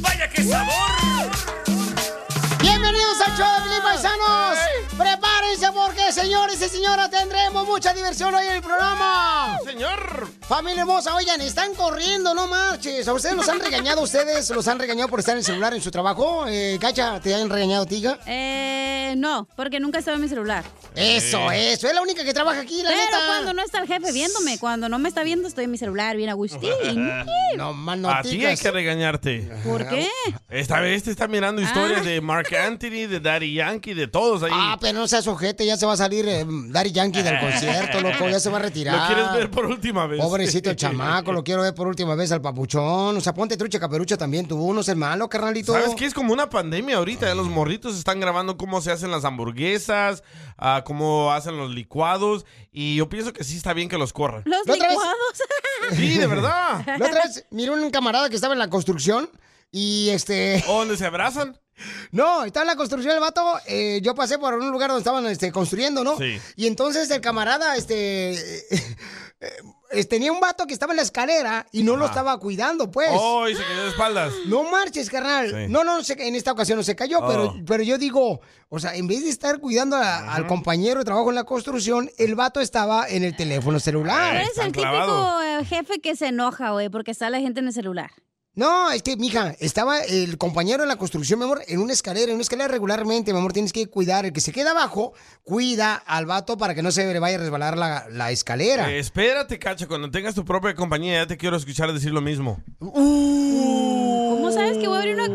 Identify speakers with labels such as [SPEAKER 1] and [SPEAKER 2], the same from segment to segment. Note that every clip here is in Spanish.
[SPEAKER 1] ¡Vaya qué sabor!
[SPEAKER 2] Bienvenidos al show de Piolín, Paisanos. Prepárense porque, señores y señoras, tendremos mucha diversión hoy en el programa.
[SPEAKER 1] Señor.
[SPEAKER 2] Familia hermosa, oigan, están corriendo, no marches. ¿A ustedes los han regañado? ¿Ustedes los han regañado por estar en el celular en su trabajo? Eh, Cacha, ¿te han regañado, Tiga?
[SPEAKER 3] Eh, no, porque nunca estaba en mi celular.
[SPEAKER 2] Eso,
[SPEAKER 3] Eh.
[SPEAKER 2] eso. Es la única que trabaja aquí, la
[SPEAKER 3] Pero
[SPEAKER 2] neta.
[SPEAKER 3] cuando no está el jefe viéndome, cuando no me está viendo, estoy en mi celular bien agustín.
[SPEAKER 2] No, mano,
[SPEAKER 1] A ti hay que regañarte.
[SPEAKER 3] ¿Por qué?
[SPEAKER 1] Esta vez te está mirando historias de Mark Anthony, de Daddy Yankee, de todos ahí.
[SPEAKER 2] Ah, pero no seas ojete, ya se va a salir eh, Daddy Yankee del concierto, loco, ya se va a retirar.
[SPEAKER 1] Ah. Lo quieres ver por última vez.
[SPEAKER 2] Pobrecito el chamaco, lo quiero ver por última vez al papuchón. O sea, ponte trucha caperucha también, tú, no seas malo, carnalito.
[SPEAKER 1] ¿Sabes qué? Es como una pandemia ahorita. ya Los morritos están grabando cómo se hacen las hamburguesas, ah, cómo hacen los licuados. Y yo pienso que sí está bien que los corran.
[SPEAKER 3] Los
[SPEAKER 2] La otra vez-
[SPEAKER 1] Sí, de verdad.
[SPEAKER 2] La otra vez miré un camarada que estaba en la construcción y este.
[SPEAKER 1] ¿O donde se abrazan?
[SPEAKER 2] No, estaba en la construcción el vato. eh, yo pasé por un lugar donde estaban este, construyendo, ¿no?
[SPEAKER 1] Sí.
[SPEAKER 2] Y entonces el camarada, este. eh, eh, tenía un vato que estaba en la escalera y no lo
[SPEAKER 1] Ajá.
[SPEAKER 2] estaba cuidando, pues.
[SPEAKER 1] ¡Oh! Y se cayó de espaldas.
[SPEAKER 2] No marches, carnal.
[SPEAKER 1] Sí.
[SPEAKER 2] No, no, se- en esta ocasión no se cayó, pero,
[SPEAKER 1] Oh.
[SPEAKER 2] pero yo digo, o sea, en vez de estar cuidando a- al compañero de trabajo en la construcción, el vato estaba en el teléfono celular.
[SPEAKER 3] Eres el típico eh, jefe que se enoja, güey, porque está la gente en el celular.
[SPEAKER 2] No, es que, mija, estaba el compañero en la construcción, mi amor, en una escalera, en una escalera regularmente, mi amor, tienes que cuidar. El que se queda abajo, cuida al vato para que no se le vaya a resbalar la, la escalera.
[SPEAKER 1] Eh, espérate, Cacha, cuando tengas tu propia compañía ya te quiero escuchar decir lo mismo.
[SPEAKER 3] ¿Cómo sabes que voy a abrir una.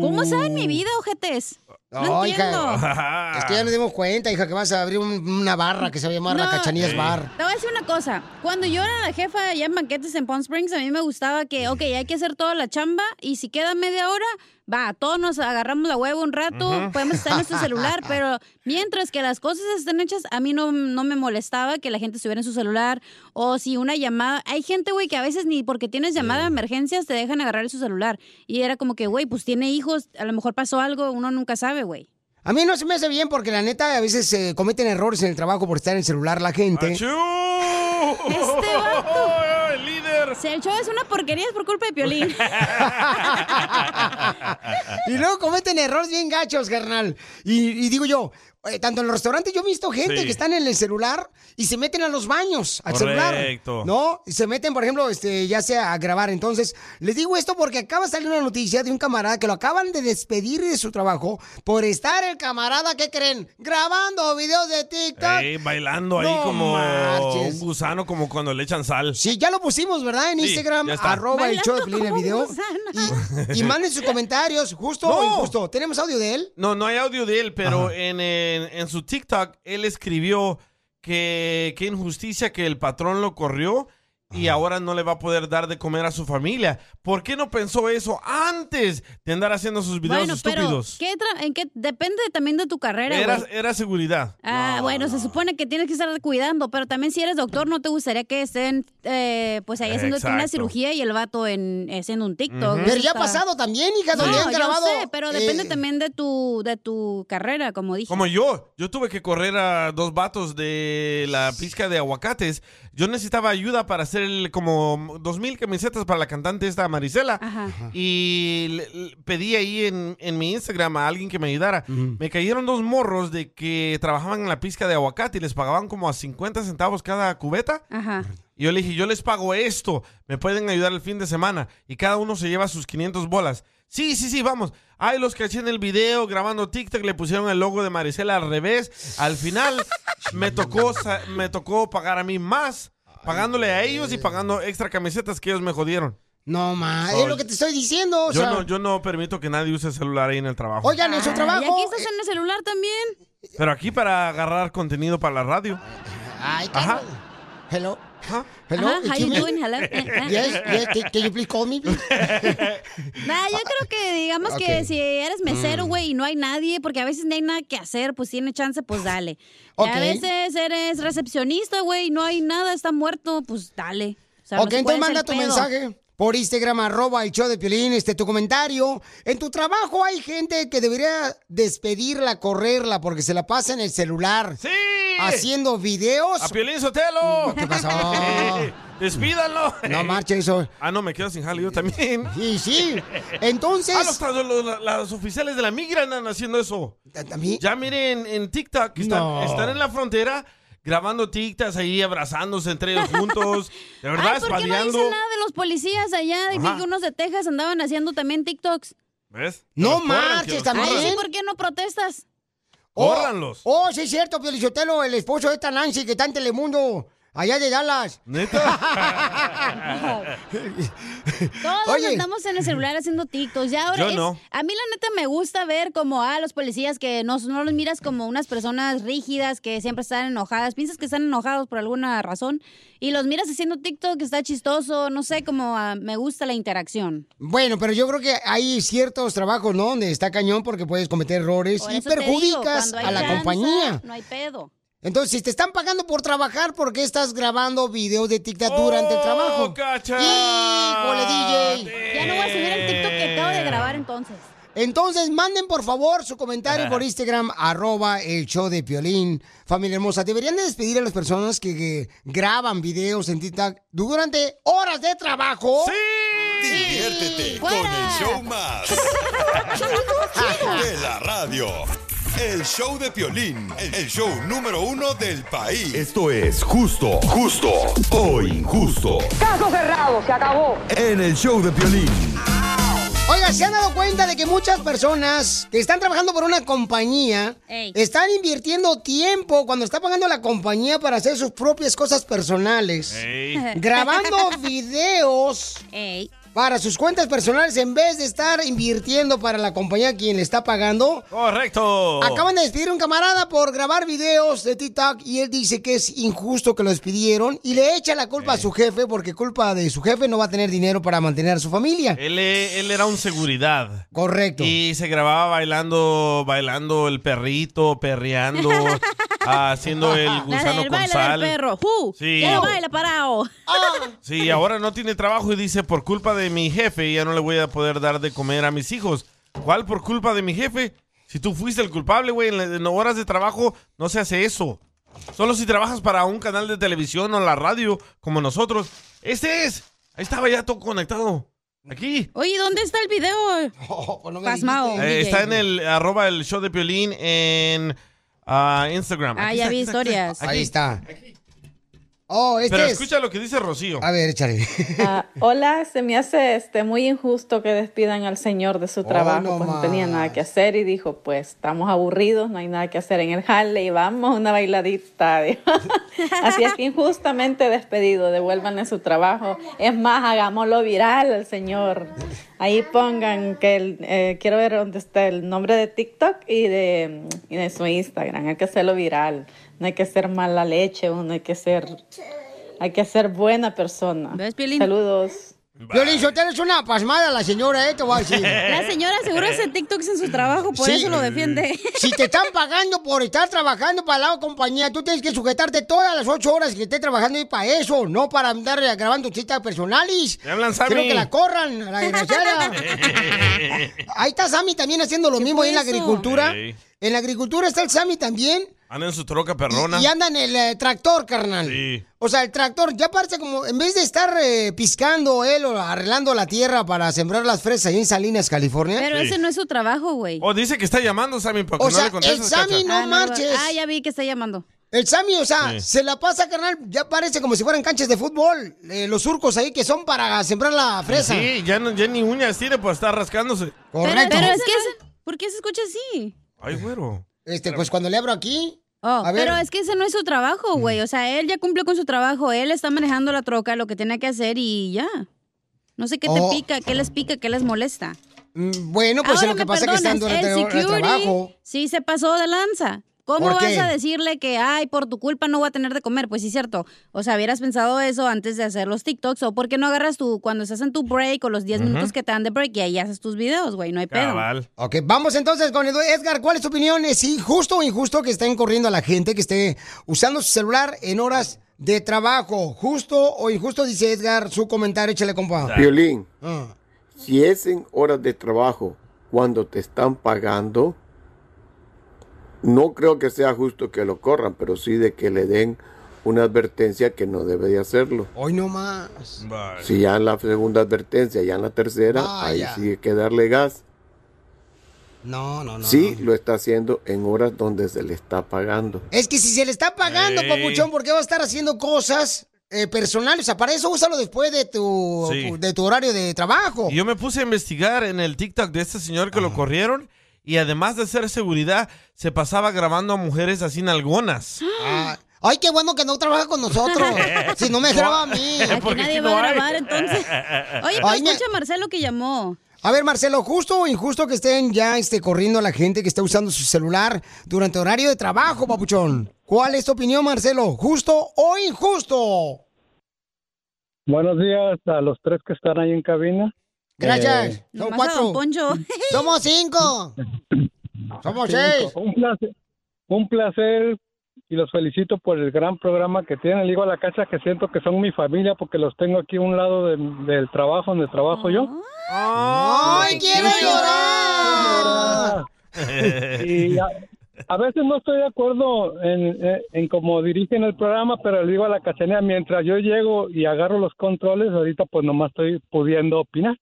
[SPEAKER 3] ¿Cómo saben mi vida, ojetes? No, entiendo.
[SPEAKER 2] hija, es que ya nos dimos cuenta, hija, que vas a abrir un- una barra que se va a llamar la
[SPEAKER 3] No.
[SPEAKER 2] Cachanillas Bar.
[SPEAKER 3] Te voy a decir una cosa. Cuando yo era la jefa allá en banquetes en Palm Springs, a mí me gustaba que, ok, hay que hacer toda la chamba y si queda media hora, va, todos nos agarramos la hueva un rato,
[SPEAKER 4] Ujú.
[SPEAKER 3] podemos estar en nuestro celular, pero mientras que las cosas estén hechas, a mí no, no me molestaba que la gente estuviera en su celular o si una llamada. Hay gente, güey, que a veces ni porque tienes llamada de emergencias te dejan agarrar su celular. Y era como que, güey, pues tiene hijos, a lo mejor pasó algo, uno nunca sabe, güey.
[SPEAKER 2] A mí no se me hace bien porque la neta a veces se cometen errores en el trabajo por estar en el celular la gente.
[SPEAKER 3] Este vato.
[SPEAKER 1] el líder.
[SPEAKER 3] Si el show es una porquería es por culpa de Piolín.
[SPEAKER 2] Y luego cometen errores bien gachos, carnal. Y, y digo yo, eh, tanto en los restaurantes yo he visto gente
[SPEAKER 1] Sí.
[SPEAKER 2] que están en el celular y se meten a los baños, al
[SPEAKER 1] Correcto.
[SPEAKER 2] celular. ¿No? Y se meten, por ejemplo, este, ya sea a grabar. Entonces, les digo esto porque acaba de salir una noticia de un camarada que lo acaban de despedir de su trabajo por estar el camarada, ¿qué creen? Grabando videos de TikTok.
[SPEAKER 1] Ey, bailando ahí
[SPEAKER 2] No
[SPEAKER 1] como
[SPEAKER 2] marches.
[SPEAKER 1] un gusano, como cuando le echan sal.
[SPEAKER 2] Sí, ya lo pusimos, ¿verdad? En
[SPEAKER 1] Sí,
[SPEAKER 2] Instagram,
[SPEAKER 1] ya está.
[SPEAKER 2] arroba el show de
[SPEAKER 3] Bailando
[SPEAKER 2] Piolín, el
[SPEAKER 3] como
[SPEAKER 2] video. Y, y manden sus comentarios, justo o
[SPEAKER 1] No.
[SPEAKER 2] injusto. ¿Tenemos audio de él?
[SPEAKER 1] No, no hay audio de él, pero en, en- en su TikTok él escribió que qué injusticia que el patrón lo corrió y ahora no le va a poder dar de comer a su familia. ¿Por qué no pensó eso antes de andar haciendo sus videos
[SPEAKER 3] Bueno, pero
[SPEAKER 1] estúpidos?
[SPEAKER 3] ¿qué tra- en qué depende también de tu carrera,
[SPEAKER 1] Era,
[SPEAKER 3] güey.
[SPEAKER 1] era seguridad.
[SPEAKER 3] Ah, bueno, se supone que tienes que estar cuidando, pero también si eres doctor no te gustaría que estén, eh, pues ahí haciéndote una
[SPEAKER 1] Exacto.
[SPEAKER 3] cirugía y el vato en haciendo un TikTok.
[SPEAKER 1] Ujú.
[SPEAKER 2] Pero
[SPEAKER 3] Eso
[SPEAKER 2] ya ha
[SPEAKER 3] está-
[SPEAKER 2] pasado también, hija,
[SPEAKER 3] No,
[SPEAKER 2] donde han grabado.
[SPEAKER 3] yo sé, pero depende
[SPEAKER 2] eh,
[SPEAKER 3] también de tu de tu carrera, como dije.
[SPEAKER 1] Como yo, yo tuve que correr a dos vatos de la pizca de aguacates. Yo necesitaba ayuda para hacer el- como dos mil camisetas para la cantante esta Marisela.
[SPEAKER 3] Ajá.
[SPEAKER 1] Y le- le pedí ahí en, en mi Instagram a alguien que me ayudara. Me cayeron dos morros de que trabajaban en la pizca de aguacate y les pagaban como a 50 centavos cada cubeta.
[SPEAKER 3] Ajá.
[SPEAKER 1] Y yo le dije, yo les pago esto, me pueden ayudar el fin de semana. Y cada uno se lleva sus 500 bolas. Sí, sí, sí, vamos. Ay, los que hacían el video grabando TikTok le pusieron el logo de Maricela al revés. Al final me tocó, sa- me tocó pagar a mí más, pagándole a ellos y pagando extra camisetas que ellos me jodieron.
[SPEAKER 2] No, ma, Ah, es lo que te estoy diciendo. o
[SPEAKER 1] yo,
[SPEAKER 2] sea,
[SPEAKER 1] no, yo no permito que nadie use celular ahí en el trabajo.
[SPEAKER 2] Oigan, en su
[SPEAKER 3] Ay,
[SPEAKER 2] trabajo.
[SPEAKER 3] aquí estás en el celular también.
[SPEAKER 1] Pero aquí para agarrar contenido para la radio.
[SPEAKER 2] Ay,
[SPEAKER 1] Ajá.
[SPEAKER 2] Carlos. Hello.
[SPEAKER 1] Ajá.
[SPEAKER 2] Hello.
[SPEAKER 3] Ajá, how
[SPEAKER 2] excuse
[SPEAKER 3] you
[SPEAKER 2] me.
[SPEAKER 3] doing? Hello. Eh, eh, eh.
[SPEAKER 2] Yes, yes, can- can you please call me, please?
[SPEAKER 3] Nah, yo creo que digamos
[SPEAKER 2] Ok. Mm.
[SPEAKER 3] que si eres mesero, güey, y no hay nadie, porque a veces no hay nada que hacer, pues tiene chance, pues dale. Y
[SPEAKER 2] Ok.
[SPEAKER 3] a veces eres recepcionista, güey, y no hay nada, está muerto, pues dale. O sea, no
[SPEAKER 2] ok,
[SPEAKER 3] se puede
[SPEAKER 2] entonces manda
[SPEAKER 3] hacer
[SPEAKER 2] tu
[SPEAKER 3] pedo.
[SPEAKER 2] mensaje por Instagram, arroba el show de Piolín, este, tu comentario. En tu trabajo hay gente que debería despedirla, correrla, porque se la pasa en el celular.
[SPEAKER 1] ¡Sí!
[SPEAKER 2] Haciendo videos.
[SPEAKER 1] ¡A Piolín Sotelo!
[SPEAKER 2] ¿Qué pasó?
[SPEAKER 1] ¡Despídanlo!
[SPEAKER 2] No marche eso.
[SPEAKER 1] Ah, no, me quedo sin jale yo también.
[SPEAKER 2] Sí, sí.
[SPEAKER 1] Ah, los,
[SPEAKER 2] Entonces,
[SPEAKER 1] tra- los- los- los oficiales de la migra andan haciendo eso.
[SPEAKER 2] a- a mí-
[SPEAKER 1] Ya miren en TikTok, están,
[SPEAKER 2] No.
[SPEAKER 1] están en la frontera grabando TikToks ahí, abrazándose entre ellos juntos. De verdad,
[SPEAKER 3] Ay, ¿por qué no
[SPEAKER 1] espadeando.
[SPEAKER 3] dicen nada de los policías allá? De
[SPEAKER 1] Ajá.
[SPEAKER 3] que unos de Texas andaban haciendo también TikToks.
[SPEAKER 1] ¿Ves?
[SPEAKER 2] No
[SPEAKER 1] Los corren,
[SPEAKER 2] marches,
[SPEAKER 1] que los
[SPEAKER 2] también.
[SPEAKER 3] Ay,
[SPEAKER 1] corran.
[SPEAKER 3] sí, ¿por qué no protestas?
[SPEAKER 1] Córranlos.
[SPEAKER 2] Oh, oh, sí es cierto, Piolichotelo, el esposo de esta Nancy que está en Telemundo, allá de Dallas.
[SPEAKER 1] ¿Neta?
[SPEAKER 3] Todos
[SPEAKER 2] Oye.
[SPEAKER 3] andamos en el celular haciendo TikToks. Ya ahora
[SPEAKER 1] Yo
[SPEAKER 3] es-
[SPEAKER 1] no.
[SPEAKER 3] A mí la neta me gusta ver como a los policías que no, no los miras como unas personas rígidas que siempre están enojadas. Piensas que están enojados por alguna razón y los miras haciendo TikTok que está chistoso. No sé, como ah, me gusta la interacción.
[SPEAKER 2] Bueno, pero yo creo que hay ciertos trabajos, ¿no? Donde está cañón porque puedes cometer errores
[SPEAKER 3] Por
[SPEAKER 2] y
[SPEAKER 3] eso te digo,
[SPEAKER 2] perjudicas
[SPEAKER 3] cuando hay
[SPEAKER 2] a la
[SPEAKER 3] chanza,
[SPEAKER 2] compañía.
[SPEAKER 3] No hay pedo.
[SPEAKER 2] Entonces, si te están pagando por trabajar, ¿por qué estás grabando videos de TikTok durante el trabajo?
[SPEAKER 1] ¡Oh, cacha!
[SPEAKER 2] Híjole, DJ.
[SPEAKER 3] Ya no voy a subir el TikTok que acabo de grabar entonces.
[SPEAKER 2] Entonces, manden por favor su comentario por Instagram, arroba el show de Piolín. Familia hermosa, deberían de despedir a las personas que, que graban videos en TikTok durante horas de trabajo.
[SPEAKER 5] Diviértete con
[SPEAKER 3] ¡Fuera!
[SPEAKER 5] el show más. de la radio. El show de Piolín, el show número uno del país. Esto es justo, justo o injusto.
[SPEAKER 6] Caso cerrado, se acabó.
[SPEAKER 5] En el show de Piolín.
[SPEAKER 2] Oiga, ¿se han dado cuenta de que muchas personas que están trabajando por una compañía
[SPEAKER 3] Ey.
[SPEAKER 2] están invirtiendo tiempo cuando está pagando la compañía para hacer sus propias cosas personales?
[SPEAKER 1] Ey.
[SPEAKER 2] Grabando videos
[SPEAKER 3] Ey.
[SPEAKER 2] para sus cuentas personales en vez de estar invirtiendo para la compañía a quien le está pagando.
[SPEAKER 3] Oh.
[SPEAKER 1] ¡Correcto!
[SPEAKER 2] Acaban de despedir a un camarada por grabar videos de TikTok y él dice que es injusto que lo despidieron y le echa la culpa a su jefe porque culpa de su jefe no va a tener dinero para mantener a su familia.
[SPEAKER 1] Él, eh, él era un seguridad.
[SPEAKER 2] Correcto.
[SPEAKER 1] Y se grababa bailando, bailando el perrito, perreando, ah, haciendo el
[SPEAKER 3] La
[SPEAKER 1] gusano
[SPEAKER 3] del
[SPEAKER 1] con
[SPEAKER 3] baile
[SPEAKER 1] sal.
[SPEAKER 3] del perro. ¡Uh!
[SPEAKER 1] Sí.
[SPEAKER 3] Ya no baila parado.
[SPEAKER 1] Sí, ahora no tiene trabajo y dice, por culpa de mi jefe ya no le voy a poder dar de comer a mis hijos. ¿Cuál por culpa de mi jefe? Si tú fuiste el culpable, güey, en la- en horas de trabajo no se hace eso. Solo si trabajas para un canal de televisión o la radio, como nosotros. Este es. Ahí estaba ya todo conectado. Aquí.
[SPEAKER 3] Oye, ¿dónde está el video?
[SPEAKER 2] Oh, pues no me
[SPEAKER 3] Pasmao.
[SPEAKER 2] dijiste,
[SPEAKER 1] Eh,
[SPEAKER 2] DJ.
[SPEAKER 1] está en el arroba el show de Piolín en ah, Instagram.
[SPEAKER 3] Ah,
[SPEAKER 1] Aquí
[SPEAKER 3] ya
[SPEAKER 1] está,
[SPEAKER 3] vi
[SPEAKER 1] aquí está, aquí está.
[SPEAKER 3] historias.
[SPEAKER 2] Ahí está. Oh, este
[SPEAKER 1] Pero
[SPEAKER 2] es.
[SPEAKER 1] escucha lo que dice Rocío.
[SPEAKER 2] A ver, échale.
[SPEAKER 7] Ah, hola, se me hace este muy injusto que despidan al señor de su trabajo,
[SPEAKER 2] Oh, no
[SPEAKER 7] pues no tenía
[SPEAKER 2] más.
[SPEAKER 7] nada que hacer y dijo, pues estamos aburridos, no hay nada que hacer en el jale y vamos a una bailadita. dijo. Así es que injustamente despedido, devuélvanle su trabajo. Es más, hagámoslo viral al señor. Ahí pongan que el, eh, quiero ver dónde está el nombre de TikTok y de, y de su Instagram, hay que hacerlo viral. No hay que ser mala leche, uno hay que ser... Hay que ser buena persona.
[SPEAKER 3] ¿Ves, Piolín?
[SPEAKER 7] Saludos.
[SPEAKER 2] Violín Sotelo es una pasmada la señora, eh, te voy a decir.
[SPEAKER 3] La señora seguro hace TikToks en su trabajo, por
[SPEAKER 2] Sí. Mm.
[SPEAKER 3] eso lo defiende.
[SPEAKER 2] Si te están pagando por estar trabajando para la compañía, tú tienes que sujetarte todas las ocho horas que estés trabajando y para eso, no para andar grabando citas personales.
[SPEAKER 1] Me hablan, Sammy.
[SPEAKER 2] Quiero que la corran, a la desgraciada. ahí está Sammy también haciendo lo mismo ahí en la
[SPEAKER 3] fue eso?
[SPEAKER 2] agricultura.
[SPEAKER 1] Ey.
[SPEAKER 2] En la agricultura está el Sammy también.
[SPEAKER 1] Anda en su troca perrona.
[SPEAKER 2] Y, y anda en el eh, tractor, carnal.
[SPEAKER 1] Sí.
[SPEAKER 2] O sea, el tractor ya parece como, en vez de estar eh, piscando él o arreglando la tierra para sembrar las fresas ahí en Salinas, California.
[SPEAKER 3] Pero
[SPEAKER 1] Sí.
[SPEAKER 3] ese no es su trabajo, güey.
[SPEAKER 1] O Oh, dice que está llamando Sammy porque
[SPEAKER 2] o
[SPEAKER 1] no
[SPEAKER 2] sea,
[SPEAKER 1] le contestas,
[SPEAKER 2] el Sammy
[SPEAKER 1] Cacha.
[SPEAKER 2] no
[SPEAKER 3] Ah,
[SPEAKER 2] marches.
[SPEAKER 3] Ah, ya vi que está llamando.
[SPEAKER 2] El Sammy, o sea,
[SPEAKER 1] Sí.
[SPEAKER 2] se la pasa, carnal, ya parece como si fueran canchas de fútbol, eh, los surcos ahí que son para sembrar la fresa.
[SPEAKER 1] Sí, ya, no- ya ni uñas tiene por estar rascándose.
[SPEAKER 3] Pero, pero es que, ese- ¿por qué se escucha así?
[SPEAKER 1] Ay, güero.
[SPEAKER 2] Este, pues cuando le abro aquí.
[SPEAKER 3] Oh,
[SPEAKER 2] A ver. Mm.
[SPEAKER 3] pero es que ese no es su trabajo, güey. O sea, él ya cumplió con su trabajo. Él está manejando la troca, lo que tenía que hacer y ya. No sé qué te
[SPEAKER 2] Oh.
[SPEAKER 3] pica, qué les pica, qué les molesta.
[SPEAKER 2] Mm, Bueno, pues
[SPEAKER 3] Ahora
[SPEAKER 2] lo que
[SPEAKER 3] me
[SPEAKER 2] pasa es que están
[SPEAKER 3] perdonas,
[SPEAKER 2] durante
[SPEAKER 3] el
[SPEAKER 2] el, hora de
[SPEAKER 3] security
[SPEAKER 2] trabajo.
[SPEAKER 3] Sí, se pasó de lanza. ¿Cómo
[SPEAKER 2] ¿Por
[SPEAKER 3] vas
[SPEAKER 2] qué?
[SPEAKER 3] a decirle que, ay, por tu culpa no voy a tener de comer? Pues sí, cierto. O sea, hubieras pensado eso antes de hacer los TikToks. ¿O por qué no agarras tú cuando estás en tu break o los 10
[SPEAKER 1] Ujú.
[SPEAKER 3] minutos que te dan de break y ahí haces tus videos, güey? No hay pedo.
[SPEAKER 1] Cabal.
[SPEAKER 2] Ok, vamos entonces con Edu- Edgar. ¿Cuál es tu opinión? ¿Es injusto o injusto que estén corriendo a la gente que esté usando su celular en horas de trabajo? ¿Justo o injusto? Dice Edgar su comentario, échale compa.
[SPEAKER 8] Violín,
[SPEAKER 2] Ah.
[SPEAKER 8] si es en horas de trabajo cuando te están pagando, no creo que sea justo que lo corran, pero sí de que le den una advertencia que no debe de hacerlo.
[SPEAKER 2] Hoy no más.
[SPEAKER 1] Vale.
[SPEAKER 8] Si ya en la segunda advertencia, ya en la tercera, ahí
[SPEAKER 2] Vaya.
[SPEAKER 8] sí hay que darle gas.
[SPEAKER 2] No, no, no.
[SPEAKER 8] Sí,
[SPEAKER 2] no.
[SPEAKER 8] lo está haciendo en horas donde se le está pagando.
[SPEAKER 2] Es que si se le está pagando,
[SPEAKER 1] Ey.
[SPEAKER 2] papuchón, ¿por qué va a estar haciendo cosas eh, personales? O sea, para eso úsalo después de tu,
[SPEAKER 1] Sí.
[SPEAKER 2] de tu horario de trabajo.
[SPEAKER 1] Y yo me puse a investigar en el TikTok de este señor que lo corrieron y además de hacer seguridad, se pasaba grabando a mujeres así nalgonas.
[SPEAKER 2] Ah, Ay, qué bueno que no trabaja con nosotros. si no me graba a mí.
[SPEAKER 3] Aquí
[SPEAKER 1] Porque
[SPEAKER 3] nadie
[SPEAKER 1] aquí
[SPEAKER 3] va
[SPEAKER 1] no
[SPEAKER 3] a
[SPEAKER 1] hay.
[SPEAKER 3] grabar, entonces. Oye, pero
[SPEAKER 2] Ay, me-
[SPEAKER 3] escucha a Marcelo que llamó.
[SPEAKER 2] A ver, Marcelo, ¿justo o injusto que estén ya este, corriendo a la gente que está usando su celular durante horario de trabajo, papuchón? ¿Cuál es tu opinión, Marcelo? ¿Justo o injusto?
[SPEAKER 9] Buenos días a los tres que están ahí en cabina.
[SPEAKER 2] Gracias.
[SPEAKER 9] Eh,
[SPEAKER 2] Son
[SPEAKER 3] Nomás a
[SPEAKER 2] cuatro.
[SPEAKER 3] Don Poncho.
[SPEAKER 2] Somos cinco. Somos seis.
[SPEAKER 9] Un placer, un placer y los felicito por el gran programa que tienen. Le digo a la casa que siento que son mi familia porque los tengo aquí a un lado de- del trabajo donde trabajo yo.
[SPEAKER 2] Ah. ¡Ay, quiero llorar!
[SPEAKER 9] Y a, a veces no estoy de acuerdo en, en, en cómo dirigen el programa, pero le digo a la cachanea, mientras yo llego y agarro los controles, ahorita pues nomás estoy pudiendo opinar.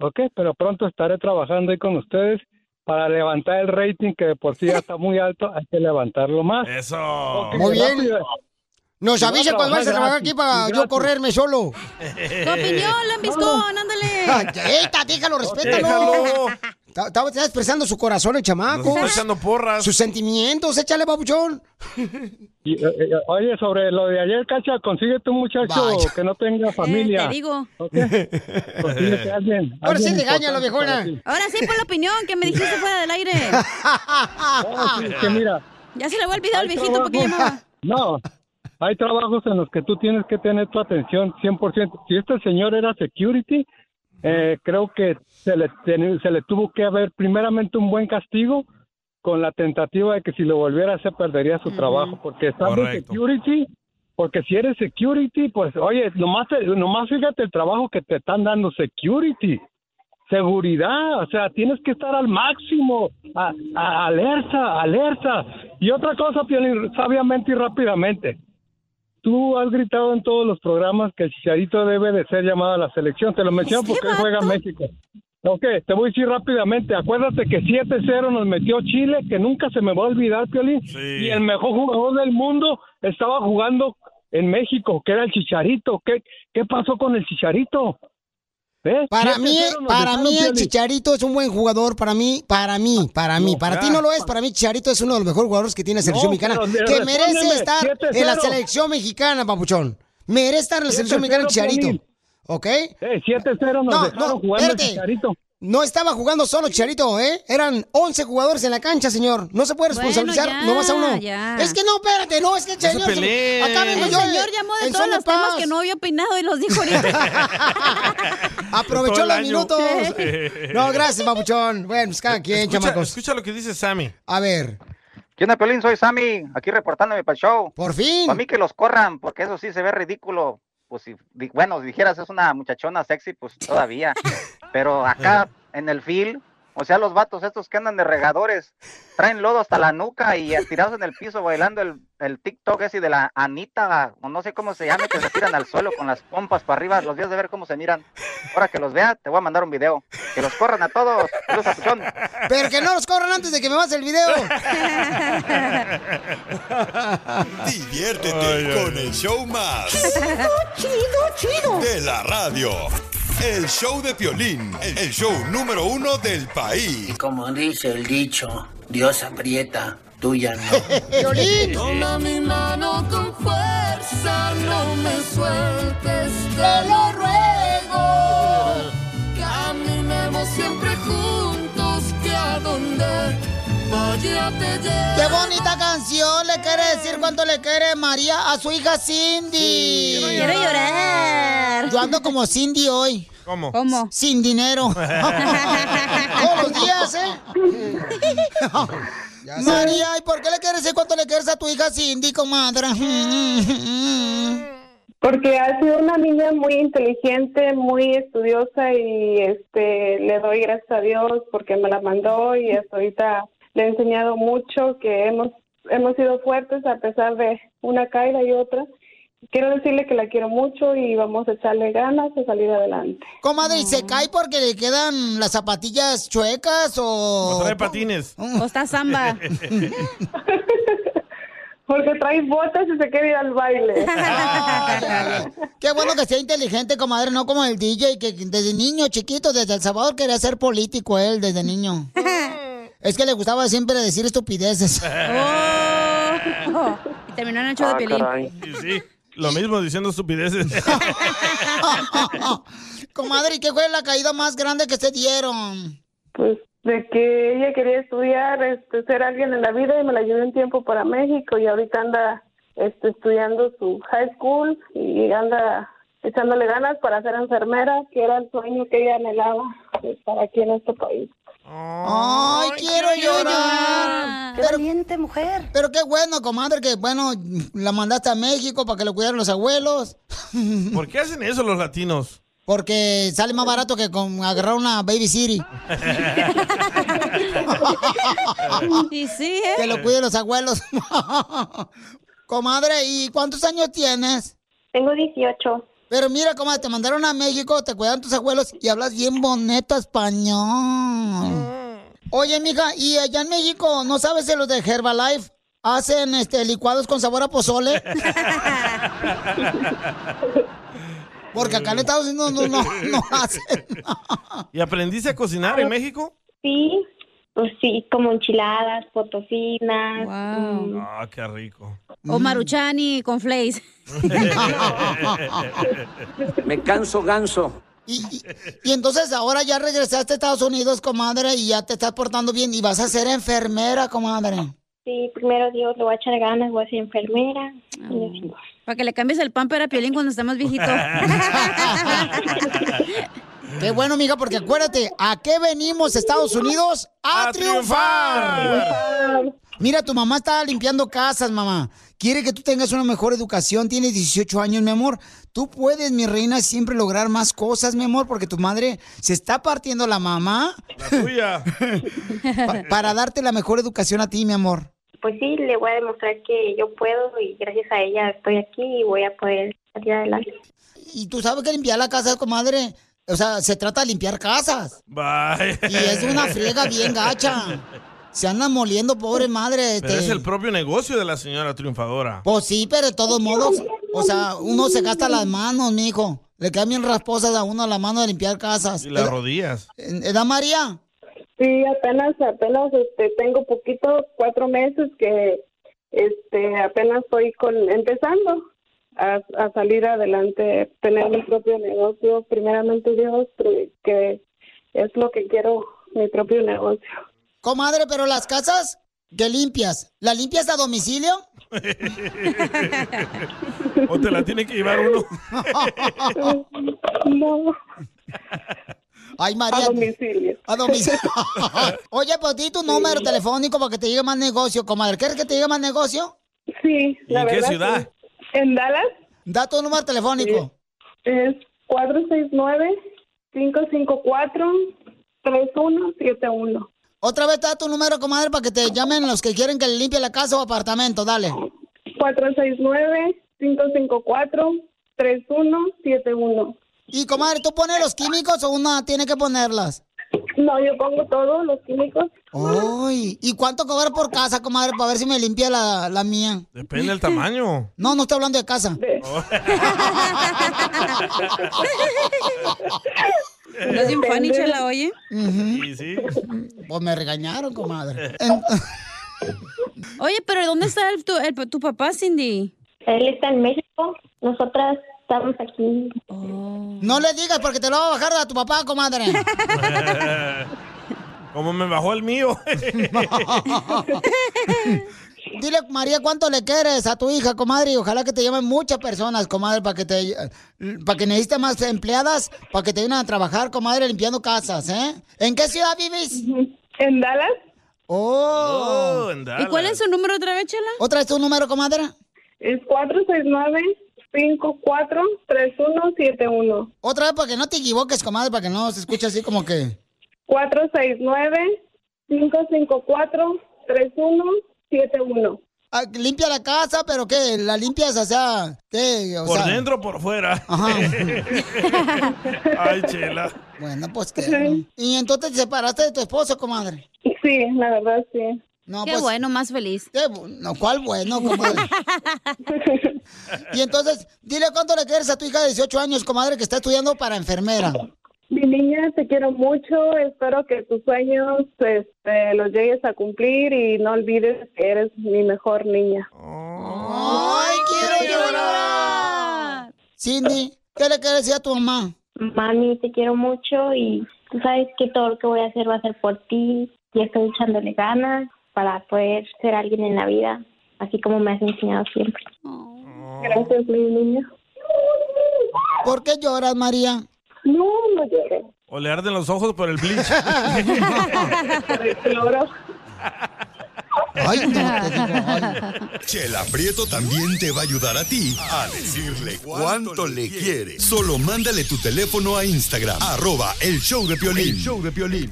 [SPEAKER 9] Ok, pero pronto estaré trabajando ahí con ustedes para levantar el rating que de por sí ya está muy alto, hay que levantarlo más.
[SPEAKER 1] Eso.
[SPEAKER 2] Muy bien.
[SPEAKER 9] Rápido.
[SPEAKER 2] Nos avisa cuando vas a trabajar aquí para yo
[SPEAKER 9] Gracias.
[SPEAKER 2] correrme solo.
[SPEAKER 3] Tu opinión, lambiscón, ándale.
[SPEAKER 2] ¡Eita, déjalo, respétalo!
[SPEAKER 1] Déjalo.
[SPEAKER 2] Ta- Estaba está expresando su corazón el
[SPEAKER 1] Nos está
[SPEAKER 2] chamaco.
[SPEAKER 1] echando porras.
[SPEAKER 2] Sus sentimientos, échale, papuchón.
[SPEAKER 9] Y, eh, eh, oye, sobre lo de ayer, Cacha, consigue tu muchacho
[SPEAKER 2] Vaya.
[SPEAKER 9] que no tenga
[SPEAKER 3] Eh,
[SPEAKER 9] familia.
[SPEAKER 3] te digo.
[SPEAKER 9] Ok. Consíguete a alguien.
[SPEAKER 2] Ahora sí
[SPEAKER 9] alguien
[SPEAKER 2] regáñalo,
[SPEAKER 9] importante
[SPEAKER 2] viejona.
[SPEAKER 9] para ti.
[SPEAKER 3] Ahora sí, por la opinión que me dijiste fuera del aire.
[SPEAKER 9] Ah, sí, es que mira,
[SPEAKER 3] Ya se le voy a olvidar al
[SPEAKER 9] Hay
[SPEAKER 3] viejito porque
[SPEAKER 9] trabajos-
[SPEAKER 3] llamaba.
[SPEAKER 9] No, hay trabajos en los que tú tienes que tener tu atención 100%. Si este señor era security, eh, creo que se le, ten- se le tuvo que haber primeramente un buen castigo con la tentativa de que si lo volviera a hacer perdería su trabajo, porque está de
[SPEAKER 1] Correcto.
[SPEAKER 9] security, porque si eres security, pues oye, nomás, te- nomás fíjate el trabajo que te están dando security seguridad, o sea, tienes que estar al máximo, a- a- alerta, alerta. Y otra cosa, Piolín, sabiamente y rápidamente. Tú has gritado en todos los programas que el Chicharito debe de ser llamado a la selección. Te lo menciono
[SPEAKER 3] Este
[SPEAKER 9] porque él juega
[SPEAKER 3] vato.
[SPEAKER 9] México. Ok, te voy a decir rápidamente. Acuérdate que 7-0 nos metió Chile, que nunca se me va a olvidar, Piolín.
[SPEAKER 1] Sí.
[SPEAKER 9] Y el mejor jugador del mundo estaba jugando en México, que era el Chicharito. ¿Qué, qué pasó con el Chicharito? ¿Eh?
[SPEAKER 2] Para
[SPEAKER 9] 7-0
[SPEAKER 2] mí,
[SPEAKER 9] nos
[SPEAKER 2] para
[SPEAKER 9] dejaron,
[SPEAKER 2] mí el
[SPEAKER 9] Piolín.
[SPEAKER 2] Chicharito es un buen jugador, para mí, para
[SPEAKER 9] Ah,
[SPEAKER 2] mí, para mí. Para ti no lo es, para mí Chicharito es uno de los mejores jugadores que tiene la selección
[SPEAKER 9] No,
[SPEAKER 2] mexicana,
[SPEAKER 9] pero
[SPEAKER 2] que merece
[SPEAKER 9] respóndeme,
[SPEAKER 2] estar en la
[SPEAKER 9] 7-0.
[SPEAKER 2] selección mexicana, papuchón. Merece estar en la selección
[SPEAKER 9] 7-0
[SPEAKER 2] mexicana el Chicharito,
[SPEAKER 9] Piolín.
[SPEAKER 2] ¿ok?
[SPEAKER 9] Eh, 7-0 nos
[SPEAKER 2] No,
[SPEAKER 9] dejaron
[SPEAKER 2] no,
[SPEAKER 9] jugando
[SPEAKER 2] espérate.
[SPEAKER 9] el Chicharito.
[SPEAKER 2] No estaba jugando solo Chicharito, ¿eh? Eran 11 jugadores en la cancha, señor. No se puede
[SPEAKER 3] Bueno,
[SPEAKER 2] responsabilizar
[SPEAKER 3] ya,
[SPEAKER 2] nomás a uno.
[SPEAKER 3] ya.
[SPEAKER 2] Es que no, espérate, no, es que el
[SPEAKER 1] se
[SPEAKER 2] señor... se-
[SPEAKER 1] peleen.
[SPEAKER 2] Acá vengo
[SPEAKER 3] El
[SPEAKER 2] yo de-
[SPEAKER 3] señor llamó de
[SPEAKER 2] en
[SPEAKER 3] todos
[SPEAKER 2] son de
[SPEAKER 3] los temas
[SPEAKER 2] paz.
[SPEAKER 3] que no había opinado y los dijo ahorita.
[SPEAKER 2] Aprovechó
[SPEAKER 1] Todo el
[SPEAKER 2] los
[SPEAKER 1] año.
[SPEAKER 2] minutos. No, gracias, papuchón. Bueno, pues cada quien,
[SPEAKER 1] Escucha,
[SPEAKER 2] chamacos.
[SPEAKER 1] escucha lo que dice Sammy.
[SPEAKER 2] A ver,
[SPEAKER 10] ¿Qué onda, Pelín? Soy Sammy, aquí reportándome para el show.
[SPEAKER 2] por fin.
[SPEAKER 10] Para mí que los corran, porque eso sí se ve ridículo. Pues si, di- bueno, si dijeras es una muchachona sexy, pues todavía. Pero acá en el field, o sea, los vatos estos que andan de regadores, traen lodo hasta la nuca y estirados en el piso bailando el, el TikTok ese de la Anita, o no sé cómo se llama, que se tiran al suelo con las pompas para arriba. Los días de ver cómo se miran. Ahora que los vea, te voy a mandar un video.
[SPEAKER 2] Que los corran a todos. Los apuchón.
[SPEAKER 4] Pero que no los corran antes de que me vas el video.
[SPEAKER 5] Diviértete con el show más
[SPEAKER 4] chido, chido.
[SPEAKER 5] de la radio. El show de Piolín, el el show número uno del país.
[SPEAKER 8] Como dice el dicho, Dios aprieta, tuya
[SPEAKER 6] Violín. Toma mi mano con fuerza, no me sueltes, te lo ruego. Caminemos siempre juntos, que a donde vaya te llevo.
[SPEAKER 4] Qué bonita canción. Le quiere decir cuánto le quiere María a su hija Cindy.
[SPEAKER 3] Quiero llorar.
[SPEAKER 4] Yo ando como Cindy hoy.
[SPEAKER 1] ¿Cómo?
[SPEAKER 3] ¿Cómo?
[SPEAKER 4] Sin dinero. Todos los días, ¿eh?
[SPEAKER 6] sé.
[SPEAKER 4] María, ¿y por qué le quieres decir cuánto le quieres a tu hija Cindy, comadre?
[SPEAKER 11] Porque ha sido una niña muy inteligente, muy estudiosa y este le doy gracias a Dios porque me la mandó y hasta ahorita le he enseñado mucho que hemos hemos sido fuertes a pesar de una caída y otra. Quiero decirle que la quiero mucho y vamos a echarle ganas a salir adelante.
[SPEAKER 4] Comadre, ¿y
[SPEAKER 3] Mm.
[SPEAKER 4] se cae porque le quedan las zapatillas chuecas o...?
[SPEAKER 1] O trae patines.
[SPEAKER 4] Oh,
[SPEAKER 3] O está samba. Oh,
[SPEAKER 11] Porque trae botas y se quiere ir al baile.
[SPEAKER 4] Qué bueno que sea inteligente, comadre, no como el DJ, que desde niño, chiquito, desde El Salvador quería ser político él, desde niño. Es que le gustaba siempre decir estupideces.
[SPEAKER 3] Oh. Y terminó en el
[SPEAKER 1] Ah,
[SPEAKER 4] Ah,
[SPEAKER 3] show de Pelín.
[SPEAKER 1] Y sí, lo mismo diciendo estupideces.
[SPEAKER 4] Comadre, ¿y qué fue la caída más grande que se dieron?
[SPEAKER 11] Pues de que ella quería estudiar, este, ser alguien en la vida y me la llevé un tiempo para México y ahorita anda este, estudiando su high school y anda echándole ganas para ser enfermera, que era el sueño que ella anhelaba estar aquí en este país.
[SPEAKER 4] Ay, quiero
[SPEAKER 3] Ah,
[SPEAKER 4] llorar. Qué
[SPEAKER 12] valiente mujer.
[SPEAKER 4] Pero qué bueno, comadre, que bueno, la mandaste a México para que lo cuidaran los abuelos.
[SPEAKER 1] ¿Por qué hacen eso los latinos?
[SPEAKER 4] Porque sale más barato que con agarrar una Baby City.
[SPEAKER 3] y sí, ¿eh?
[SPEAKER 4] Que lo cuiden los abuelos. comadre, ¿y cuántos años tienes?
[SPEAKER 13] Tengo 18.
[SPEAKER 4] Pero mira, comadre, te mandaron a México, te cuidan tus abuelos y hablas bien bonito español. Oye, mija, ¿y allá en México no sabes de los de Herbalife? ¿Hacen este licuados con sabor a pozole? Porque acá en Estados Unidos no, no, no hacen.
[SPEAKER 1] ¿Y aprendiste a cocinar en México?
[SPEAKER 13] Sí, pues sí, como enchiladas, potosinas. mm.
[SPEAKER 1] Ah, qué rico.
[SPEAKER 4] Mm.
[SPEAKER 3] O Maruchani con Flays.
[SPEAKER 8] Me canso ganso.
[SPEAKER 4] Y entonces ahora ya regresaste a Estados Unidos, comadre, y ya te estás portando bien y vas a ser enfermera, comadre.
[SPEAKER 13] Sí, primero Dios, lo voy a echar ganas, voy a ser enfermera.
[SPEAKER 3] Ah, Para que le cambies el pamper a Piolín cuando esté más viejito.
[SPEAKER 4] Qué bueno, amiga, porque acuérdate, ¿a qué venimos Estados Unidos? ¡A, triunfar! Mira, tu mamá está limpiando casas, mamá. Quiere que tú tengas una mejor educación. Tienes 18 años, mi amor. Tú puedes, mi reina, siempre lograr más cosas, mi amor, porque tu madre se está partiendo la mamá
[SPEAKER 1] Tuya.
[SPEAKER 4] pa- para darte la mejor educación a ti, mi amor.
[SPEAKER 13] Pues sí, le voy a demostrar que yo puedo y gracias a ella estoy aquí y voy a poder salir adelante.
[SPEAKER 4] Y tú sabes que limpiar la casa, comadre, o sea, se trata de limpiar casas.
[SPEAKER 1] Bye.
[SPEAKER 4] Y es una friega bien gacha. Se andan moliendo, pobre madre.
[SPEAKER 1] Pero
[SPEAKER 4] este.
[SPEAKER 1] es el propio negocio de la señora triunfadora.
[SPEAKER 4] Pues sí, pero de todos modos, o sea, uno se gasta las manos, mijo. Le quedan bien rasposas a uno la mano de limpiar casas.
[SPEAKER 1] Y las rodillas.
[SPEAKER 4] ¿Ed- ¿Edad María?
[SPEAKER 11] Sí, apenas, apenas este, tengo poquito, cuatro meses que este, apenas estoy con, empezando a, a salir adelante, tener mi propio negocio, primeramente Dios, pri- que es lo que quiero, mi propio negocio.
[SPEAKER 4] Comadre, pero las casas que limpias, ¿las limpias a domicilio?
[SPEAKER 1] o te la tiene que llevar uno.
[SPEAKER 11] No.
[SPEAKER 4] Ay, María.
[SPEAKER 11] A domicilio.
[SPEAKER 4] A domicilio. Oye, pues di tu número telefónico para que te llegue más negocio, comadre. ¿Quieres que te llegue más negocio?
[SPEAKER 11] Sí, la verdad. sí. En Dallas.
[SPEAKER 4] Da tu número telefónico.
[SPEAKER 11] Es 469-554-3171.
[SPEAKER 4] Otra vez da tu número, comadre, para que te llamen los que quieren que le limpie la casa o apartamento. Dale.
[SPEAKER 11] 469-554-3171.
[SPEAKER 4] Y comadre, ¿tú pones los químicos o una tiene que ponerlas?
[SPEAKER 11] No, yo pongo todos los químicos.
[SPEAKER 4] Ay, ¿y cuánto cobrar por casa, comadre, para ver si me limpia la, la mía?
[SPEAKER 1] Depende del tamaño.
[SPEAKER 4] No, no estoy hablando de casa.
[SPEAKER 3] ¿No es de un funny, chela,
[SPEAKER 4] oye?
[SPEAKER 1] Sí, sí.
[SPEAKER 4] Pues me regañaron, comadre. Eh,
[SPEAKER 3] Oye, pero ¿dónde está el- tu, el- tu papá, Cindy?
[SPEAKER 14] Él está en México, nosotras estamos aquí.
[SPEAKER 4] No le digas porque te lo va a bajar a tu papá, comadre.
[SPEAKER 1] Como me bajó el mío.
[SPEAKER 4] Dile, María, cuánto le quieres a tu hija, comadre, y ojalá que te llamen muchas personas, comadre, para que te para que necesites más empleadas, para que te vengan a trabajar, comadre, limpiando casas, ¿eh? ¿En qué ciudad vives?
[SPEAKER 11] En Dallas.
[SPEAKER 4] Oh.
[SPEAKER 1] Oh, en Dallas. ¿Y cuál es
[SPEAKER 4] su número otra vez, Chela? ¿Otra vez tu número, comadre?
[SPEAKER 11] Es 469-543171.
[SPEAKER 4] Otra vez para que no te equivoques, comadre, para que no se escuche así como que...
[SPEAKER 11] 469-554-3171.
[SPEAKER 4] Ah, limpia la casa, pero ¿qué? ¿La limpias, o sea, qué? O
[SPEAKER 1] Por
[SPEAKER 4] sea,
[SPEAKER 1] dentro o por fuera. Ay, chela.
[SPEAKER 4] Bueno, pues que... Y entonces te separaste de tu esposo, comadre.
[SPEAKER 11] Sí, la verdad, sí.
[SPEAKER 4] No,
[SPEAKER 3] Qué
[SPEAKER 4] pues-
[SPEAKER 3] bueno, más feliz.
[SPEAKER 4] No, ¿cuál bueno, comadre? y entonces, dile cuánto le quieres a tu hija de 18 años, comadre, que está estudiando para enfermera.
[SPEAKER 11] Mi niña, te quiero mucho. Espero que tus sueños este, los llegues a cumplir y no olvides que eres mi mejor niña.
[SPEAKER 4] ¡Ay, quiero llorar! Cindy, ¿qué le quieres decir a tu mamá?
[SPEAKER 14] Mami, te quiero mucho y tú sabes que todo lo que voy a hacer va a ser por ti y estoy echándole ganas para poder ser alguien en la vida, así como me has enseñado siempre.
[SPEAKER 11] Gracias, mi niña.
[SPEAKER 4] ¿Por qué lloras, María?
[SPEAKER 11] No, no llores.
[SPEAKER 1] O le arden los ojos por el bleach.
[SPEAKER 4] Ay,
[SPEAKER 5] Chela Prieto también te va a ayudar a ti a decirle cuánto le quiere. Solo mándale tu teléfono a Instagram, arroba el show de Piolín. El show de Piolín.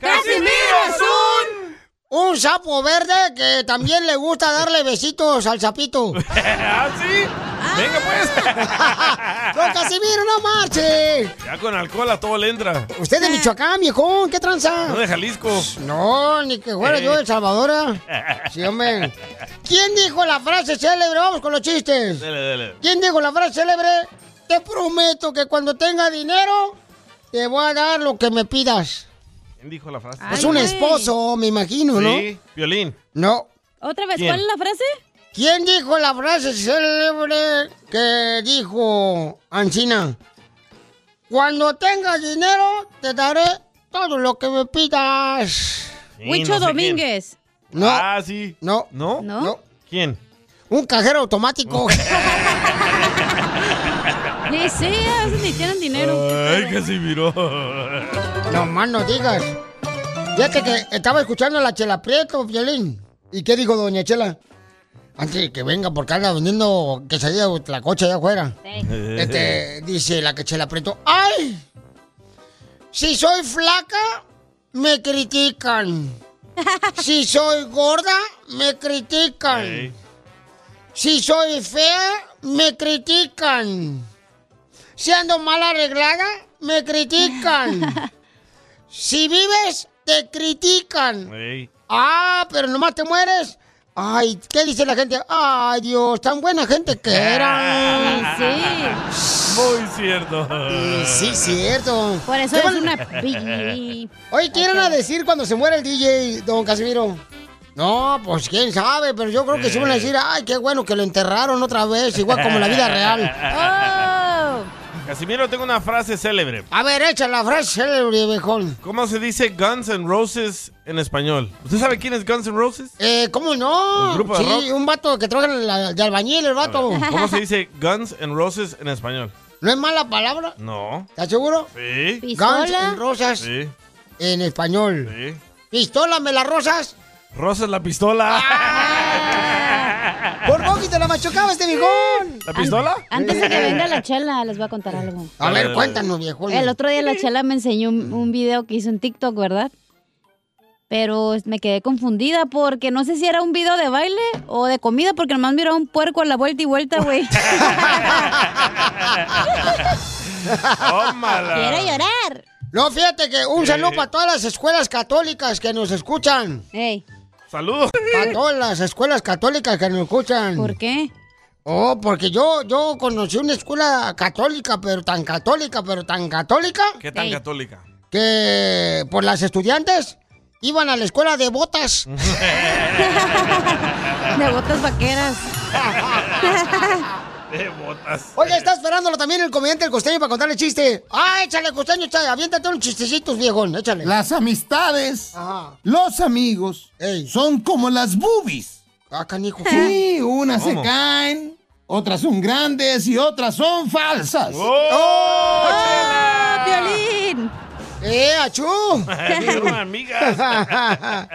[SPEAKER 15] ¡Casimiro es un-
[SPEAKER 4] Un sapo verde que también le gusta darle besitos al sapito.
[SPEAKER 1] ¿Ah, sí? Venga, pues.
[SPEAKER 4] ¡Don Casimiro, no marche!
[SPEAKER 1] Ya con alcohol a todo le entra.
[SPEAKER 4] Usted es de Michoacán, viejón, ¿qué tranza?
[SPEAKER 1] No de Jalisco.
[SPEAKER 4] No, ni que fuera yo de El Salvador. ¿eh? Sí, hombre. ¿Quién dijo la frase célebre? Vamos con los chistes.
[SPEAKER 1] Dele, dele.
[SPEAKER 4] ¿Quién dijo la frase célebre? Te prometo que cuando tenga dinero, te voy a dar lo que me pidas.
[SPEAKER 1] ¿Quién dijo la frase?
[SPEAKER 4] es un esposo, me imagino, ¿no?
[SPEAKER 1] Sí, violín.
[SPEAKER 4] No.
[SPEAKER 3] ¿Otra vez?
[SPEAKER 1] ¿Quién?
[SPEAKER 3] ¿Cuál es la frase?
[SPEAKER 4] ¿Quién dijo la frase célebre que dijo Ancina? Cuando tenga dinero, te daré todo lo que me pidas.
[SPEAKER 1] Sí, Huicho no sé
[SPEAKER 4] Domínguez. No.
[SPEAKER 1] Ah, sí.
[SPEAKER 4] No.
[SPEAKER 1] ¿No?
[SPEAKER 4] No.
[SPEAKER 1] ¿Quién?
[SPEAKER 4] Un cajero automático.
[SPEAKER 3] Ni sí, a veces ni Pues, tienen dinero.
[SPEAKER 1] Ay, que sí miró.
[SPEAKER 4] No más no digas. Fíjate que estaba escuchando a la Chela Prieto, Violín. ¿Y qué dijo doña Chela? Antes de que venga, porque anda vendiendo quesadilla o tlacocha allá afuera. Este, dice la que Chela Prieto. ¡Ay! Si soy flaca, me critican. Si soy gorda, me critican. Si soy fea, me critican. Si ando mal arreglada, me critican. Si vives, te critican.
[SPEAKER 1] Ey.
[SPEAKER 4] Ah, pero nomás te mueres. Ay, ¿qué dice la gente? Ay, Dios, tan buena gente que era.
[SPEAKER 1] Muy cierto.
[SPEAKER 4] Ah.
[SPEAKER 1] Ah.
[SPEAKER 4] Sí, cierto.
[SPEAKER 3] Por eso
[SPEAKER 4] ¿Qué
[SPEAKER 3] es
[SPEAKER 4] van-
[SPEAKER 3] una... pi-
[SPEAKER 4] Hoy quieren a decir cuando se muere el DJ, don Casimiro. No, pues quién sabe, pero yo creo que sí
[SPEAKER 1] Eh.
[SPEAKER 4] van a decir, ay, qué bueno que lo enterraron otra vez, igual como en la vida real.
[SPEAKER 1] Casimiro, tengo una frase célebre.
[SPEAKER 4] A ver, echa la frase célebre, viejón.
[SPEAKER 1] ¿Cómo se dice Guns N' Roses en español? ¿Usted sabe quién es Guns N' Roses?
[SPEAKER 4] Eh, ¿cómo no?
[SPEAKER 1] ¿El grupo de
[SPEAKER 4] sí,
[SPEAKER 1] rock?
[SPEAKER 4] un vato que trabaja en la- de albañil, el vato.
[SPEAKER 1] ¿Cómo se dice Guns N' Roses en español?
[SPEAKER 4] ¿No es mala palabra?
[SPEAKER 1] No.
[SPEAKER 4] ¿Estás seguro?
[SPEAKER 1] Sí.
[SPEAKER 4] Guns en rosas
[SPEAKER 1] Sí.
[SPEAKER 4] en español. ¿Pistola me las rosas?
[SPEAKER 1] Rosas la pistola.
[SPEAKER 4] ¡Por poco y te la machucaba este viejón!
[SPEAKER 1] ¿La pistola?
[SPEAKER 3] Antes de que venga la chela, les voy a contar algo.
[SPEAKER 4] A ver, cuéntanos, viejón.
[SPEAKER 3] El otro día la chela me enseñó un, un video que hizo en TikTok, ¿verdad? Pero me quedé confundida porque no sé si era un video de baile o de comida,
[SPEAKER 4] Ah,
[SPEAKER 3] porque nomás miraba un puerco a la vuelta y vuelta, güey.
[SPEAKER 1] Tómala.
[SPEAKER 3] Quiero llorar.
[SPEAKER 2] No, fíjate que un
[SPEAKER 3] Eh.
[SPEAKER 2] saludo para todas las escuelas católicas que nos escuchan.
[SPEAKER 1] Saludos.
[SPEAKER 2] Para todas las escuelas católicas que nos escuchan. ¿Por
[SPEAKER 3] qué?
[SPEAKER 2] Oh, porque yo, yo conocí una escuela católica, pero tan católica, pero tan católica,
[SPEAKER 1] ¿Qué tan católica?
[SPEAKER 2] que por las estudiantes iban a la escuela de botas.
[SPEAKER 3] De botas vaqueras.
[SPEAKER 1] De botas.
[SPEAKER 2] Oye, está esperándolo también el comediante El Costeño para contarle chiste. Ah, échale, Costeño, échale, aviéntate unos chistecitos, viejón, échale.
[SPEAKER 16] Las amistades, los amigos, son como las boobies.
[SPEAKER 2] Ah, canijo.
[SPEAKER 16] Sí, unas
[SPEAKER 2] ¿Cómo?
[SPEAKER 16] se caen, otras son grandes y otras son falsas.
[SPEAKER 1] ¡Oh!
[SPEAKER 2] violín! ¡Eh, achú!
[SPEAKER 16] Fueron
[SPEAKER 1] amigas.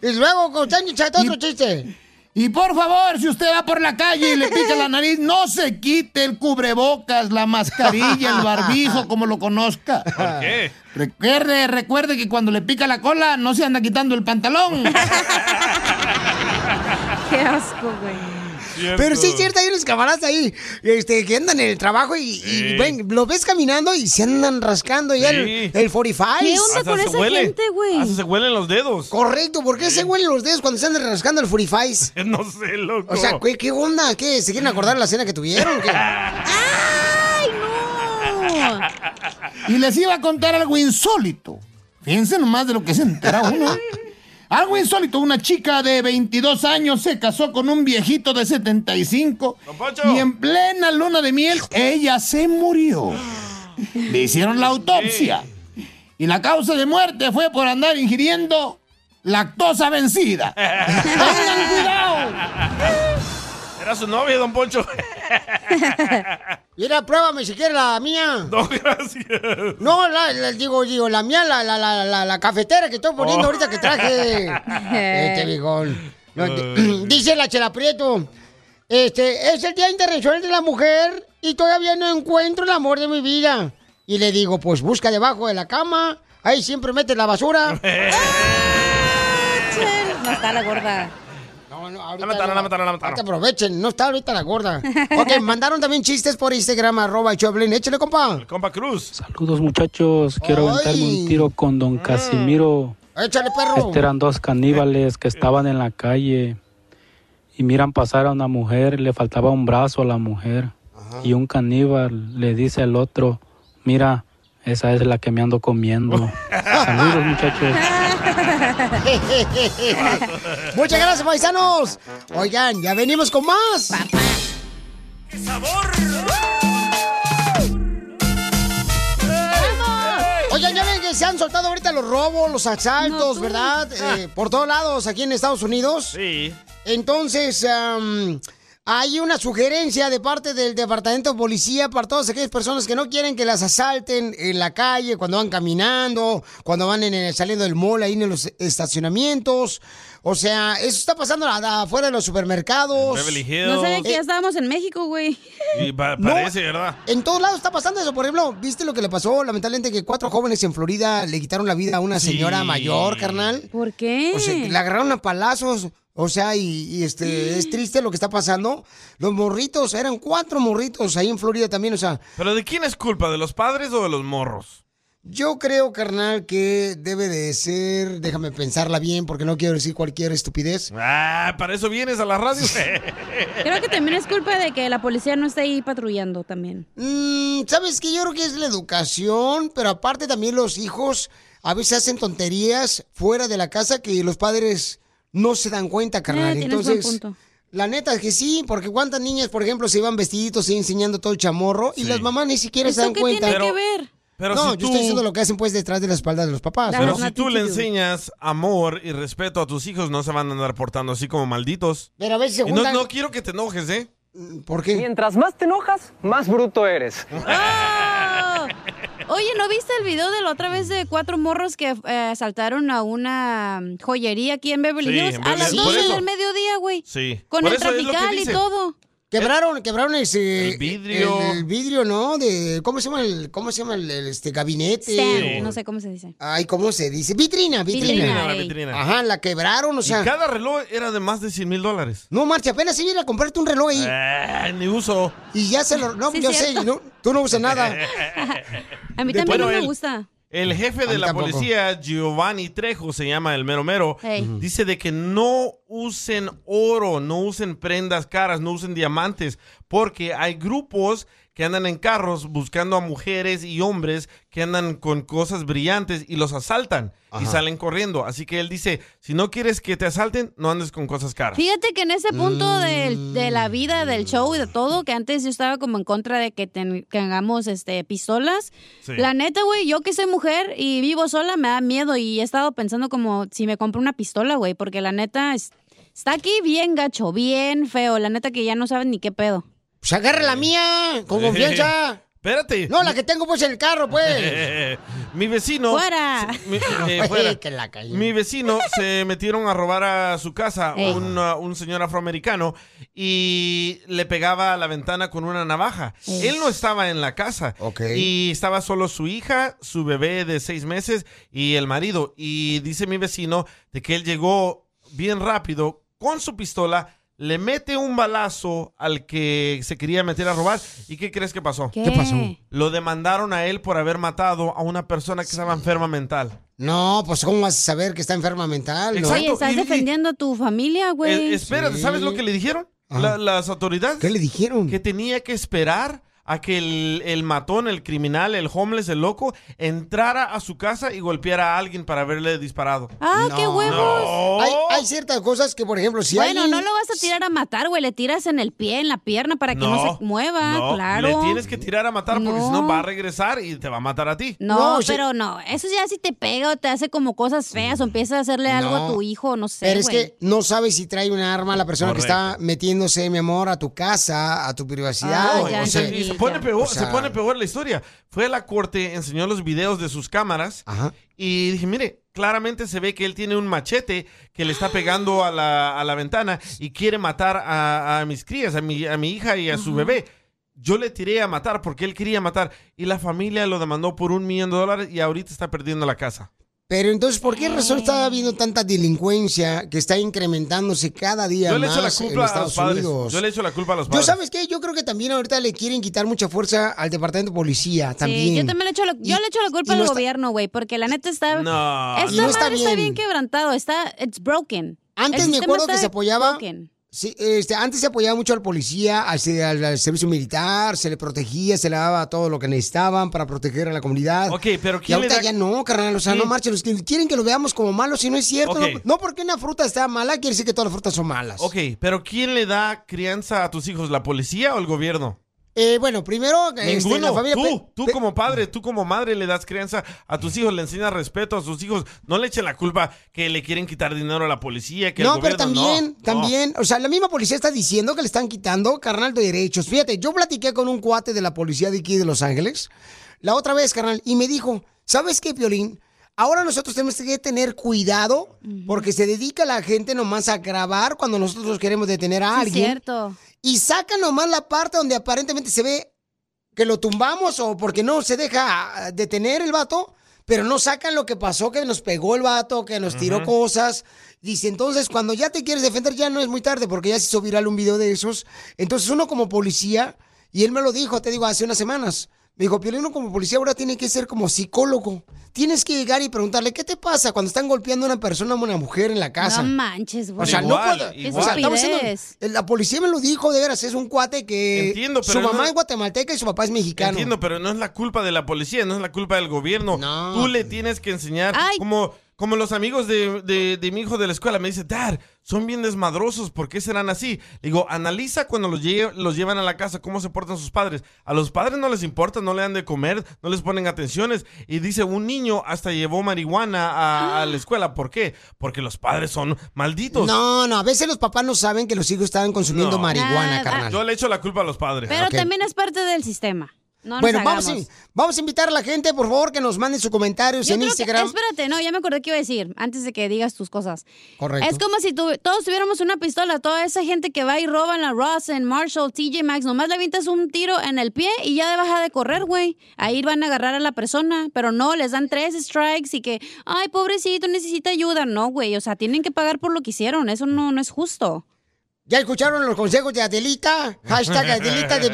[SPEAKER 2] y luego, Costeño, échate otro chiste.
[SPEAKER 16] Y por favor, si usted va por la calle y le pica la nariz, no se quite el cubrebocas, la mascarilla, el barbijo, como lo conozca.
[SPEAKER 4] ¿Por qué?
[SPEAKER 16] Recuerde, recuerde que cuando le pica la cola no se anda quitando el pantalón.
[SPEAKER 3] Qué asco, güey.
[SPEAKER 2] Pero sí es cierto, hay unos camaradas ahí este, que andan en el trabajo y, y
[SPEAKER 3] Sí.
[SPEAKER 2] ven, lo ves caminando y se andan rascando ya el,
[SPEAKER 1] Sí.
[SPEAKER 2] el 45.
[SPEAKER 1] Hasta se huele. Hasta se huelen los dedos.
[SPEAKER 2] Correcto, ¿por qué se huelen los dedos cuando se andan rascando el 45?
[SPEAKER 1] No sé, loco.
[SPEAKER 2] O sea, ¿qué, qué onda? ¿Qué? ¿Se quieren acordar la cena que tuvieron? ¿Qué?
[SPEAKER 16] Y les iba a contar algo insólito. Fíjense nomás de lo que se entera uno. Algo insólito, una chica de 22 años se casó con un viejito de 75 y en plena luna de miel ella se murió. Le hicieron la autopsia y la causa de muerte fue por andar ingiriendo lactosa vencida. Tengan cuidado.
[SPEAKER 1] Era su novia, don Poncho.
[SPEAKER 2] Mira, pruébame si quieres la mía.
[SPEAKER 1] No, gracias.
[SPEAKER 2] No, la, la- digo, digo, la mía, la, la, la, la, la cafetera que estoy poniendo
[SPEAKER 4] Oh.
[SPEAKER 2] ahorita que traje. este bigón. No, di- dice la Chela Prieto, este, es el Día Internacional de la Mujer y todavía no encuentro el amor de mi vida. Y le digo, pues busca debajo de la cama, ahí siempre metes la basura.
[SPEAKER 3] No está la gorda.
[SPEAKER 2] No, no,
[SPEAKER 1] La mataron, la mataron, la mataron.
[SPEAKER 2] Ahorita aprovechen, no está ahorita la gorda. Ok, mandaron también chistes por Instagram, arroba el Choplin. Échale, compa.
[SPEAKER 1] Compa Cruz.
[SPEAKER 17] Saludos muchachos, quiero aventarme un tiro con don Casimiro.
[SPEAKER 2] Échale, Mm. perro.
[SPEAKER 17] Este eran dos caníbales que estaban en la calle y miran pasar a una mujer, le faltaba un brazo a la mujer y un caníbal le dice al otro, mira, esa es la que me ando comiendo. Saludos muchachos.
[SPEAKER 2] Muchas gracias, paisanos. Oigan, ya venimos con más. Oigan, ya ven que se han soltado ahorita los robos, los asaltos, ¿verdad?
[SPEAKER 3] Ah.
[SPEAKER 2] Eh, por todos lados, aquí en Estados Unidos.
[SPEAKER 1] Sí.
[SPEAKER 2] Entonces, am, hay una sugerencia de parte del Departamento de Policía para todas aquellas personas que no quieren que las asalten en la calle, cuando van caminando, cuando van en el- saliendo del mall, ahí en los estacionamientos. O sea, eso está pasando a- afuera de los supermercados. Eh,
[SPEAKER 1] En Beverly Hills.
[SPEAKER 3] No sabía que ya estábamos en México, güey.
[SPEAKER 1] Y pa-
[SPEAKER 2] No.
[SPEAKER 1] parece, ¿verdad?
[SPEAKER 2] En todos lados está pasando eso. Por ejemplo, ¿viste lo que le pasó? Lamentablemente que cuatro jóvenes en Florida le quitaron la vida a una
[SPEAKER 1] Sí.
[SPEAKER 2] señora mayor, carnal.
[SPEAKER 3] ¿Por qué?
[SPEAKER 2] O sea, la agarraron a palazos. O sea, y, y, este es triste lo que está pasando. Los morritos, eran cuatro morritos ahí en Florida también. O sea,
[SPEAKER 1] ¿Pero de quién es culpa? ¿De los padres o de los morros?
[SPEAKER 2] yo creo, carnal, que debe de ser. Déjame pensarla bien, porque no quiero decir cualquier estupidez.
[SPEAKER 1] Ah, para eso vienes a las radios.
[SPEAKER 3] Creo que también es culpa de que la policía no esté ahí patrullando también.
[SPEAKER 2] Mm, ¿Sabes qué? Yo creo que es la educación, pero aparte también los hijos a veces hacen tonterías fuera de la casa que los padres no se dan cuenta, carnal.
[SPEAKER 3] Eh, tienes buen
[SPEAKER 2] Entonces,
[SPEAKER 3] punto.
[SPEAKER 2] la neta es que sí, porque cuántas niñas, por ejemplo, se iban vestiditos y enseñando todo el chamorro y
[SPEAKER 1] Sí.
[SPEAKER 2] las mamás ni siquiera se
[SPEAKER 3] ¿Eso
[SPEAKER 2] dan
[SPEAKER 3] qué
[SPEAKER 2] cuenta.
[SPEAKER 3] tiene que ver?
[SPEAKER 1] Pero
[SPEAKER 2] no,
[SPEAKER 1] si
[SPEAKER 2] yo
[SPEAKER 1] tú-
[SPEAKER 2] estoy diciendo lo que hacen pues detrás de la espalda de los papás.
[SPEAKER 1] Pero
[SPEAKER 2] Ah, ¿no?
[SPEAKER 1] si tú le enseñas amor y respeto a tus hijos, no se van a andar portando así como malditos.
[SPEAKER 2] Pero a veces se
[SPEAKER 1] Y no,
[SPEAKER 2] juntan- Mm,
[SPEAKER 1] no quiero que te enojes, ¿eh?
[SPEAKER 2] ¿Por qué?
[SPEAKER 18] Mientras más te enojas, más bruto eres.
[SPEAKER 3] Oh. Oye, ¿no viste el video de la otra vez de cuatro morros que eh, asaltaron a una joyería aquí en Beverly
[SPEAKER 1] Sí,
[SPEAKER 3] Hills? a
[SPEAKER 1] en Beverly
[SPEAKER 3] las
[SPEAKER 1] Hills. Por
[SPEAKER 3] 12
[SPEAKER 1] eso.
[SPEAKER 3] del mediodía, güey.
[SPEAKER 1] Sí.
[SPEAKER 3] Con
[SPEAKER 1] Por
[SPEAKER 3] el
[SPEAKER 1] eso es lo que
[SPEAKER 3] trafical y
[SPEAKER 1] dicen.
[SPEAKER 3] todo.
[SPEAKER 2] Quebraron, quebraron ese,
[SPEAKER 1] Eh,
[SPEAKER 2] eh,
[SPEAKER 1] El vidrio.
[SPEAKER 2] el, el vidrio, ¿no? De, ¿Cómo se llama el, cómo se llama el, el, este, gabinete?
[SPEAKER 3] Stand,
[SPEAKER 2] O-
[SPEAKER 3] no sé cómo se dice.
[SPEAKER 2] Ay, ¿cómo se dice? Vitrina, vitrina.
[SPEAKER 1] Vitrina, la vitrina.
[SPEAKER 2] Ajá, la quebraron, o sea.
[SPEAKER 1] Y cada reloj era de más de 100 mil dólares.
[SPEAKER 2] No, marcha, apenas si viene a comprarte un reloj ahí.
[SPEAKER 1] Eh, ni uso.
[SPEAKER 2] Y ya se lo. No,
[SPEAKER 1] Sí,
[SPEAKER 2] yo
[SPEAKER 1] cierto.
[SPEAKER 2] sé, no, tú no usas nada.
[SPEAKER 3] A mí
[SPEAKER 1] De-
[SPEAKER 3] también
[SPEAKER 1] bueno,
[SPEAKER 3] no me
[SPEAKER 1] él-
[SPEAKER 3] gusta.
[SPEAKER 1] El jefe
[SPEAKER 2] Mm. A
[SPEAKER 1] de
[SPEAKER 2] mí
[SPEAKER 1] la
[SPEAKER 2] tampoco.
[SPEAKER 1] policía, Giovanni Trejo, se llama el mero mero,
[SPEAKER 3] Ey. Ujú.
[SPEAKER 1] dice de que no usen oro, no usen prendas caras, no usen diamantes, porque hay grupos que andan en carros buscando a mujeres y hombres que andan con cosas brillantes y los asaltan y
[SPEAKER 19] Ajá.
[SPEAKER 1] salen corriendo. Así que él dice, si no quieres que te asalten, no andes con cosas caras.
[SPEAKER 3] Fíjate que en ese punto
[SPEAKER 1] Mm.
[SPEAKER 3] del- de la vida, del show y de todo, que antes yo estaba como en contra de que ten- tengamos este, pistolas.
[SPEAKER 1] Sí.
[SPEAKER 3] La neta, güey, yo que soy mujer y vivo sola, me da miedo y he estado pensando como si me compro una pistola, güey, porque la neta es- está aquí bien gacho, bien feo. La neta que ya no saben ni qué pedo.
[SPEAKER 2] Pues agarra la mía, con confianza.
[SPEAKER 1] Espérate.
[SPEAKER 2] No, la que tengo pues en el carro, pues.
[SPEAKER 1] Mi vecino.
[SPEAKER 2] Fuera.
[SPEAKER 1] se- Mi, eh, fuera.
[SPEAKER 2] Que la caí.
[SPEAKER 1] Mi vecino se metieron a robar a su casa
[SPEAKER 2] Ey.
[SPEAKER 1] un, uh, un señor afroamericano y le pegaba a la ventana con una navaja.
[SPEAKER 19] Ey.
[SPEAKER 1] Él no estaba en la casa y estaba solo su hija, su bebé de seis meses y el marido. Y dice mi vecino de que él llegó bien rápido con su pistola. Le mete un balazo al que se quería meter a robar. ¿Y qué crees que pasó?
[SPEAKER 3] ¿Qué pasó?
[SPEAKER 1] Lo demandaron a él por haber matado a una persona que estaba enferma mental.
[SPEAKER 2] No, pues ¿cómo vas a saber que está enferma mental? no?
[SPEAKER 3] Oye, estás defendiendo a tu familia, güey.
[SPEAKER 1] Eh, espérate, ¿sabes lo que le dijeron? La- las autoridades. ¿Qué
[SPEAKER 2] le dijeron?
[SPEAKER 1] Que tenía que esperar a que el, el matón, el criminal, el homeless, el loco, entrara a su casa y golpeara a alguien para haberle disparado.
[SPEAKER 3] Ah,
[SPEAKER 2] No.
[SPEAKER 1] No.
[SPEAKER 2] Hay, hay ciertas cosas que, por ejemplo, si
[SPEAKER 3] bueno,
[SPEAKER 2] alguien-
[SPEAKER 3] no lo vas a tirar a matar, güey. Le tiras en el pie, en la pierna para que no,
[SPEAKER 1] No,
[SPEAKER 3] se mueva,
[SPEAKER 1] No,
[SPEAKER 3] claro.
[SPEAKER 1] Le tienes que tirar a matar porque
[SPEAKER 3] No.
[SPEAKER 1] si no va a regresar y te va a matar a ti.
[SPEAKER 3] No, pero no. eh. Eso ya si te pega o te hace como cosas feas o empieza a hacerle algo a
[SPEAKER 2] Mm, No.
[SPEAKER 3] tu hijo, no sé.
[SPEAKER 2] Pero es
[SPEAKER 3] güey.
[SPEAKER 2] que no sabes si trae un arma la persona que
[SPEAKER 1] Correcto.
[SPEAKER 2] está metiéndose, mi amor, a tu casa, a tu privacidad.
[SPEAKER 1] Ah,
[SPEAKER 3] Ah,
[SPEAKER 1] No,
[SPEAKER 2] o
[SPEAKER 1] y
[SPEAKER 2] sea,
[SPEAKER 1] se, y se pone peor,
[SPEAKER 2] o sea,
[SPEAKER 1] se pone peor la historia. Fue a la corte, enseñó los videos de sus cámaras y dije, mire, claramente se ve que él tiene un machete que le está pegando a la, a la ventana y quiere matar a, a mis crías, a mi, a mi hija y a su bebé. Yo le tiré a matar porque él quería matar y la familia lo demandó por un millón de dólares y ahorita está perdiendo la casa.
[SPEAKER 2] Pero entonces, ¿por qué razón está habiendo tanta delincuencia que está incrementándose cada día
[SPEAKER 1] Yo le
[SPEAKER 2] más
[SPEAKER 1] echo la
[SPEAKER 2] en
[SPEAKER 1] culpa a los
[SPEAKER 2] Estados
[SPEAKER 1] padres.
[SPEAKER 2] Unidos?
[SPEAKER 1] Yo le echo la culpa a los
[SPEAKER 2] Yo,
[SPEAKER 1] padres.
[SPEAKER 2] ¿sabes qué? Yo creo que también ahorita le quieren quitar mucha fuerza al departamento de policía también.
[SPEAKER 3] Sí, yo también le echo la, yo le echo la
[SPEAKER 2] y
[SPEAKER 3] culpa al
[SPEAKER 2] no está-
[SPEAKER 3] gobierno, güey, porque la neta está.
[SPEAKER 2] No.
[SPEAKER 3] esta
[SPEAKER 2] Y no está
[SPEAKER 3] madre está
[SPEAKER 2] bien.
[SPEAKER 3] bien quebrantado, está. It's broken.
[SPEAKER 2] Antes
[SPEAKER 3] El
[SPEAKER 2] me
[SPEAKER 3] sistema
[SPEAKER 2] acuerdo que
[SPEAKER 3] está
[SPEAKER 2] se apoyaba.
[SPEAKER 3] broken.
[SPEAKER 2] Sí, este, antes se apoyaba mucho al policía, al, se- al- al servicio militar, se le protegía, se le daba todo lo que necesitaban para proteger a la comunidad.
[SPEAKER 1] Ok, pero
[SPEAKER 2] Y
[SPEAKER 1] ¿quién le
[SPEAKER 2] ahorita
[SPEAKER 1] da...
[SPEAKER 2] ya no, carnal, o sea, no
[SPEAKER 1] Sí.
[SPEAKER 2] marchen, los que quieren que lo veamos como malo, si no es cierto.
[SPEAKER 1] Ok.
[SPEAKER 2] No, no porque una fruta está mala, quiere decir que todas las frutas son malas.
[SPEAKER 1] Ok, pero ¿quién le da crianza a tus hijos? ¿La policía o el gobierno?
[SPEAKER 2] Eh, bueno, primero, este,
[SPEAKER 1] Ninguno.
[SPEAKER 2] la familia pe-
[SPEAKER 1] tú, tú como padre, tú como madre le das crianza a tus hijos, le enseñas respeto a sus hijos. No le echen la culpa que le quieren quitar dinero a la policía, que el
[SPEAKER 2] No, pero
[SPEAKER 1] gobierno-
[SPEAKER 2] también,
[SPEAKER 1] no,
[SPEAKER 2] también, o sea, la misma policía está diciendo que le están quitando carnal de derechos. Fíjate, yo platiqué con un cuate de la policía de aquí de Los Ángeles la otra vez, carnal, y me dijo, ¿sabes qué, Piolín? Ahora nosotros tenemos que tener cuidado porque se dedica la gente nomás a grabar cuando nosotros queremos detener a
[SPEAKER 3] Sí,
[SPEAKER 2] alguien.
[SPEAKER 3] cierto.
[SPEAKER 2] Y saca nomás la parte donde aparentemente se ve que lo tumbamos o porque no se deja ah, detener el vato, pero no sacan lo que pasó, que nos pegó el vato, que nos tiró
[SPEAKER 4] Ujú.
[SPEAKER 2] cosas. Dice, entonces cuando ya te quieres defender ya no es muy tarde porque ya se hizo viral un video de esos. Entonces uno como policía, y él me lo dijo, te digo, hace unas semanas, me dijo, Piolín, uno como policía ahora tiene que ser como psicólogo. Tienes que llegar y preguntarle, ¿qué te pasa cuando están golpeando a una persona o a una mujer en la casa?
[SPEAKER 3] No manches, güey.
[SPEAKER 2] O sea,
[SPEAKER 3] Igual,
[SPEAKER 2] no
[SPEAKER 3] Qué
[SPEAKER 2] puedo. O sea, estamos
[SPEAKER 3] estupidez.
[SPEAKER 2] haciendo- la policía me lo dijo, de veras, es un cuate que
[SPEAKER 1] Entiendo, pero
[SPEAKER 2] su
[SPEAKER 1] no-
[SPEAKER 2] mamá es guatemalteca y su papá es mexicano.
[SPEAKER 1] Entiendo, pero no es la culpa de la policía, no es la culpa del gobierno. Tú le tienes que enseñar, como, como los amigos de, de- de mi hijo de la escuela, me dice, Dad, son bien desmadrosos, ¿por qué serán así? Le digo, analiza cuando los, lle- los llevan a la casa, cómo se portan sus padres. A los padres no les importa, no le dan de comer, no les ponen atenciones. Y dice, un niño hasta llevó marihuana a, a la escuela, ¿por qué? Porque los padres son malditos.
[SPEAKER 2] No, no, a veces los papás no saben que los hijos están consumiendo
[SPEAKER 1] No.
[SPEAKER 2] marihuana,
[SPEAKER 3] Ah,
[SPEAKER 2] carnal.
[SPEAKER 1] Yo le echo la culpa a los padres.
[SPEAKER 3] Pero también es parte del sistema. No nos
[SPEAKER 2] bueno, vamos a,
[SPEAKER 3] hagamos.
[SPEAKER 2] vamos a invitar a la gente, por favor, que nos manden sus comentarios
[SPEAKER 3] Yo
[SPEAKER 2] en
[SPEAKER 3] creo que-
[SPEAKER 2] Instagram.
[SPEAKER 3] espérate, no, ya me acordé que iba a decir antes de que digas tus cosas.
[SPEAKER 2] Correcto.
[SPEAKER 3] Es como si tu- todos tuviéramos una pistola, toda esa gente que va y roba en la Ross, en Marshall, TJ Maxx, nomás le avientas un tiro en el pie y ya baja de correr, güey. Ahí van a agarrar a la persona, pero no, les dan tres strikes y que, ay, pobrecito, necesita ayuda. No, güey, o sea, tienen que pagar por lo que hicieron, eso no, no es justo.
[SPEAKER 2] ¿Ya escucharon los consejos de Adelita? Hashtag Adelita de,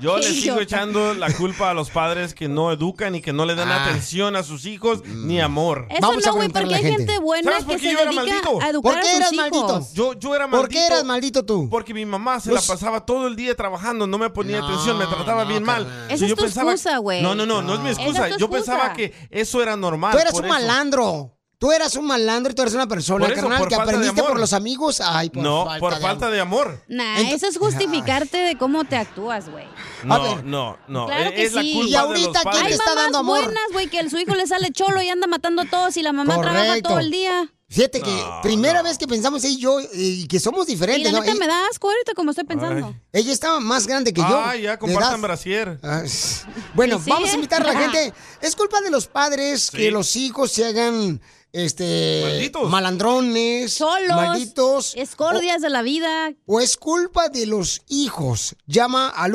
[SPEAKER 1] Yo le sigo echando la culpa a los padres que no educan y que no le dan
[SPEAKER 2] Ah.
[SPEAKER 1] atención a sus hijos
[SPEAKER 2] Mm.
[SPEAKER 1] ni amor.
[SPEAKER 3] Eso no, güey, porque hay gente buena
[SPEAKER 1] ¿Sabes por
[SPEAKER 3] que
[SPEAKER 1] qué
[SPEAKER 3] se
[SPEAKER 1] yo era
[SPEAKER 3] dedica
[SPEAKER 1] maldito?
[SPEAKER 3] a educar a sus hijos.
[SPEAKER 1] Yo, yo era maldito.
[SPEAKER 2] ¿Por qué eras maldito tú? Pues
[SPEAKER 1] Porque mi mamá se la pasaba todo el día trabajando, no me ponía atención, me trataba bien mal.
[SPEAKER 3] Esa
[SPEAKER 1] So,
[SPEAKER 3] es tu excusa, güey.
[SPEAKER 1] No, no, no, no, es mi
[SPEAKER 3] Esa es
[SPEAKER 1] excusa.
[SPEAKER 3] tu
[SPEAKER 1] yo
[SPEAKER 3] excusa.
[SPEAKER 1] pensaba que eso era normal.
[SPEAKER 2] Tú eras
[SPEAKER 1] por
[SPEAKER 2] un
[SPEAKER 1] eso.
[SPEAKER 2] malandro. Tú eras un malandro y tú eres una persona,
[SPEAKER 1] Por eso,
[SPEAKER 2] carnal,
[SPEAKER 1] por
[SPEAKER 2] que
[SPEAKER 1] falta de
[SPEAKER 2] aprendiste
[SPEAKER 1] amor.
[SPEAKER 2] por los amigos. Ay, por
[SPEAKER 1] no,
[SPEAKER 2] falta
[SPEAKER 1] por
[SPEAKER 2] de
[SPEAKER 1] falta de amor.
[SPEAKER 3] Nah, eso es justificarte de cómo te actúas, güey.
[SPEAKER 1] No, no, no.
[SPEAKER 3] Claro
[SPEAKER 1] es
[SPEAKER 3] que
[SPEAKER 1] es la
[SPEAKER 3] sí.
[SPEAKER 1] culpa de los padres.
[SPEAKER 3] Hay mamás buenas, güey, que el- su hijo le sale cholo y anda matando a todos y la mamá trabaja
[SPEAKER 2] Correcto.
[SPEAKER 3] todo el día.
[SPEAKER 2] Fíjate que
[SPEAKER 3] No,
[SPEAKER 2] primera vez que pensamos ella y yo y que somos
[SPEAKER 3] Y la
[SPEAKER 2] diferentes, ¿no?
[SPEAKER 3] neta
[SPEAKER 2] Ella,
[SPEAKER 3] me da asco ahorita como estoy pensando.
[SPEAKER 2] ella estaba más grande que yo.
[SPEAKER 1] Ah, ya,
[SPEAKER 2] de edad.
[SPEAKER 1] compartan brasier.
[SPEAKER 2] Bueno,
[SPEAKER 1] ¿Y sigue?
[SPEAKER 2] vamos a invitar a la gente. Es culpa de los padres que los hijos se hagan este malandrones,
[SPEAKER 3] Solos,
[SPEAKER 2] malditos.
[SPEAKER 3] escordias de la vida.
[SPEAKER 2] O es culpa de los hijos. Llama al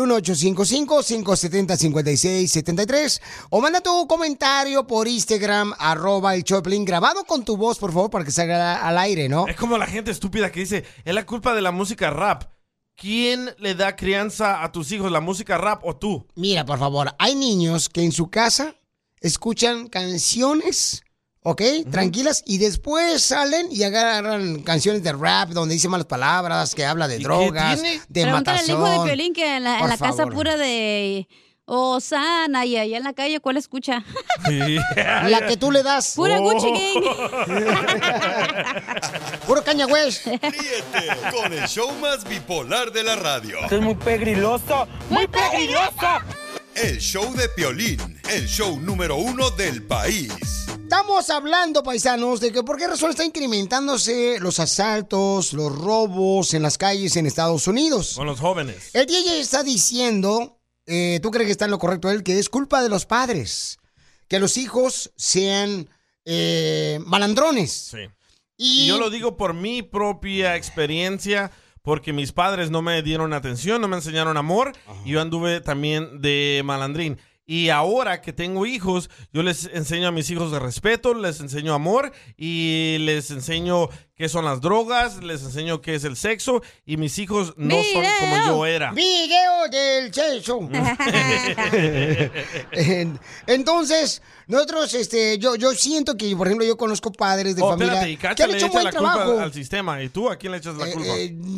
[SPEAKER 2] 1855-570-5673 o manda tu comentario por Instagram, arroba el Choplin, grabado con tu voz, por favor, para que salga al aire, ¿no?
[SPEAKER 1] Es como la gente estúpida que dice, es la culpa de la música rap. ¿Quién le da crianza a tus hijos, la música rap o tú?
[SPEAKER 2] Mira, por favor, hay niños que en su casa escuchan canciones, ¿ok? Tranquilas, y después salen y agarran canciones de rap donde dice malas palabras, que habla de drogas, de
[SPEAKER 3] Pregúntale al hijo de
[SPEAKER 2] matazón.
[SPEAKER 3] Piolín que en la, en
[SPEAKER 2] Por
[SPEAKER 3] la casa
[SPEAKER 2] favor.
[SPEAKER 3] pura de Osana y allá en la calle, ¿cuál escucha?
[SPEAKER 2] La que tú le das.
[SPEAKER 3] Pura Gucci
[SPEAKER 1] Oh.
[SPEAKER 2] Puro caña, güey.
[SPEAKER 5] Con el show más bipolar de la radio.
[SPEAKER 15] Esto es muy pegriloso, muy pegriloso.
[SPEAKER 5] El show de Piolín, el show número uno del país.
[SPEAKER 2] Estamos hablando, paisanos, de que por qué razón están incrementándose los asaltos, los robos en las calles en Estados Unidos.
[SPEAKER 1] Con los jóvenes.
[SPEAKER 2] El DJ está diciendo, eh, tú crees que está en lo correcto él, que es culpa de los padres, que los hijos sean eh, malandrones.
[SPEAKER 1] Sí. Y yo lo digo por mi propia experiencia, porque mis padres no me dieron atención, no me enseñaron amor, y yo anduve también de malandrín. Y ahora que tengo hijos, yo les enseño a mis hijos de respeto, les enseño amor y les enseño qué son las drogas, les enseño qué es el sexo y mis hijos no son como yo era.
[SPEAKER 2] Video del sexo. En- Entonces, nosotros, este, yo, yo siento que, por ejemplo, yo conozco padres de
[SPEAKER 1] Oh,
[SPEAKER 2] familia
[SPEAKER 1] espérate, y
[SPEAKER 2] que
[SPEAKER 1] Cacha
[SPEAKER 2] han
[SPEAKER 1] le
[SPEAKER 2] hecho
[SPEAKER 1] echa
[SPEAKER 2] un buen
[SPEAKER 1] la
[SPEAKER 2] trabajo.
[SPEAKER 1] culpa al sistema. ¿Y tú a quién le echas
[SPEAKER 3] Eh,
[SPEAKER 1] la culpa?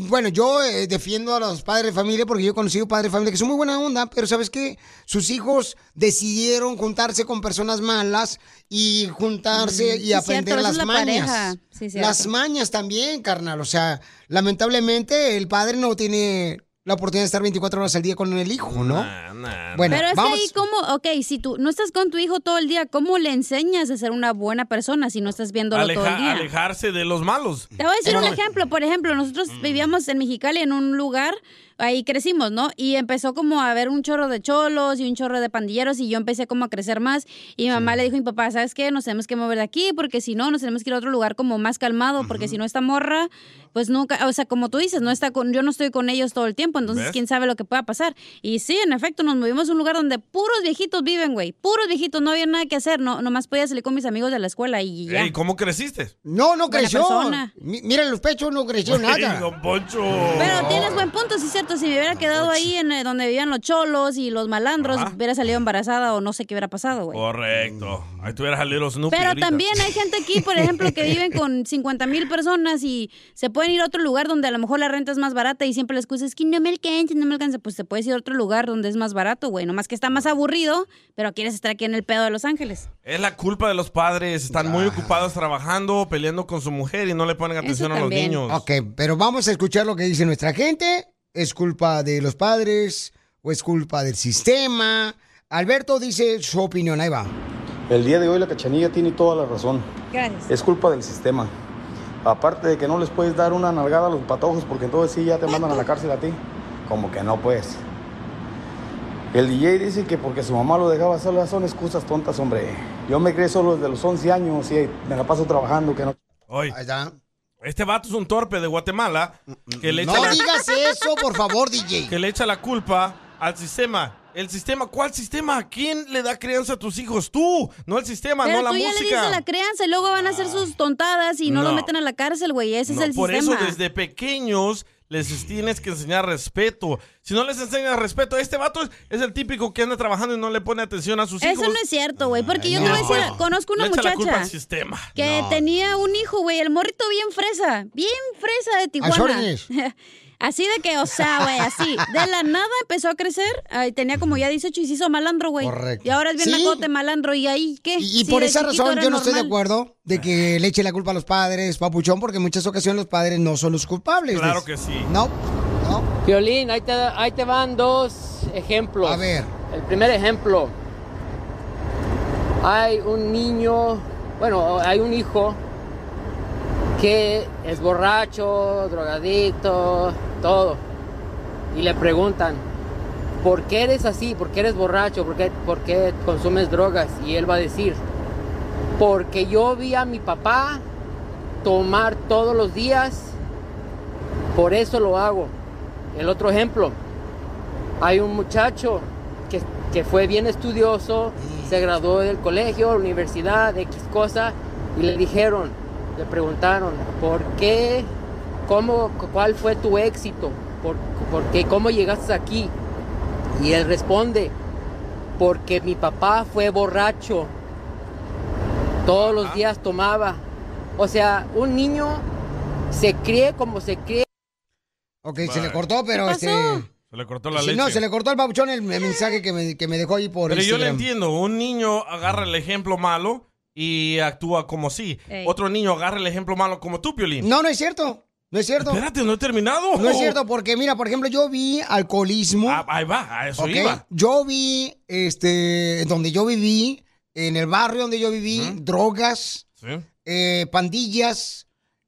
[SPEAKER 2] Bueno, yo eh, defiendo a los padres de familia porque yo he conocido padres de familia que son muy buena onda, pero ¿sabes qué? Sus hijos decidieron juntarse con personas malas y juntarse
[SPEAKER 3] Mm,
[SPEAKER 2] y
[SPEAKER 3] sí,
[SPEAKER 2] aprender
[SPEAKER 3] cierto, esa
[SPEAKER 2] las
[SPEAKER 3] es la
[SPEAKER 2] mañas.
[SPEAKER 3] pareja. Sí, cierto.
[SPEAKER 2] las mañas también, carnal. O sea, lamentablemente el padre no tiene la oportunidad de estar 24 horas al día con el hijo, ¿no?
[SPEAKER 1] Ah,
[SPEAKER 2] Bueno,
[SPEAKER 3] Pero es
[SPEAKER 2] vamos.
[SPEAKER 3] que ahí como, ok, si tú no estás con tu hijo todo el día, ¿cómo le enseñas a ser una buena persona si no estás viéndolo todo el
[SPEAKER 1] Aleja-
[SPEAKER 3] día?
[SPEAKER 1] alejarse de los malos.
[SPEAKER 3] Te voy a decir un
[SPEAKER 1] Entonces- Mm.
[SPEAKER 3] ejemplo. Por ejemplo, nosotros vivíamos en Mexicali en un lugar, ahí crecimos, ¿no? Y empezó como a haber un chorro de cholos y un chorro de pandilleros y yo empecé como a crecer más. Y mi mamá le dijo a mi papá, ¿sabes qué? Nos tenemos que mover de aquí porque si no, nos tenemos que ir a otro lugar como más calmado porque si no, esta morra, pues nunca, o sea, como tú dices, no está con, yo no estoy con ellos todo el tiempo, entonces
[SPEAKER 19] ¿Ves?
[SPEAKER 3] quién sabe lo que pueda pasar. Y sí, en efecto, nos movimos a un lugar donde puros viejitos viven, güey. Puros viejitos, no había nada que hacer, no, nomás podía salir con mis amigos de la escuela y ya.
[SPEAKER 1] Ey, ¿Cómo creciste?
[SPEAKER 2] No, no
[SPEAKER 3] Buena
[SPEAKER 2] creció.
[SPEAKER 3] persona.
[SPEAKER 2] Mi- Mira los pechos, no creció
[SPEAKER 1] Ey,
[SPEAKER 2] nada.
[SPEAKER 1] don Poncho.
[SPEAKER 3] Pero tienes buen punto, sí es cierto. Si me hubiera quedado ahí en eh, donde vivían los cholos y los malandros, hubiera salido embarazada o no sé qué hubiera pasado, güey.
[SPEAKER 1] Correcto. Ahí tuvieras a Little Snoopy
[SPEAKER 3] Pero
[SPEAKER 1] ahorita.
[SPEAKER 3] también hay gente aquí, por ejemplo, que viven con 50 mil personas y se pueden ir a otro lugar donde a lo mejor la renta es más barata y siempre la excusa es que no me alcanza, no me alcanza. Pues te puedes ir a otro lugar donde es más barato, güey. Nomás que está más aburrido, pero quieres estar aquí en el pedo de Los Ángeles.
[SPEAKER 1] Es la culpa de los padres. Están muy ocupados trabajando, peleando con su mujer y no le ponen atención a los niños.
[SPEAKER 2] Ok, pero vamos a escuchar lo que dice nuestra gente. ¿Es culpa de los padres o es culpa del sistema? Alberto dice su opinión, ahí va.
[SPEAKER 20] El día de hoy la cachanilla tiene toda la razón.
[SPEAKER 3] Gracias.
[SPEAKER 20] Es culpa del sistema. Aparte de que no les puedes dar una nalgada a los patojos porque entonces sí ya te mandan a la cárcel a ti. Como que no puedes. pues. El DJ dice que porque su mamá lo dejaba sola son excusas tontas, hombre. Yo me crié solo desde los 11 años y me la paso trabajando. que no...
[SPEAKER 1] Hoy. Este vato es un torpe de Guatemala que le
[SPEAKER 2] No
[SPEAKER 1] echa la-
[SPEAKER 2] digas eso, por favor, DJ.
[SPEAKER 1] que le echa la culpa al sistema. ¿El sistema? ¿Cuál sistema? ¿Quién le da crianza a tus hijos? Tú, no el sistema,
[SPEAKER 3] Pero
[SPEAKER 1] no la
[SPEAKER 3] tú ya le
[SPEAKER 1] música.
[SPEAKER 3] dices la crianza y luego van a hacer sus tontadas y no,
[SPEAKER 1] No.
[SPEAKER 3] lo meten a la cárcel, güey. Ese
[SPEAKER 1] No,
[SPEAKER 3] es el
[SPEAKER 1] por
[SPEAKER 3] sistema.
[SPEAKER 1] eso desde pequeños les tienes que enseñar respeto. Si no les enseñas respeto, este vato es, es el típico que anda trabajando y no le pone atención a sus
[SPEAKER 3] Eso
[SPEAKER 1] hijos.
[SPEAKER 3] no es cierto, güey. Porque yo
[SPEAKER 1] no.
[SPEAKER 3] te voy a decir,
[SPEAKER 1] Bueno,
[SPEAKER 3] conozco una
[SPEAKER 1] le echa la
[SPEAKER 3] muchacha
[SPEAKER 1] culpa al sistema.
[SPEAKER 3] que
[SPEAKER 1] No.
[SPEAKER 3] tenía un hijo, güey, el morrito bien fresa, bien fresa de
[SPEAKER 1] órdenes.
[SPEAKER 3] Tijuana. Así de que, o sea, güey, así. De la nada empezó a crecer. ay, tenía como ya 18 y se hizo malandro, güey.
[SPEAKER 2] Correcto.
[SPEAKER 3] Y ahora es bien
[SPEAKER 2] Sí.
[SPEAKER 3] nacote malandro. ¿Y ahí qué?
[SPEAKER 2] Y por esa razón yo no estoy de acuerdo de que le eche la culpa a los padres, papuchón, porque en muchas ocasiones los padres no son los culpables.
[SPEAKER 19] Claro
[SPEAKER 2] que
[SPEAKER 1] sí.
[SPEAKER 2] No.
[SPEAKER 19] Violín, ahí te, ahí te van dos ejemplos. A ver. El primer ejemplo. Hay un niño, bueno, hay un hijo que es borracho, drogadicto, todo. Y le preguntan, ¿por qué eres así? ¿Por qué eres borracho? ¿Por qué, por qué consumes drogas? Y él va a decir, porque yo vi a mi papá tomar todos los días, por eso lo hago. El otro ejemplo, hay un muchacho que, que fue bien estudioso, se graduó del colegio, universidad, de X cosa, y le dijeron, le preguntaron, ¿por qué? ¿Cómo? ¿Cuál fue tu éxito? ¿Por, por qué? ¿Cómo llegaste aquí? Y él responde, porque mi papá fue borracho, todos los días tomaba. O sea, un niño se cree como se cree.
[SPEAKER 2] Ok, se le cortó, pero este.
[SPEAKER 1] Se le cortó la
[SPEAKER 2] sí,
[SPEAKER 1] leche.
[SPEAKER 2] No, se le cortó al papuchón el, el mensaje que me, que me dejó ahí por
[SPEAKER 1] Pero yo le
[SPEAKER 2] Instagram.
[SPEAKER 1] entiendo, un niño agarra el ejemplo malo y actúa como sí.
[SPEAKER 2] Ey.
[SPEAKER 1] Otro niño agarra el ejemplo malo como tú, Piolín.
[SPEAKER 2] No, no es cierto. No es cierto.
[SPEAKER 1] Espérate, no he terminado.
[SPEAKER 2] No es cierto, porque mira, por ejemplo, yo vi alcoholismo.
[SPEAKER 1] ahí va, a eso
[SPEAKER 2] ¿ok?
[SPEAKER 1] iba.
[SPEAKER 2] Yo vi, este, donde yo viví, en el barrio donde yo viví, drogas, eh, pandillas.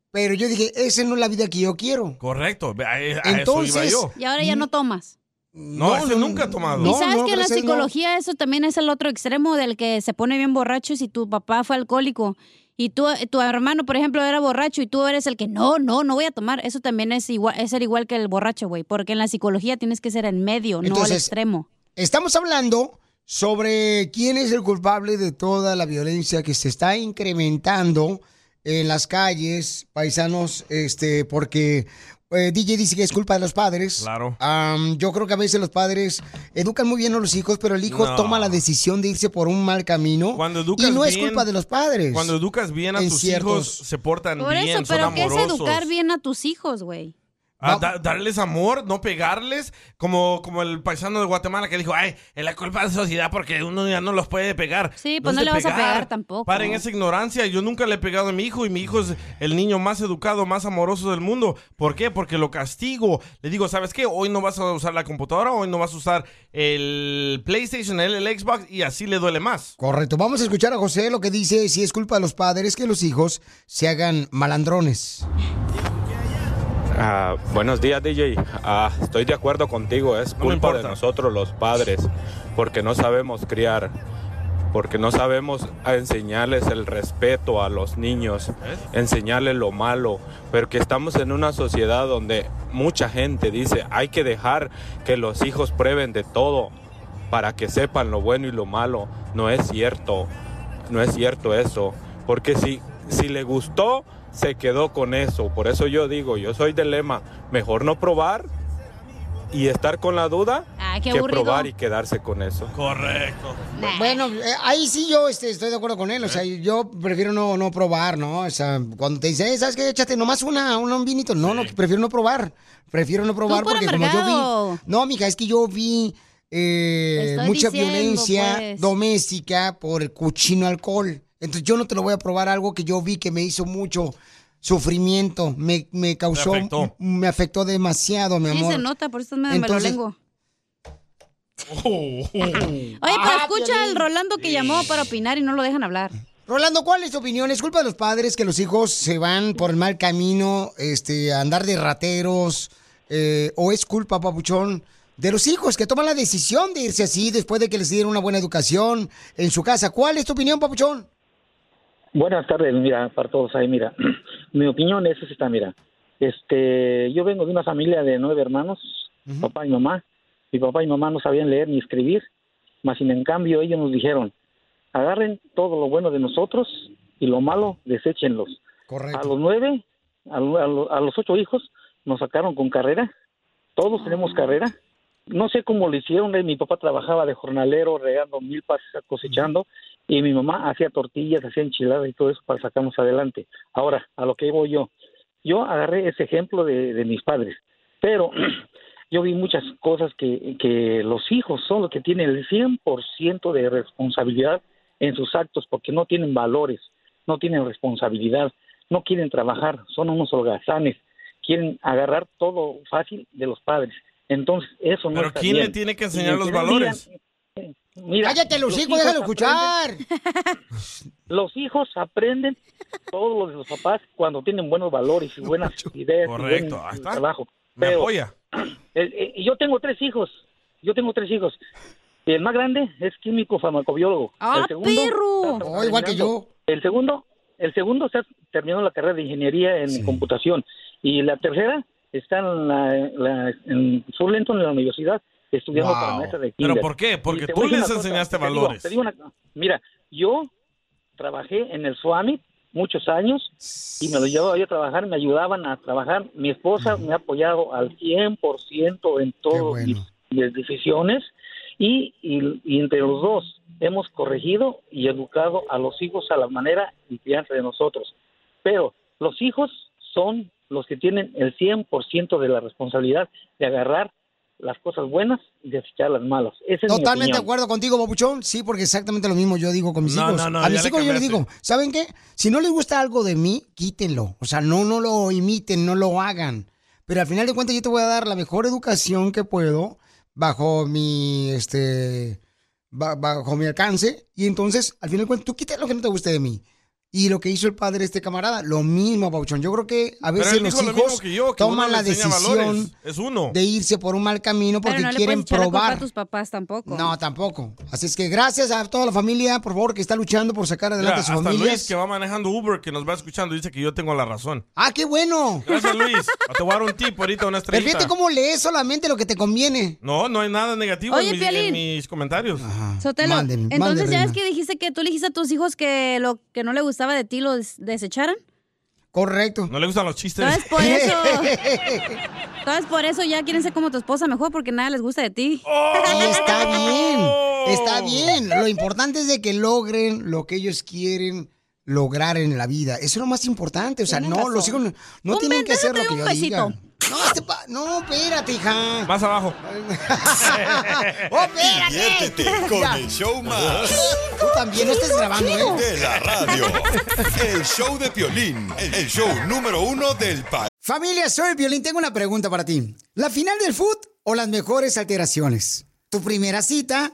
[SPEAKER 2] Pero yo dije, esa no es la vida que yo quiero.
[SPEAKER 1] Correcto, a, a eso iba
[SPEAKER 2] Entonces-
[SPEAKER 1] yo.
[SPEAKER 3] Y ahora
[SPEAKER 2] Mm.
[SPEAKER 3] ya no tomas.
[SPEAKER 1] No, ese nunca ha tomado.
[SPEAKER 3] y sabes que en la
[SPEAKER 2] gracias a Dios, Ah, no.
[SPEAKER 3] psicología eso también es el otro extremo del que se pone bien borracho si tu papá fue alcohólico y tú, tu hermano, por ejemplo, era borracho y tú eres el que no, no, no voy a tomar. Eso también es igual, es ser igual que el borracho, güey, porque en la psicología tienes que ser en medio, no al
[SPEAKER 2] Entonces,
[SPEAKER 3] extremo.
[SPEAKER 2] Estamos hablando sobre quién es el culpable de toda la violencia que se está incrementando en las calles, paisanos, este, porque eh, DJ dice que es culpa de los padres.
[SPEAKER 1] Claro.
[SPEAKER 2] Am, yo creo que a veces los padres educan muy bien a los hijos, pero el hijo
[SPEAKER 1] No.
[SPEAKER 2] toma la decisión de irse por un mal camino.
[SPEAKER 1] Cuando educas
[SPEAKER 2] y no es
[SPEAKER 1] bien-
[SPEAKER 2] culpa de los padres.
[SPEAKER 1] Cuando educas bien a
[SPEAKER 2] En
[SPEAKER 1] tus
[SPEAKER 2] ciertos-
[SPEAKER 1] hijos, se portan
[SPEAKER 3] Por
[SPEAKER 1] bien,
[SPEAKER 3] eso,
[SPEAKER 1] son
[SPEAKER 3] pero ¿qué es
[SPEAKER 1] amorosos.
[SPEAKER 3] educar bien a tus hijos, güey?
[SPEAKER 1] A da- darles amor, no pegarles, como, como el paisano de Guatemala que dijo, ay, es la culpa de la sociedad porque uno ya no los puede pegar.
[SPEAKER 3] Sí, pues no
[SPEAKER 1] es de
[SPEAKER 3] le vas a pegar tampoco.
[SPEAKER 1] Paren esa ignorancia, yo nunca le he pegado a mi hijo y mi hijo es el niño más educado, más amoroso del mundo. ¿Por qué? Porque lo castigo. Le digo, ¿sabes qué? Hoy no vas a usar la computadora, hoy no vas a usar el PlayStation, el, el Xbox y así le duele más.
[SPEAKER 2] Correcto. Vamos a escuchar a José lo que dice si es culpa de los padres que los hijos se hagan malandrones.
[SPEAKER 21] Ah, buenos días, DJ. Ah, estoy de acuerdo contigo. Es culpa de nosotros, los padres, porque no sabemos criar, porque no sabemos a enseñarles el respeto a los niños, enseñarles lo malo, porque estamos en una sociedad donde mucha gente dice hay que dejar que los hijos prueben de todo para que sepan lo bueno y lo malo. No es cierto. No es cierto eso. Porque si, si le gustó, se quedó con eso. Por eso yo digo, yo soy de lema, mejor no probar y estar con la duda
[SPEAKER 3] Ah, qué
[SPEAKER 21] que
[SPEAKER 3] aburrido.
[SPEAKER 21] probar y quedarse con eso.
[SPEAKER 1] Correcto.
[SPEAKER 2] Bueno, eh, ahí sí yo este, estoy de acuerdo con él. O sea, yo prefiero no, no probar, ¿no? O sea, cuando te dicen, "Eh, ¿sabes qué? Échate nomás una, una- un vinito. No, no, prefiero no probar. Prefiero no probar
[SPEAKER 3] por
[SPEAKER 2] porque como yo
[SPEAKER 3] amargado.
[SPEAKER 2] vi. No, mija, es que yo vi eh,
[SPEAKER 3] Estoy
[SPEAKER 2] mucha
[SPEAKER 3] diciendo,
[SPEAKER 2] violencia
[SPEAKER 3] pues.
[SPEAKER 2] doméstica por el cochino alcohol. Entonces yo no te lo voy a probar algo que yo vi que me hizo mucho sufrimiento. Me, me causó.
[SPEAKER 3] afectó.
[SPEAKER 2] Me afectó demasiado, mi
[SPEAKER 3] Sí,
[SPEAKER 2] amor.
[SPEAKER 3] se nota, por eso me, me
[SPEAKER 2] Entonces-
[SPEAKER 3] lo lengo. Oye, pero escucha al Rolando que llamó para opinar y no lo dejan hablar.
[SPEAKER 2] Rolando, ¿cuál es tu opinión? ¿Es culpa de los padres que los hijos se van por el mal camino, este, a andar de rateros? eh, ¿O es culpa, papuchón, de los hijos que toman la decisión de irse así después de que les dieron una buena educación en su casa. ¿Cuál es tu opinión, Papuchón?
[SPEAKER 13] Buenas tardes, mira, para todos ahí, mira. Mi opinión es esta, mira. Este, yo vengo de una familia de nueve hermanos, papá y mamá. Mi papá y mamá no sabían leer ni escribir, mas sin en cambio ellos nos dijeron, agarren todo lo bueno de nosotros y lo malo, deséchenlos.
[SPEAKER 2] Correcto.
[SPEAKER 13] A los nueve, a, lo- a lo- a los ocho hijos, nos sacaron con carrera. Todos tenemos carrera. No sé cómo lo hicieron. eh, Mi papá trabajaba de jornalero, regando milpas, cosechando. Y mi mamá hacía tortillas, hacía enchiladas y todo eso para sacarnos adelante. Ahora, a lo que voy yo. Yo agarré ese ejemplo de, de mis padres. Pero yo vi muchas cosas que, que los hijos son los que tienen el 100% de responsabilidad en sus actos porque no tienen valores, no tienen responsabilidad, no quieren trabajar, son unos holgazanes, quieren agarrar todo fácil de los padres. Entonces, eso no
[SPEAKER 1] Pero
[SPEAKER 13] está
[SPEAKER 1] ¿quién le
[SPEAKER 13] bien.
[SPEAKER 1] tiene que
[SPEAKER 13] Y
[SPEAKER 1] enseñar los
[SPEAKER 13] entonces,
[SPEAKER 1] valores?
[SPEAKER 13] mira, mira,
[SPEAKER 2] Cállate, los hijos, déjalo escuchar.
[SPEAKER 13] los hijos aprenden todo lo de los papás cuando tienen buenos valores y buenas ideas
[SPEAKER 1] Correcto,
[SPEAKER 13] y
[SPEAKER 1] ahí
[SPEAKER 13] buen
[SPEAKER 1] está.
[SPEAKER 13] trabajo.
[SPEAKER 1] Me
[SPEAKER 13] Pero,
[SPEAKER 1] apoya.
[SPEAKER 13] el- el- y yo tengo tres hijos. Yo tengo tres hijos. Y el más grande es químico farmacobiólogo.
[SPEAKER 3] ¡Ah,
[SPEAKER 13] el segundo,
[SPEAKER 3] perro!
[SPEAKER 13] está
[SPEAKER 3] Oh, igual que
[SPEAKER 13] terminando- El segundo, el segundo está terminando la carrera de ingeniería en computación. Y la tercera está en, la, la- en Fullerton, en la universidad, estudiando
[SPEAKER 1] Wow.
[SPEAKER 13] para maestra de
[SPEAKER 1] ¿Pero
[SPEAKER 13] kinder.
[SPEAKER 1] por qué? Porque
[SPEAKER 13] Y te
[SPEAKER 1] tú
[SPEAKER 13] voy a decir
[SPEAKER 1] les
[SPEAKER 13] una cosa,
[SPEAKER 1] enseñaste
[SPEAKER 13] te digo-
[SPEAKER 1] valores.
[SPEAKER 13] te digo una co- mira, yo trabajé en el Suami muchos años y me lo llevaba yo a trabajar, me ayudaban a trabajar. Mi esposa me ha apoyado al 100% en todas mis, mis decisiones y, y- y entre los dos hemos corregido y educado a los hijos a la manera y crianza de nosotros. Pero los hijos son los que tienen el 100% de la responsabilidad de agarrar las cosas buenas y desechar las malas. Esa es mi
[SPEAKER 2] Totalmente de
[SPEAKER 13] opinión.
[SPEAKER 2] acuerdo contigo, Papuchón. Sí, porque exactamente lo mismo yo digo con mis
[SPEAKER 13] No,
[SPEAKER 2] hijos.
[SPEAKER 13] no, no,
[SPEAKER 2] a
[SPEAKER 13] ya
[SPEAKER 2] mis
[SPEAKER 13] le
[SPEAKER 2] hijos yo les
[SPEAKER 13] cambiaste.
[SPEAKER 2] digo, ¿saben qué? Si no les gusta algo de mí, quítenlo. O sea, no, no lo imiten, no lo hagan. Pero al final de cuentas yo te voy a dar la mejor educación que puedo bajo mi, este, ba- bajo mi alcance. Y entonces, al final de cuentas, tú quitas lo que no te guste de mí. Y lo que hizo el padre de este camarada, lo mismo, Pauchón. Yo creo que a
[SPEAKER 1] Pero
[SPEAKER 2] veces
[SPEAKER 1] él
[SPEAKER 2] los
[SPEAKER 1] dijo lo
[SPEAKER 2] hijos
[SPEAKER 1] mismo que yo, que uno
[SPEAKER 2] toman
[SPEAKER 1] le
[SPEAKER 2] la
[SPEAKER 1] enseña
[SPEAKER 2] decisión
[SPEAKER 1] valores. Es uno.
[SPEAKER 2] de irse por un mal camino porque
[SPEAKER 3] Pero no le puedes
[SPEAKER 2] quieren
[SPEAKER 3] echar la culpa
[SPEAKER 2] probar.
[SPEAKER 3] a tus papás tampoco.
[SPEAKER 2] No, tampoco. Así es que gracias a toda la familia, por favor, que está luchando por sacar
[SPEAKER 1] Mira,
[SPEAKER 2] adelante a
[SPEAKER 1] hasta
[SPEAKER 2] sus familias.
[SPEAKER 1] Luis, que va manejando Uber, que nos va escuchando, dice que yo tengo la razón.
[SPEAKER 2] Ah, qué bueno.
[SPEAKER 1] Gracias, Luis. Te voy a dar un tip ahorita, una
[SPEAKER 2] Pero
[SPEAKER 1] estrellita.
[SPEAKER 2] fíjate cómo lees solamente lo que te conviene.
[SPEAKER 1] No, no hay nada negativo
[SPEAKER 3] Oye,
[SPEAKER 1] en, mis,
[SPEAKER 3] Piolín.
[SPEAKER 1] en mis comentarios.
[SPEAKER 3] Sotelo, entonces ya
[SPEAKER 1] reina.
[SPEAKER 3] ves que dijiste que tú le dijiste a tus hijos que lo que no le gustaba de ti lo des- desecharan.
[SPEAKER 2] Correcto.
[SPEAKER 1] No le gustan los chistes.
[SPEAKER 3] Entonces por eso. Entonces por eso ya quieren ser como tu esposa mejor porque nada les gusta de ti.
[SPEAKER 2] Oh. Y está bien,
[SPEAKER 3] ¡Oh!
[SPEAKER 2] está bien. Lo importante es de que logren lo que ellos quieren lograr en la vida. Eso es lo más importante. O sea, no, los hijos no, no
[SPEAKER 3] Un
[SPEAKER 2] tienen que
[SPEAKER 3] beso,
[SPEAKER 2] hacer lo
[SPEAKER 3] te
[SPEAKER 2] que
[SPEAKER 3] doy
[SPEAKER 2] yo
[SPEAKER 3] un besito.
[SPEAKER 2] diga. No, este pa- no, espérate, hija.
[SPEAKER 1] Más abajo.
[SPEAKER 2] ¡Oh, espérate!
[SPEAKER 5] Diviértete
[SPEAKER 2] Ya.
[SPEAKER 5] con el show más.
[SPEAKER 2] Tú también no estés grabando, ¿eh?
[SPEAKER 5] De la radio. El show de Piolín. El show número uno del país.
[SPEAKER 2] Familia, soy Violín. Tengo una pregunta para ti. ¿La final del foot o las mejores alteraciones? ¿Tu primera cita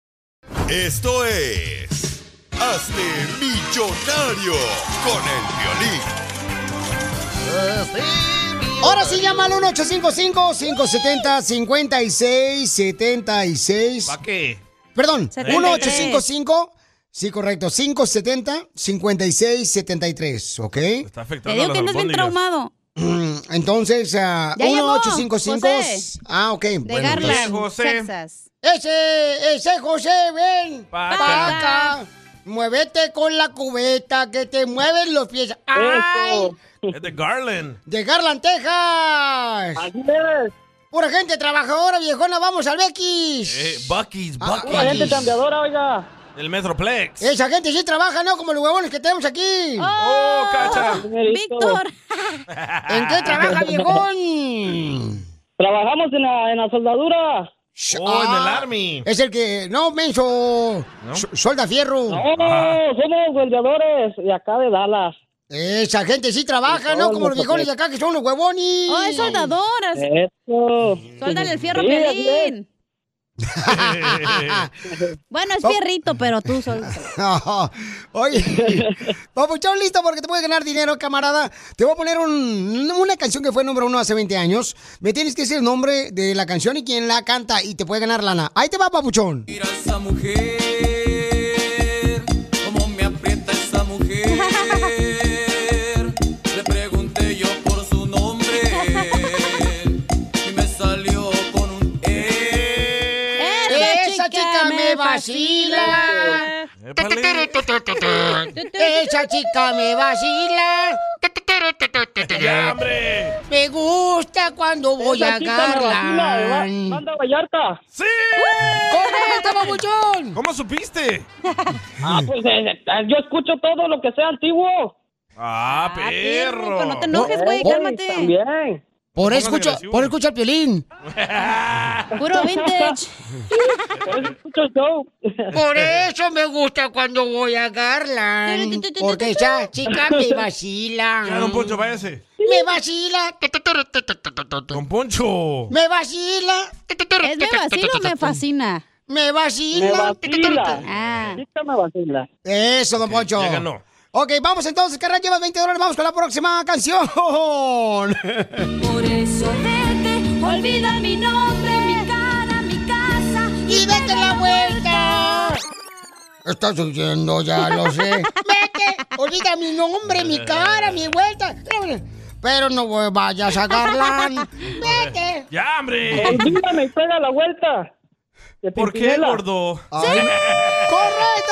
[SPEAKER 5] Esto es. hazte millonario con el violín.
[SPEAKER 4] Ahora sí, llama al 1-855-570-5676.
[SPEAKER 1] ¿Para qué?
[SPEAKER 4] Perdón,
[SPEAKER 1] 73.
[SPEAKER 4] 1-855, sí, correcto, 570-5673, ¿ok. Está
[SPEAKER 2] Te digo que andas bien traumado.
[SPEAKER 4] Entonces, ah,
[SPEAKER 2] Ya llamó,
[SPEAKER 4] 1855.
[SPEAKER 2] José.
[SPEAKER 4] Ah, ok.
[SPEAKER 2] De Garland, Texas.
[SPEAKER 4] Ese, ese José, ven.
[SPEAKER 2] Paca.
[SPEAKER 4] Paca. Muévete con la cubeta, que te mueven los pies. ¡Ay!
[SPEAKER 1] Es de Garland.
[SPEAKER 4] De Garland, Texas. Así es. Pura gente trabajadora, viejona, vamos al Bequis.
[SPEAKER 1] Eh, Bucky's, Bucky's.
[SPEAKER 4] pura Ah, gente chambeadora,
[SPEAKER 1] oiga. El Metroplex.
[SPEAKER 4] Esa gente sí trabaja, ¿no? Como los huevones que tenemos aquí.
[SPEAKER 1] ¡Oh, cacha!
[SPEAKER 4] ¡Víctor! ¿En qué trabaja, viejón?
[SPEAKER 6] Trabajamos en la, en la soldadura.
[SPEAKER 1] Oh, en el
[SPEAKER 4] Ah,
[SPEAKER 1] Army.
[SPEAKER 4] Es el que. No, menso. so- Solda fierro.
[SPEAKER 6] No, somos vendedores de acá de Dallas.
[SPEAKER 4] Esa gente sí trabaja, ¿no? Como los viejones de acá que son los huevones.
[SPEAKER 2] Oh, es soldador, así-
[SPEAKER 6] Eh, Eso.
[SPEAKER 2] Suéltale el fierro,
[SPEAKER 6] Sí, así es.
[SPEAKER 2] Piolín. Bueno, es
[SPEAKER 4] Oh.
[SPEAKER 2] fierrito, pero tú solo.
[SPEAKER 4] Oye, Papuchón, listo porque te puede ganar dinero, camarada. Te voy a poner un- una canción que fue número uno hace 20 años. Me tienes que decir el nombre de la canción y quién la canta y te puede ganar lana. Ahí te va, Papuchón.
[SPEAKER 19] Esa mujer, cómo me aprieta esa mujer. Le pregunté yo por su nombre y me salió con un E.
[SPEAKER 4] Esa chica me vacila. Esa chica me vacila.
[SPEAKER 19] ¡Ya, hombre!
[SPEAKER 4] Me gusta cuando voy
[SPEAKER 6] Esa
[SPEAKER 4] a
[SPEAKER 6] chica me vacila,
[SPEAKER 4] Garland.
[SPEAKER 6] ¿verdad? Manda Vallarta.
[SPEAKER 1] ¡Sí!
[SPEAKER 4] ¡Correcto, babuchón!
[SPEAKER 1] ¿Cómo supiste?
[SPEAKER 6] Ah, pues eh, eh, yo escucho todo lo que sea antiguo.
[SPEAKER 1] Ah, perro.
[SPEAKER 6] no te enojes, güey, cálmate. También.
[SPEAKER 4] Por
[SPEAKER 6] Póngase
[SPEAKER 4] escucho,
[SPEAKER 6] agresivo.
[SPEAKER 4] por escuchar piolín.
[SPEAKER 6] Puro vintage.
[SPEAKER 4] Por eso me gusta cuando voy a Garland. Porque esa chica me
[SPEAKER 1] Ya, don
[SPEAKER 4] vacila.
[SPEAKER 1] Poncho, váyase.
[SPEAKER 4] Me vacila.
[SPEAKER 1] Don Poncho.
[SPEAKER 4] Me vacila.
[SPEAKER 2] ¿Es me vacila o me fascina?
[SPEAKER 4] Me vacila.
[SPEAKER 2] Ah.
[SPEAKER 4] Eso, don Poncho.
[SPEAKER 1] ya ganó.
[SPEAKER 4] Ok, vamos entonces, carnal, llevas 20 dólares. Vamos con la próxima canción.
[SPEAKER 2] Por eso vete, olvida mi nombre, mi cara, mi casa
[SPEAKER 4] y vete la vuelta. Estás oyendo, ya lo sé. Vete, olvida mi nombre, mi cara, mi vuelta. Pero no vayas a Garland. Vete.
[SPEAKER 1] ¡Ya, hombre!
[SPEAKER 6] Olvídame y pega la vuelta. De
[SPEAKER 1] ¿Por qué,
[SPEAKER 6] Pimpinela.
[SPEAKER 1] gordo?
[SPEAKER 4] ¡Correcto,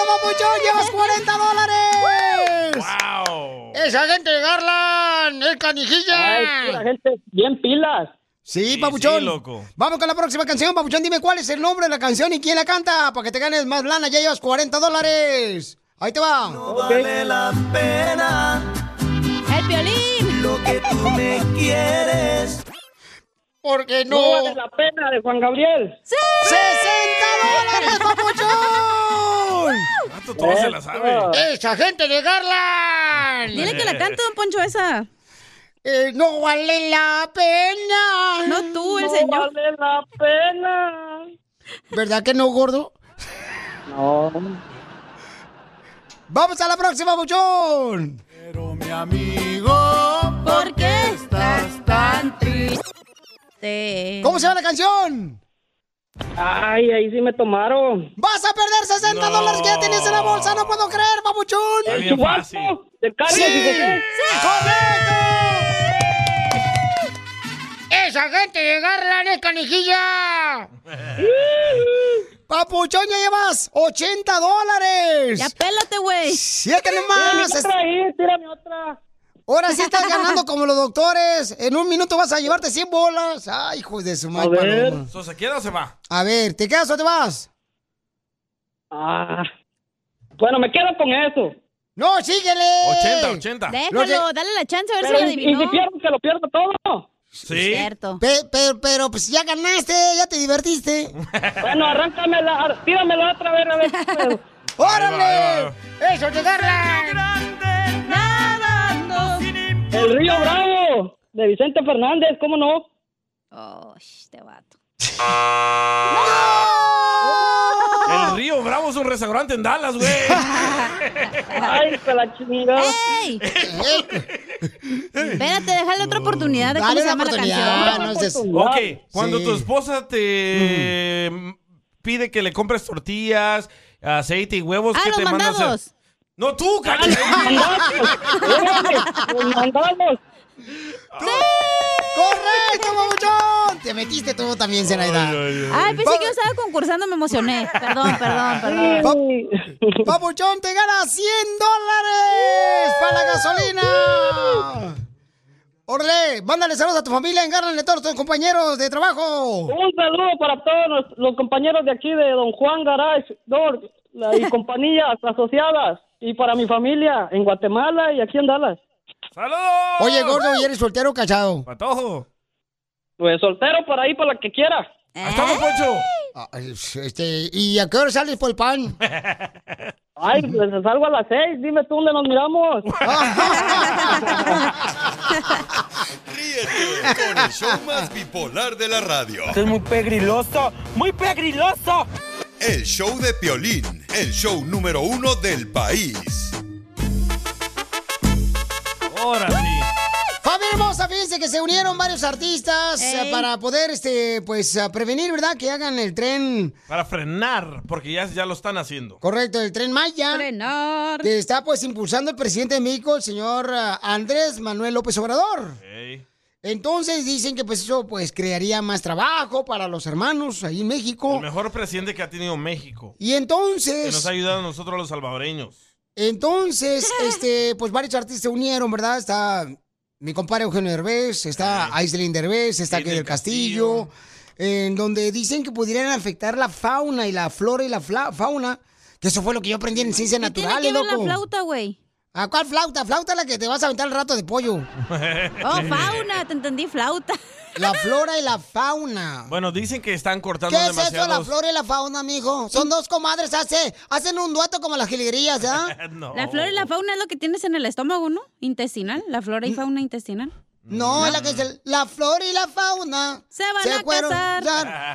[SPEAKER 4] papuchón! ¡Llevas 40 dólares!
[SPEAKER 1] ¡Wow!
[SPEAKER 4] ¡Esa gente de Garland! ¡Es
[SPEAKER 6] Ay,
[SPEAKER 4] canijilla!
[SPEAKER 6] pura gente bien pilas.
[SPEAKER 4] Sí, papuchón.
[SPEAKER 6] sí, loco.
[SPEAKER 4] Vamos con la próxima canción, papuchón. Dime cuál es el nombre de la canción y quién la canta para que te ganes más lana. Ya llevas 40 dólares. Ahí te va.
[SPEAKER 19] Vale la pena.
[SPEAKER 2] El violín.
[SPEAKER 19] Lo que tú me quieres.
[SPEAKER 4] Porque no.
[SPEAKER 6] No vale la pena de Juan Gabriel.
[SPEAKER 2] ¡Sí!
[SPEAKER 4] ¡60 dólares, papuchón!
[SPEAKER 1] Todo se la sabe.
[SPEAKER 4] ¡Esa gente de Garland!
[SPEAKER 2] Dile que la cante, don Poncho, esa.
[SPEAKER 4] Eh, no vale la pena.
[SPEAKER 2] No tú, el
[SPEAKER 6] No
[SPEAKER 2] señor.
[SPEAKER 6] vale la pena.
[SPEAKER 4] ¿Verdad que no, gordo?
[SPEAKER 6] No.
[SPEAKER 4] ¡Vamos a la próxima, papuchón!
[SPEAKER 19] Mi amigo.
[SPEAKER 2] ¿Por qué estás tan triste?
[SPEAKER 4] ¿Cómo se llama la canción?
[SPEAKER 6] Ay, ahí sí me tomaron.
[SPEAKER 4] ¡Vas a perder 60 dólares que ya tenías en la bolsa! ¡No puedo creer, papuchón!
[SPEAKER 6] El Chihuahua de Carlos
[SPEAKER 4] ¡Sí!
[SPEAKER 6] y José.
[SPEAKER 4] ¡Correcto! ¡Esa gente de Garland es canijilla! ¡Papuchón, ya llevas 80 dólares!
[SPEAKER 2] Ya pélate, güey.
[SPEAKER 4] ¡Siete nomás!
[SPEAKER 6] Tírame otra ahí, tírame otra.
[SPEAKER 4] Ahora sí estás ganando como los doctores. En un minuto vas a llevarte 100 bolas. ¡Ay, hijo de su madre! paloma.
[SPEAKER 1] ¿So se queda o se va?
[SPEAKER 4] A ver, ¿te quedas o te vas?
[SPEAKER 6] Ah. Bueno, me quedo con eso.
[SPEAKER 4] ¡No, síguele!
[SPEAKER 1] 80, 80.
[SPEAKER 4] Lo que-
[SPEAKER 2] Déjalo, dale la chance a ver si
[SPEAKER 6] Pero y-
[SPEAKER 2] lo
[SPEAKER 6] y
[SPEAKER 2] adivinó.
[SPEAKER 6] si pierdo, que lo pierdo todo.
[SPEAKER 1] Sí.
[SPEAKER 4] Pe- pero, pero, pues ya ganaste, ya te divertiste.
[SPEAKER 6] Bueno, arráncamela, ar- tíramela otra vez, a ver. si puedo.
[SPEAKER 4] ¡Órale! ¡Eso, te Garland!
[SPEAKER 2] Nadando.
[SPEAKER 6] El Río Bravo, de Vicente Fernández, ¿cómo no?
[SPEAKER 2] Oh, sh, te vato.
[SPEAKER 1] El El Río Bravo es un restaurante en Dallas, güey.
[SPEAKER 6] Ay, con la chingada.
[SPEAKER 3] ¡Ey! Espérate, déjale otra oportunidad de cómo
[SPEAKER 2] Dale
[SPEAKER 3] se
[SPEAKER 2] una
[SPEAKER 3] llama la
[SPEAKER 2] oportunidad,
[SPEAKER 3] canción.
[SPEAKER 2] no seas-
[SPEAKER 1] Ok, cuando
[SPEAKER 2] Sí.
[SPEAKER 1] tu esposa te
[SPEAKER 3] Mm.
[SPEAKER 1] pide que le compres tortillas, aceite y huevos,
[SPEAKER 3] Ah,
[SPEAKER 1] ¿qué
[SPEAKER 3] los
[SPEAKER 1] te manda a hacer?
[SPEAKER 3] mandados.
[SPEAKER 1] No, tú, cállate.
[SPEAKER 2] ¡Correcto, mamuchón! Te metiste tú también, Zenaida.
[SPEAKER 3] Ay, pensé que yo estaba concursando, me emocioné. Perdón, perdón, perdón.
[SPEAKER 2] Pap- Papuchón, te gana 100 dólares para la gasolina. Orle, mándale saludos a tu familia, engárnale a todos tus compañeros de trabajo.
[SPEAKER 6] Un saludo para todos los, los compañeros de aquí de Don Juan Garage Door la- y compañías asociadas. Y para mi familia en Guatemala y aquí en Dallas.
[SPEAKER 2] Oye, gordo, ¿y eres soltero o casado?
[SPEAKER 1] Patojo.
[SPEAKER 6] Pues soltero por ahí, para la que quiera.
[SPEAKER 1] estamos, Poncho!
[SPEAKER 2] Este, ¿Y a qué hora sales por el pan?
[SPEAKER 6] Ay, pues salgo a las seis. Dime tú dónde nos miramos.
[SPEAKER 5] Con el show más bipolar de la radio.
[SPEAKER 15] Esto es muy pegriloso, muy pegriloso.
[SPEAKER 5] El show de Piolín, el show número uno del país.
[SPEAKER 1] Ahora sí.
[SPEAKER 2] Familia hermosa, fíjense que se unieron varios artistas
[SPEAKER 3] Ey.
[SPEAKER 2] eh, para poder, este, pues, eh, prevenir, ¿verdad? Que hagan el tren,
[SPEAKER 1] Para frenar, porque ya, ya lo están haciendo.
[SPEAKER 2] correcto, el tren Maya. Que está, pues, impulsando el presidente de México, el señor eh, Andrés Manuel López Obrador. Entonces dicen que, pues, eso, pues, crearía más trabajo para los hermanos ahí en México.
[SPEAKER 1] El mejor presidente que ha tenido México.
[SPEAKER 2] Y
[SPEAKER 1] Que
[SPEAKER 2] entonces...
[SPEAKER 1] nos ha ayudado a nosotros los salvadoreños.
[SPEAKER 2] Entonces, este, pues varios artistas se unieron, ¿verdad? Está mi compadre Eugenio Derbez, está Aislinn Derbez, está Kate del Castillo, en donde dicen que pudieran afectar la fauna y la flora y la fla- fauna, que eso fue lo que yo aprendí en ciencias
[SPEAKER 3] ¿Qué tiene
[SPEAKER 2] naturales,
[SPEAKER 3] que ver la
[SPEAKER 2] loco.
[SPEAKER 3] flauta, güey?
[SPEAKER 2] ¿A cuál flauta? Flauta la que te vas a aventar el rato de pollo.
[SPEAKER 3] Oh, fauna, te entendí, flauta.
[SPEAKER 2] La flora y la fauna.
[SPEAKER 1] Bueno, dicen que están cortando
[SPEAKER 2] ¿Qué es eso, la
[SPEAKER 1] demasiados...
[SPEAKER 2] flora y la fauna, mijo? Son dos comadres, hace, hacen un dueto como las giligrías, ¿ah?
[SPEAKER 1] No.
[SPEAKER 3] La flora y la fauna es lo que tienes en el estómago, ¿no? Intestinal, la flora y fauna intestinal.
[SPEAKER 2] Mm. No, es la que dice, la flora y la fauna
[SPEAKER 3] se van a
[SPEAKER 2] fueron
[SPEAKER 3] casar.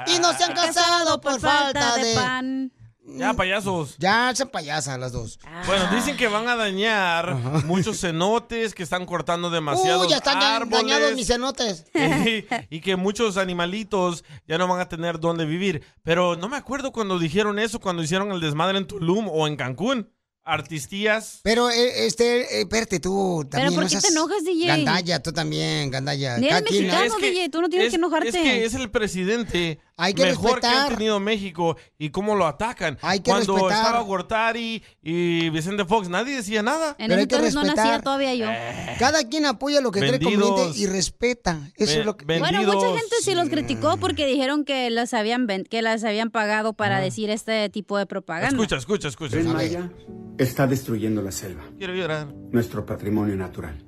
[SPEAKER 2] ya, y no se han casado por falta de...
[SPEAKER 3] pan.
[SPEAKER 1] Ya, payasos.
[SPEAKER 2] Ya son payasas las dos.
[SPEAKER 1] Bueno, dicen que van a dañar muchos cenotes, que están cortando demasiados
[SPEAKER 2] Uy, ya están ya
[SPEAKER 1] árboles.
[SPEAKER 2] dañados mis cenotes.
[SPEAKER 1] y, y que muchos animalitos ya no van a tener dónde vivir. Pero no me acuerdo cuando dijeron eso, cuando hicieron el desmadre en Tulum o en Cancún. Artistías.
[SPEAKER 2] Pero, eh, este, eh, espérate tú, también.
[SPEAKER 3] por
[SPEAKER 2] no
[SPEAKER 3] qué te
[SPEAKER 2] seas
[SPEAKER 3] enojas, DJ?
[SPEAKER 2] Gandalla, tú también, Gandalla.
[SPEAKER 3] Ni eres
[SPEAKER 2] Cada quien-
[SPEAKER 3] mexicano, DJ, tú no tienes
[SPEAKER 1] es-
[SPEAKER 3] que enojarte.
[SPEAKER 1] Es que es el presidente
[SPEAKER 2] Hay que
[SPEAKER 1] mejor
[SPEAKER 2] respetar.
[SPEAKER 1] que ha tenido México y cómo lo atacan.
[SPEAKER 2] que
[SPEAKER 1] Cuando
[SPEAKER 2] respetar.
[SPEAKER 1] estaba Gortari y Vicente Fox, nadie decía nada.
[SPEAKER 2] Pero hay que respetar.
[SPEAKER 3] todavía yo.
[SPEAKER 1] Eh,
[SPEAKER 2] Cada quien apoya lo que cree
[SPEAKER 1] Vendidos.
[SPEAKER 2] conveniente y respeta. Eso
[SPEAKER 1] Ve-
[SPEAKER 2] es lo que...
[SPEAKER 1] vendidos.
[SPEAKER 3] Bueno, mucha gente sí los criticó porque dijeron que las habían ven- que las habían pagado para decir este tipo de propaganda.
[SPEAKER 1] Ah. Escucha, escucha, escucha.
[SPEAKER 8] Tren Maya está destruyendo la selva,
[SPEAKER 1] Quiero llorar.
[SPEAKER 8] nuestro patrimonio natural.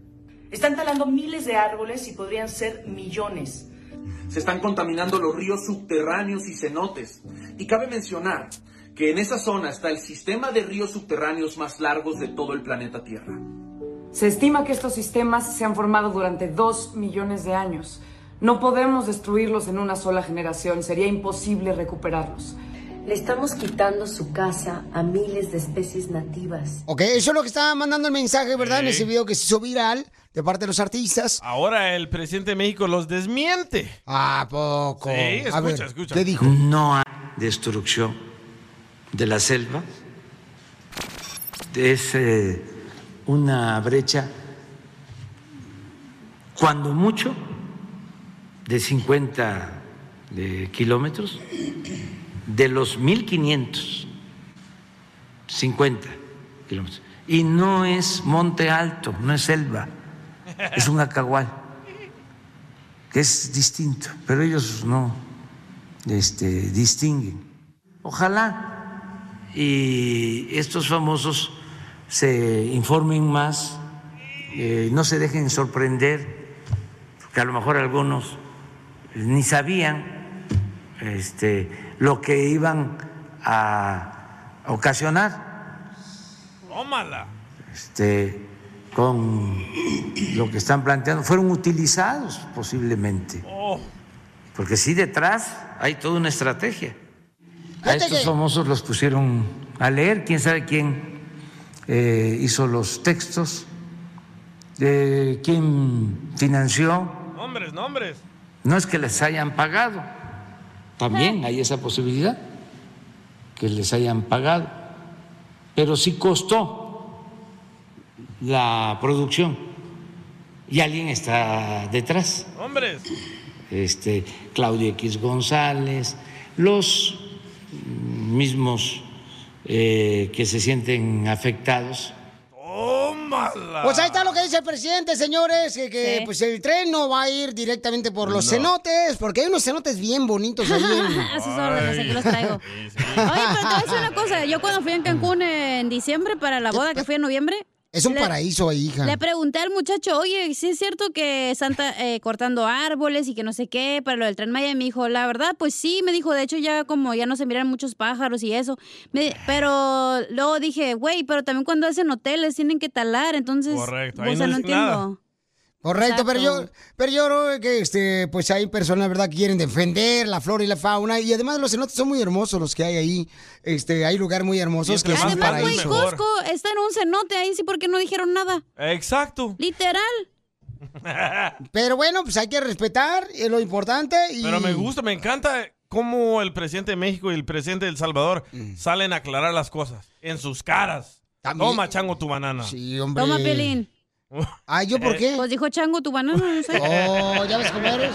[SPEAKER 9] Están talando miles de árboles y podrían ser millones.
[SPEAKER 10] se están contaminando los ríos subterráneos y cenotes. Y cabe mencionar que en esa zona está el sistema de ríos subterráneos más largos de todo el planeta Tierra.
[SPEAKER 9] Se estima que estos sistemas se han formado durante dos millones de años. No podemos destruirlos en una sola generación, sería imposible recuperarlos.
[SPEAKER 22] Le estamos quitando su casa a miles de especies nativas.
[SPEAKER 2] Ok, eso es lo que estaba mandando el mensaje, ¿verdad? En
[SPEAKER 1] Sí.
[SPEAKER 2] ese video que se hizo viral de parte de los artistas.
[SPEAKER 1] Ahora el presidente de México los desmiente.
[SPEAKER 2] ¿A poco?
[SPEAKER 1] Sí, escucha,
[SPEAKER 2] A ver,
[SPEAKER 1] escucha.
[SPEAKER 2] ¿qué dijo?
[SPEAKER 8] No hay destrucción de la selva. Es eh, una brecha, cuando mucho, de 50 de kilómetros, de los 1.550 kilómetros. Y no es monte alto, no es selva, es un acagual, que es distinto, pero ellos no este, distinguen. Ojalá y estos famosos se informen más, eh, no se dejen sorprender, porque a lo mejor algunos ni sabían este, lo que iban a ocasionar
[SPEAKER 1] Tómala.
[SPEAKER 8] este, con lo que están planteando. Fueron utilizados posiblemente.
[SPEAKER 1] Oh.
[SPEAKER 8] Porque sí detrás hay toda una estrategia. A estos famosos los pusieron a leer, quién sabe quién eh, hizo los textos, eh, quién financió.
[SPEAKER 1] Nombres, nombres.
[SPEAKER 8] No es que les hayan pagado, también hay esa posibilidad que les hayan pagado, pero sí costó la producción y alguien está detrás.
[SPEAKER 1] Hombres.
[SPEAKER 8] Este, Claudio X González, los mismos eh, que se sienten afectados.
[SPEAKER 4] Pues ahí está lo que dice el
[SPEAKER 3] Ah.
[SPEAKER 4] presidente, señores, que, que, pues el tren no va a ir directamente por los cenotes, porque hay unos cenotes bien bonitos ahí.
[SPEAKER 3] A sus órdenes, aquí los traigo. Oye, pero te voy a decir una cosa. Yo cuando fui a Cancún en diciembre para la boda que fui en noviembre.
[SPEAKER 4] Es un
[SPEAKER 3] le-
[SPEAKER 4] paraíso ahí, hija.
[SPEAKER 3] Le pregunté al muchacho, oye, ¿sí es cierto que Santa eh, cortando árboles y que no sé qué para lo del tren Maya? Y me dijo, la verdad, pues sí, me dijo, de hecho ya como ya no se miran muchos pájaros y eso. Me- pero luego dije, güey, pero también cuando hacen hoteles tienen que talar, entonces...
[SPEAKER 4] Correcto,
[SPEAKER 3] o
[SPEAKER 4] ahí
[SPEAKER 3] sea,
[SPEAKER 4] no
[SPEAKER 3] no,
[SPEAKER 4] dicen nada.
[SPEAKER 3] entiendo.
[SPEAKER 4] Correcto, pero yo,
[SPEAKER 3] Exacto.
[SPEAKER 4] pero yo creo que este, pues hay personas, ¿verdad?, que quieren defender la flora y la fauna. Y además los cenotes son muy hermosos los que hay ahí. Este, hay lugares muy hermosos que es un
[SPEAKER 3] Además, güey,
[SPEAKER 4] paraíso.
[SPEAKER 3] Costco está en un cenote ahí, sí, porque no dijeron nada.
[SPEAKER 1] Exacto.
[SPEAKER 3] Literal.
[SPEAKER 4] Pero bueno, pues hay que respetar eh, lo importante. Y...
[SPEAKER 1] Pero me gusta, me encanta cómo el presidente de México y el presidente de El Salvador
[SPEAKER 2] Mm.
[SPEAKER 1] salen a aclarar las cosas en sus caras. Toma, chango, tu banana.
[SPEAKER 4] Sí,
[SPEAKER 3] Toma, Pelín.
[SPEAKER 4] Ah, ¿yo por qué?
[SPEAKER 3] Pues dijo Chango, tu banana, no sé.
[SPEAKER 4] Oh, ya
[SPEAKER 3] Pues,
[SPEAKER 4] ves cómo eres.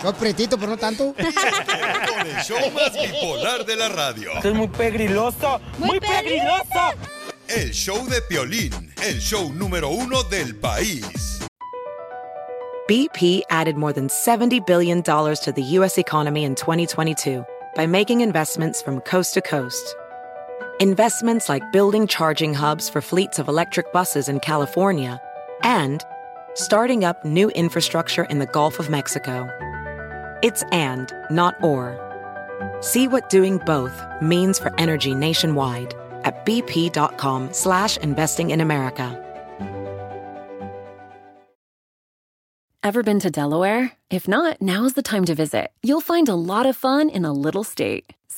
[SPEAKER 4] Soy pretito, pero no tanto.
[SPEAKER 5] Con el show más bipolar de la radio.
[SPEAKER 2] Es muy pegriloso, muy, pegriloso.
[SPEAKER 5] El show de Piolín, el show número uno del país.
[SPEAKER 23] BP added more than $70 billion to the U.S. economy in 2022 by making investments from coast to coast. Investments like building charging hubs for fleets of electric buses in California and starting up new infrastructure in the Gulf of Mexico. It's and, not or. See what doing both means for energy nationwide at bp.com slash investing in America.
[SPEAKER 24] Ever been to Delaware? If not, now's the time to visit. You'll find a lot of fun in a little state.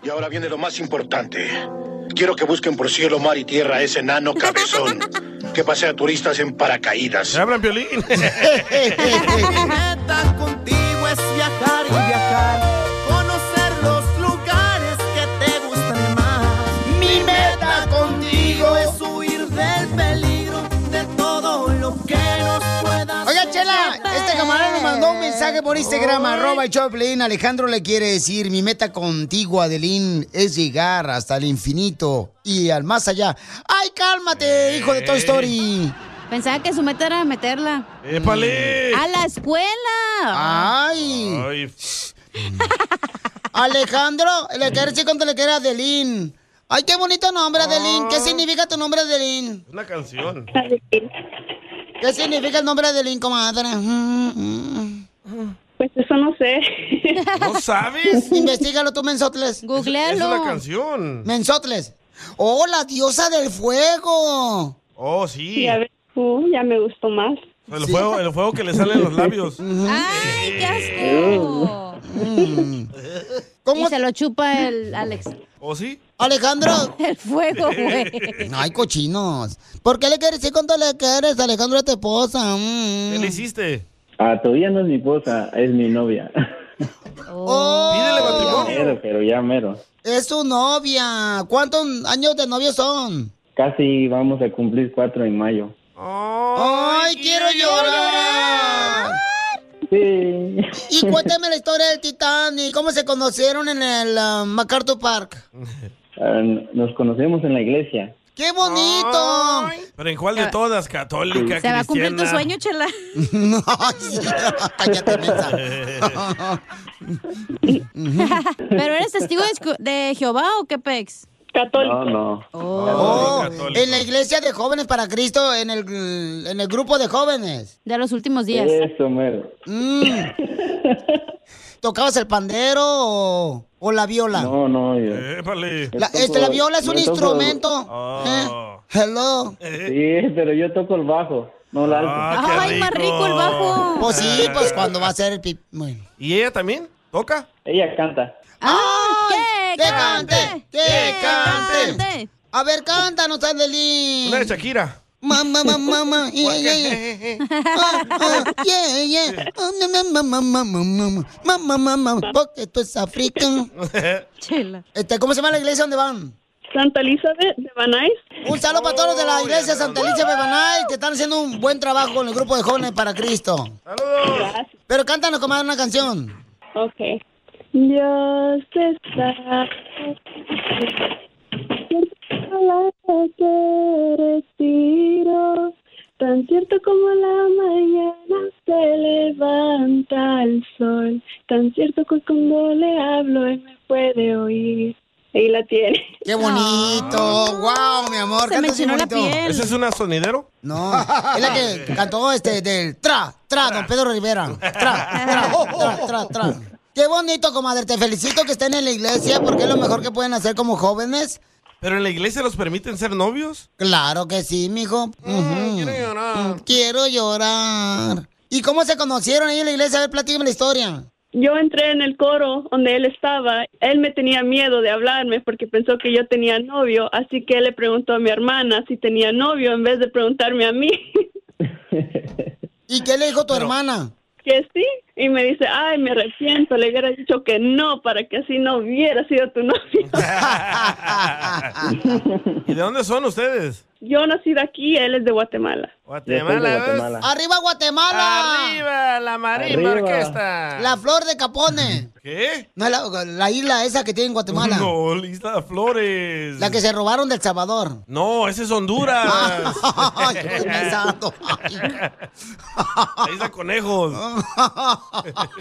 [SPEAKER 16] Y ahora viene lo más importante. Quiero que busquen por cielo, mar y tierra a ese nano cabezón que pasea turistas en paracaídas.
[SPEAKER 1] hablan violín?
[SPEAKER 6] meta contigo es viajar y viajar, conocer los lugares que te gustan más. Mi meta contigo es huir del peligro de todo lo que nos pueda.
[SPEAKER 4] Oiga, Chela, este camarada nos mandó un mensaje por Instagram,
[SPEAKER 6] Ay.
[SPEAKER 4] arroba el Choplin. Alejandro le quiere decir, mi meta contigo, Adelín, es llegar hasta el infinito y al más allá. ¡Ay, cálmate, hijo de Toy Story!
[SPEAKER 3] Pensaba que su meta era meterla.
[SPEAKER 1] ¡Épale!
[SPEAKER 3] ¡A la escuela!
[SPEAKER 4] ¡Ay! Alejandro, le quiere decir cuánto le quiere a Adelín. ¡Ay, qué bonito nombre, Adelín!
[SPEAKER 1] Ah.
[SPEAKER 4] ¿Qué significa tu nombre, Adelín?
[SPEAKER 1] Una canción.
[SPEAKER 4] ¿Qué significa el nombre Adelín, comadre? Pues eso no sé.
[SPEAKER 1] ¿No sabes?
[SPEAKER 4] Investígalo tú, Mensotles.
[SPEAKER 1] Googlealo. Es una canción.
[SPEAKER 4] Mensotles. ¡Oh, la diosa del fuego!
[SPEAKER 1] Oh, sí.
[SPEAKER 4] uh, ya me gustó más.
[SPEAKER 1] El fuego, el fuego que le sale en los labios.
[SPEAKER 3] ¡Ay, qué asco!
[SPEAKER 1] Mm.
[SPEAKER 3] ¿Cómo? Y se lo chupa el Alex.
[SPEAKER 1] ¿O Oh, sí?
[SPEAKER 4] Alejandro.
[SPEAKER 3] El fuego, güey.
[SPEAKER 4] Ay, cochinos. ¿Por qué le quieres decir cuánto le quieres, Alejandro, a tu esposa? Mm.
[SPEAKER 1] ¿Qué le hiciste?
[SPEAKER 25] Ah, todavía no es mi esposa, es mi novia. Ya
[SPEAKER 4] Oh,
[SPEAKER 25] mero, pero ya mero.
[SPEAKER 4] es tu novia. ¿Cuántos años de novio son?
[SPEAKER 25] Casi vamos a cumplir cuatro en mayo.
[SPEAKER 4] ¡Ay, quiero llorar!
[SPEAKER 25] Sí.
[SPEAKER 4] Y cuéntame la historia del Titanic. ¿Cómo se conocieron en el ah, MacArthur Park?
[SPEAKER 25] Ah, nos conocemos en la iglesia.
[SPEAKER 4] ¡Qué bonito!
[SPEAKER 1] ¿Pero en cuál
[SPEAKER 3] Ah.
[SPEAKER 1] de todas? ¿Católica,
[SPEAKER 3] ¿Se va a cumplir tu
[SPEAKER 1] cristiana?
[SPEAKER 3] sueño, Chela?
[SPEAKER 4] No, cállate,
[SPEAKER 3] ¿Pero eres testigo de, escu- de Jehová o qué pex?
[SPEAKER 25] No, no.
[SPEAKER 4] Oh, en la iglesia de jóvenes para Cristo, en el, en el grupo de jóvenes.
[SPEAKER 26] De los últimos
[SPEAKER 25] días. Eso, mero.
[SPEAKER 4] Mm. ¿Tocabas el pandero o, o la viola?
[SPEAKER 25] No, no, yo.
[SPEAKER 4] La, este, la viola es un
[SPEAKER 25] Yo toco-
[SPEAKER 4] instrumento. Eh, Hello.
[SPEAKER 25] Sí, pero yo toco el bajo, no el alto.
[SPEAKER 1] Ah,
[SPEAKER 4] Ay, más rico el bajo. Pues sí, pues cuando va a ser el pip.
[SPEAKER 1] ¿Y ella también? ¿Toca?
[SPEAKER 25] Ella canta.
[SPEAKER 4] ¡Ah! ¡Que cante! ¡Que cante! A ver, cántanos, Adelín.
[SPEAKER 1] Una de Shakira.
[SPEAKER 4] Mamá, mamá, mamá, yeah, yeah, yeah. Ah, ah, yeah, yeah. Ah, na, na, ma, ma, ma, ma, ma, ma. Ma, ma, ma, ma, porque esto es africano. Este, ¿Cómo se llama la iglesia donde van?
[SPEAKER 27] Santa Elizabeth de Banais.
[SPEAKER 4] Un saludo para todos los de la iglesia Santa Elizabeth de Banais que están haciendo un buen trabajo con el grupo de jóvenes para Cristo. Pero cántanos, comadre, una canción.
[SPEAKER 27] Ok. Dios está cierto como el aire que respiro, tan cierto como la mañana se levanta el sol, tan cierto que cuando le hablo él me puede oír. Ahí la tiene.
[SPEAKER 4] ¡Qué bonito! ¡Wow, Oh, mi amor! Canta así bonito.
[SPEAKER 1] ¿Ese es un sonidero?
[SPEAKER 4] No, es la que cantó este del tra, tra, don Pedro Rivera. Tra, tra, tra, tra, tra. Qué bonito, comadre. Te felicito que estén en la iglesia porque es lo mejor que pueden hacer como jóvenes.
[SPEAKER 1] ¿Pero en la iglesia los permiten ser novios?
[SPEAKER 4] Claro que sí, mijo. Ujú.
[SPEAKER 1] Mm, quiero llorar.
[SPEAKER 4] Mm, Quiero llorar. ¿Y cómo se conocieron ahí en la iglesia? A ver, platícame la historia.
[SPEAKER 27] Yo entré en el coro donde él estaba. Él me tenía miedo de hablarme porque pensó que yo tenía novio, así que él le preguntó a mi hermana si tenía novio en vez de preguntarme a mí.
[SPEAKER 4] ¿Y qué le dijo tu hermana?
[SPEAKER 27] Que sí, y me dice, ay, me arrepiento, le hubiera dicho que no para que así no hubiera sido tu novio.
[SPEAKER 1] ¿Y de dónde son ustedes?
[SPEAKER 27] Yo nací de aquí, él es de Guatemala.
[SPEAKER 1] Guatemala, ¿ves?
[SPEAKER 4] ¡Arriba Guatemala!
[SPEAKER 1] ¡Arriba la
[SPEAKER 27] marimba Arriba.
[SPEAKER 1] orquesta!
[SPEAKER 4] La flor de Capone.
[SPEAKER 1] ¿Qué?
[SPEAKER 4] No, la, la isla esa que tiene en Guatemala.
[SPEAKER 1] No, Isla de Flores.
[SPEAKER 4] La que se robaron del Salvador.
[SPEAKER 1] No, ese es Honduras.
[SPEAKER 4] Ay, qué buen mensaje.
[SPEAKER 1] La isla Conejos.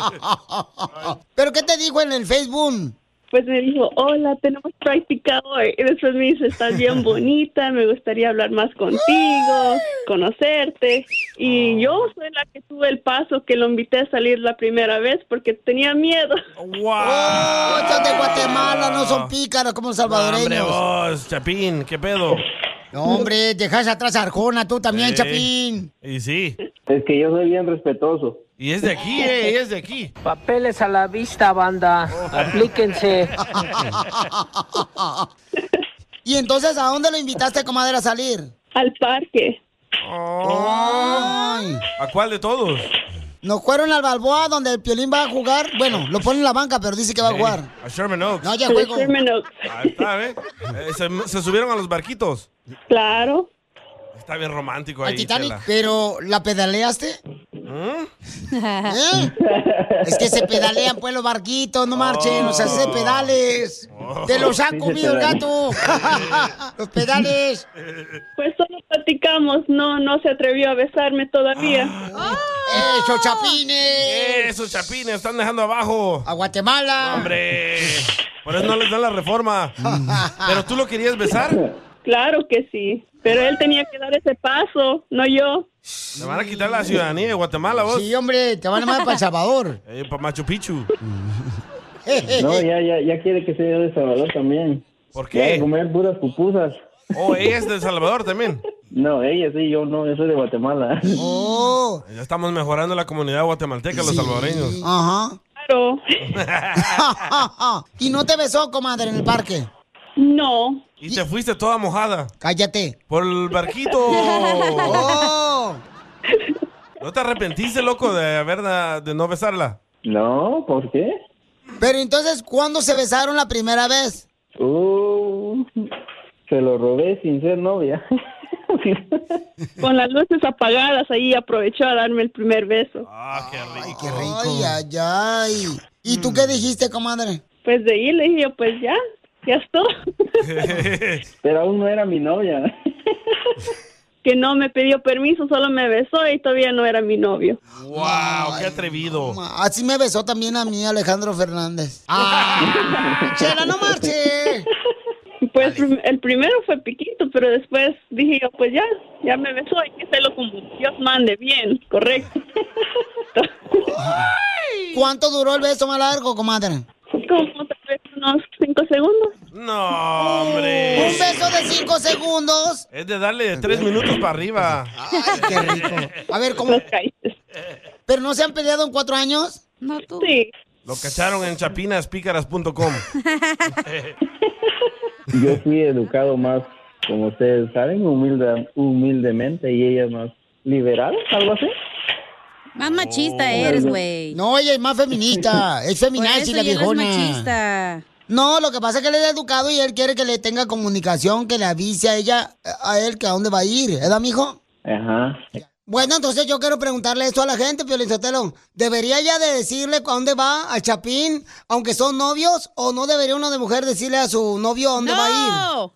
[SPEAKER 4] ¿Pero qué te dijo en el Facebook?
[SPEAKER 27] Pues me dijo, hola, tenemos práctica hoy. Y después me dice, estás bien bonita, me gustaría hablar más contigo, conocerte.
[SPEAKER 4] Oh.
[SPEAKER 27] Y yo soy la que tuve el paso que lo invité a salir la primera vez porque tenía miedo.
[SPEAKER 4] ¡Wow! Estos Oh, de Guatemala no son pícaros como los
[SPEAKER 1] Ah. Hombre, oh.
[SPEAKER 4] salvadoreños.
[SPEAKER 1] vos, Chapín, ¿qué pedo?
[SPEAKER 4] No, hombre, dejas atrás a Arjona, tú también,
[SPEAKER 1] Eh,
[SPEAKER 4] Chapín.
[SPEAKER 1] Y sí.
[SPEAKER 25] Es que yo soy bien respetuoso.
[SPEAKER 1] Y es de aquí, eh, y es de aquí.
[SPEAKER 6] Papeles a la vista, banda. Aplíquense.
[SPEAKER 4] ¿Y entonces a dónde lo invitaste, comadre, a salir?
[SPEAKER 27] Al parque.
[SPEAKER 4] Ay.
[SPEAKER 1] ¿A cuál de todos?
[SPEAKER 4] Nos fueron al Balboa donde el Piolín va a jugar. Bueno, lo pone en la banca, pero dice que va a jugar.
[SPEAKER 1] A Sherman Oaks.
[SPEAKER 4] No, ya juego.
[SPEAKER 1] Ahí está, ¿eh? Eh, se, se subieron a los barquitos.
[SPEAKER 27] Claro.
[SPEAKER 1] Está bien romántico
[SPEAKER 4] Al
[SPEAKER 1] ahí,
[SPEAKER 4] Titanic,
[SPEAKER 1] chela. ¿Mm?
[SPEAKER 4] pero ¿la pedaleaste? ¿Eh? Es que se pedalean pues los barquitos, no marchen, o sea,
[SPEAKER 1] Oh.
[SPEAKER 4] se pedales. Te los han
[SPEAKER 27] Sí, se
[SPEAKER 4] comido el
[SPEAKER 27] pedalean.
[SPEAKER 4] gato. los pedales.
[SPEAKER 27] Pues solo platicamos, no, no se atrevió a besarme todavía.
[SPEAKER 4] Ah. ¡Eso, chapines!
[SPEAKER 1] Esos chapines están dejando abajo.
[SPEAKER 4] ¡A Guatemala!
[SPEAKER 1] ¡Hombre! Por eso no les dan la reforma. ¿Pero tú lo querías besar?
[SPEAKER 27] Claro que sí, pero él tenía que dar ese paso, no yo.
[SPEAKER 1] Te van a quitar la ciudadanía de Guatemala, vos.
[SPEAKER 4] Sí, hombre, te van a mandar para El Salvador.
[SPEAKER 1] Eh, para Machu Picchu.
[SPEAKER 25] No, ya, ya, ya quiere que sea de Salvador también.
[SPEAKER 1] ¿Por
[SPEAKER 25] Ya de
[SPEAKER 1] qué?
[SPEAKER 25] comer puras pupusas.
[SPEAKER 1] Oh, ella es de El Salvador también.
[SPEAKER 25] No, ella sí, yo no, yo soy de Guatemala.
[SPEAKER 4] Oh.
[SPEAKER 1] Ya estamos mejorando la comunidad guatemalteca, los salvadoreños.
[SPEAKER 4] Ajá.
[SPEAKER 27] Claro.
[SPEAKER 4] ¿Y no te besó, comadre, en el parque?
[SPEAKER 27] No.
[SPEAKER 1] Y te fuiste toda mojada.
[SPEAKER 4] Cállate.
[SPEAKER 1] Por el barquito.
[SPEAKER 4] Oh.
[SPEAKER 1] ¿No te arrepentiste, loco, de haber da- de no besarla?
[SPEAKER 25] No, ¿por qué?
[SPEAKER 4] Pero entonces, ¿cuándo se besaron la primera vez?
[SPEAKER 25] Uh, se lo robé sin ser novia.
[SPEAKER 27] Con las luces apagadas ahí aprovechó a darme el primer beso.
[SPEAKER 1] Ah, qué rico.
[SPEAKER 4] Ay, qué rico. Ay, ay, ay. ¿Y tú qué dijiste, comadre?
[SPEAKER 27] Pues de ahí le dije yo, pues ya, ya estoy.
[SPEAKER 25] Pero aún no era mi novia.
[SPEAKER 27] Que no me pidió permiso, solo me besó y todavía no era mi novio.
[SPEAKER 1] ¡Wow! ¡Qué atrevido!
[SPEAKER 4] Así me besó
[SPEAKER 2] Ah.
[SPEAKER 4] también a mí Alejandro Fernández. ¡Ah! ¡Chela, no marche!
[SPEAKER 25] Pues el primero fue Piquito, pero después dije yo, pues ya, ya me besó, hay que hacerlo como Dios mande, bien, correcto.
[SPEAKER 2] ¿Cuánto duró el beso más largo, comadre?
[SPEAKER 25] Como tal vez unos cinco segundos.
[SPEAKER 1] No, hombre.
[SPEAKER 2] Oh, Un beso de cinco segundos.
[SPEAKER 1] Es de darle de tres minutos para arriba.
[SPEAKER 2] Ay, qué rico. A ver, ¿cómo? ¿Pero no se han peleado en cuatro años? No, tú. Sí.
[SPEAKER 1] Lo cacharon en chapinaspícaras.com.
[SPEAKER 25] Yo fui educado más, como ustedes saben, humilde, humildemente y ella más liberal, algo así.
[SPEAKER 3] Más machista
[SPEAKER 1] Oh.
[SPEAKER 3] eres, güey.
[SPEAKER 2] No, ella es más feminista. Es feminazi
[SPEAKER 3] Por eso
[SPEAKER 2] la
[SPEAKER 3] ya no es
[SPEAKER 2] viejona.
[SPEAKER 3] machista.
[SPEAKER 2] No, lo que pasa es que él es educado y él quiere que le tenga comunicación, que le avise a ella, a él, que a dónde va a ir. ¿Edad, mijo?
[SPEAKER 25] Ajá.
[SPEAKER 2] Bueno, entonces yo quiero preguntarle esto a la gente, Piolín Sotelo. ¿Debería ya de decirle a dónde va al Chapín, aunque son novios, o no debería una de mujer decirle a su novio a dónde va a ir?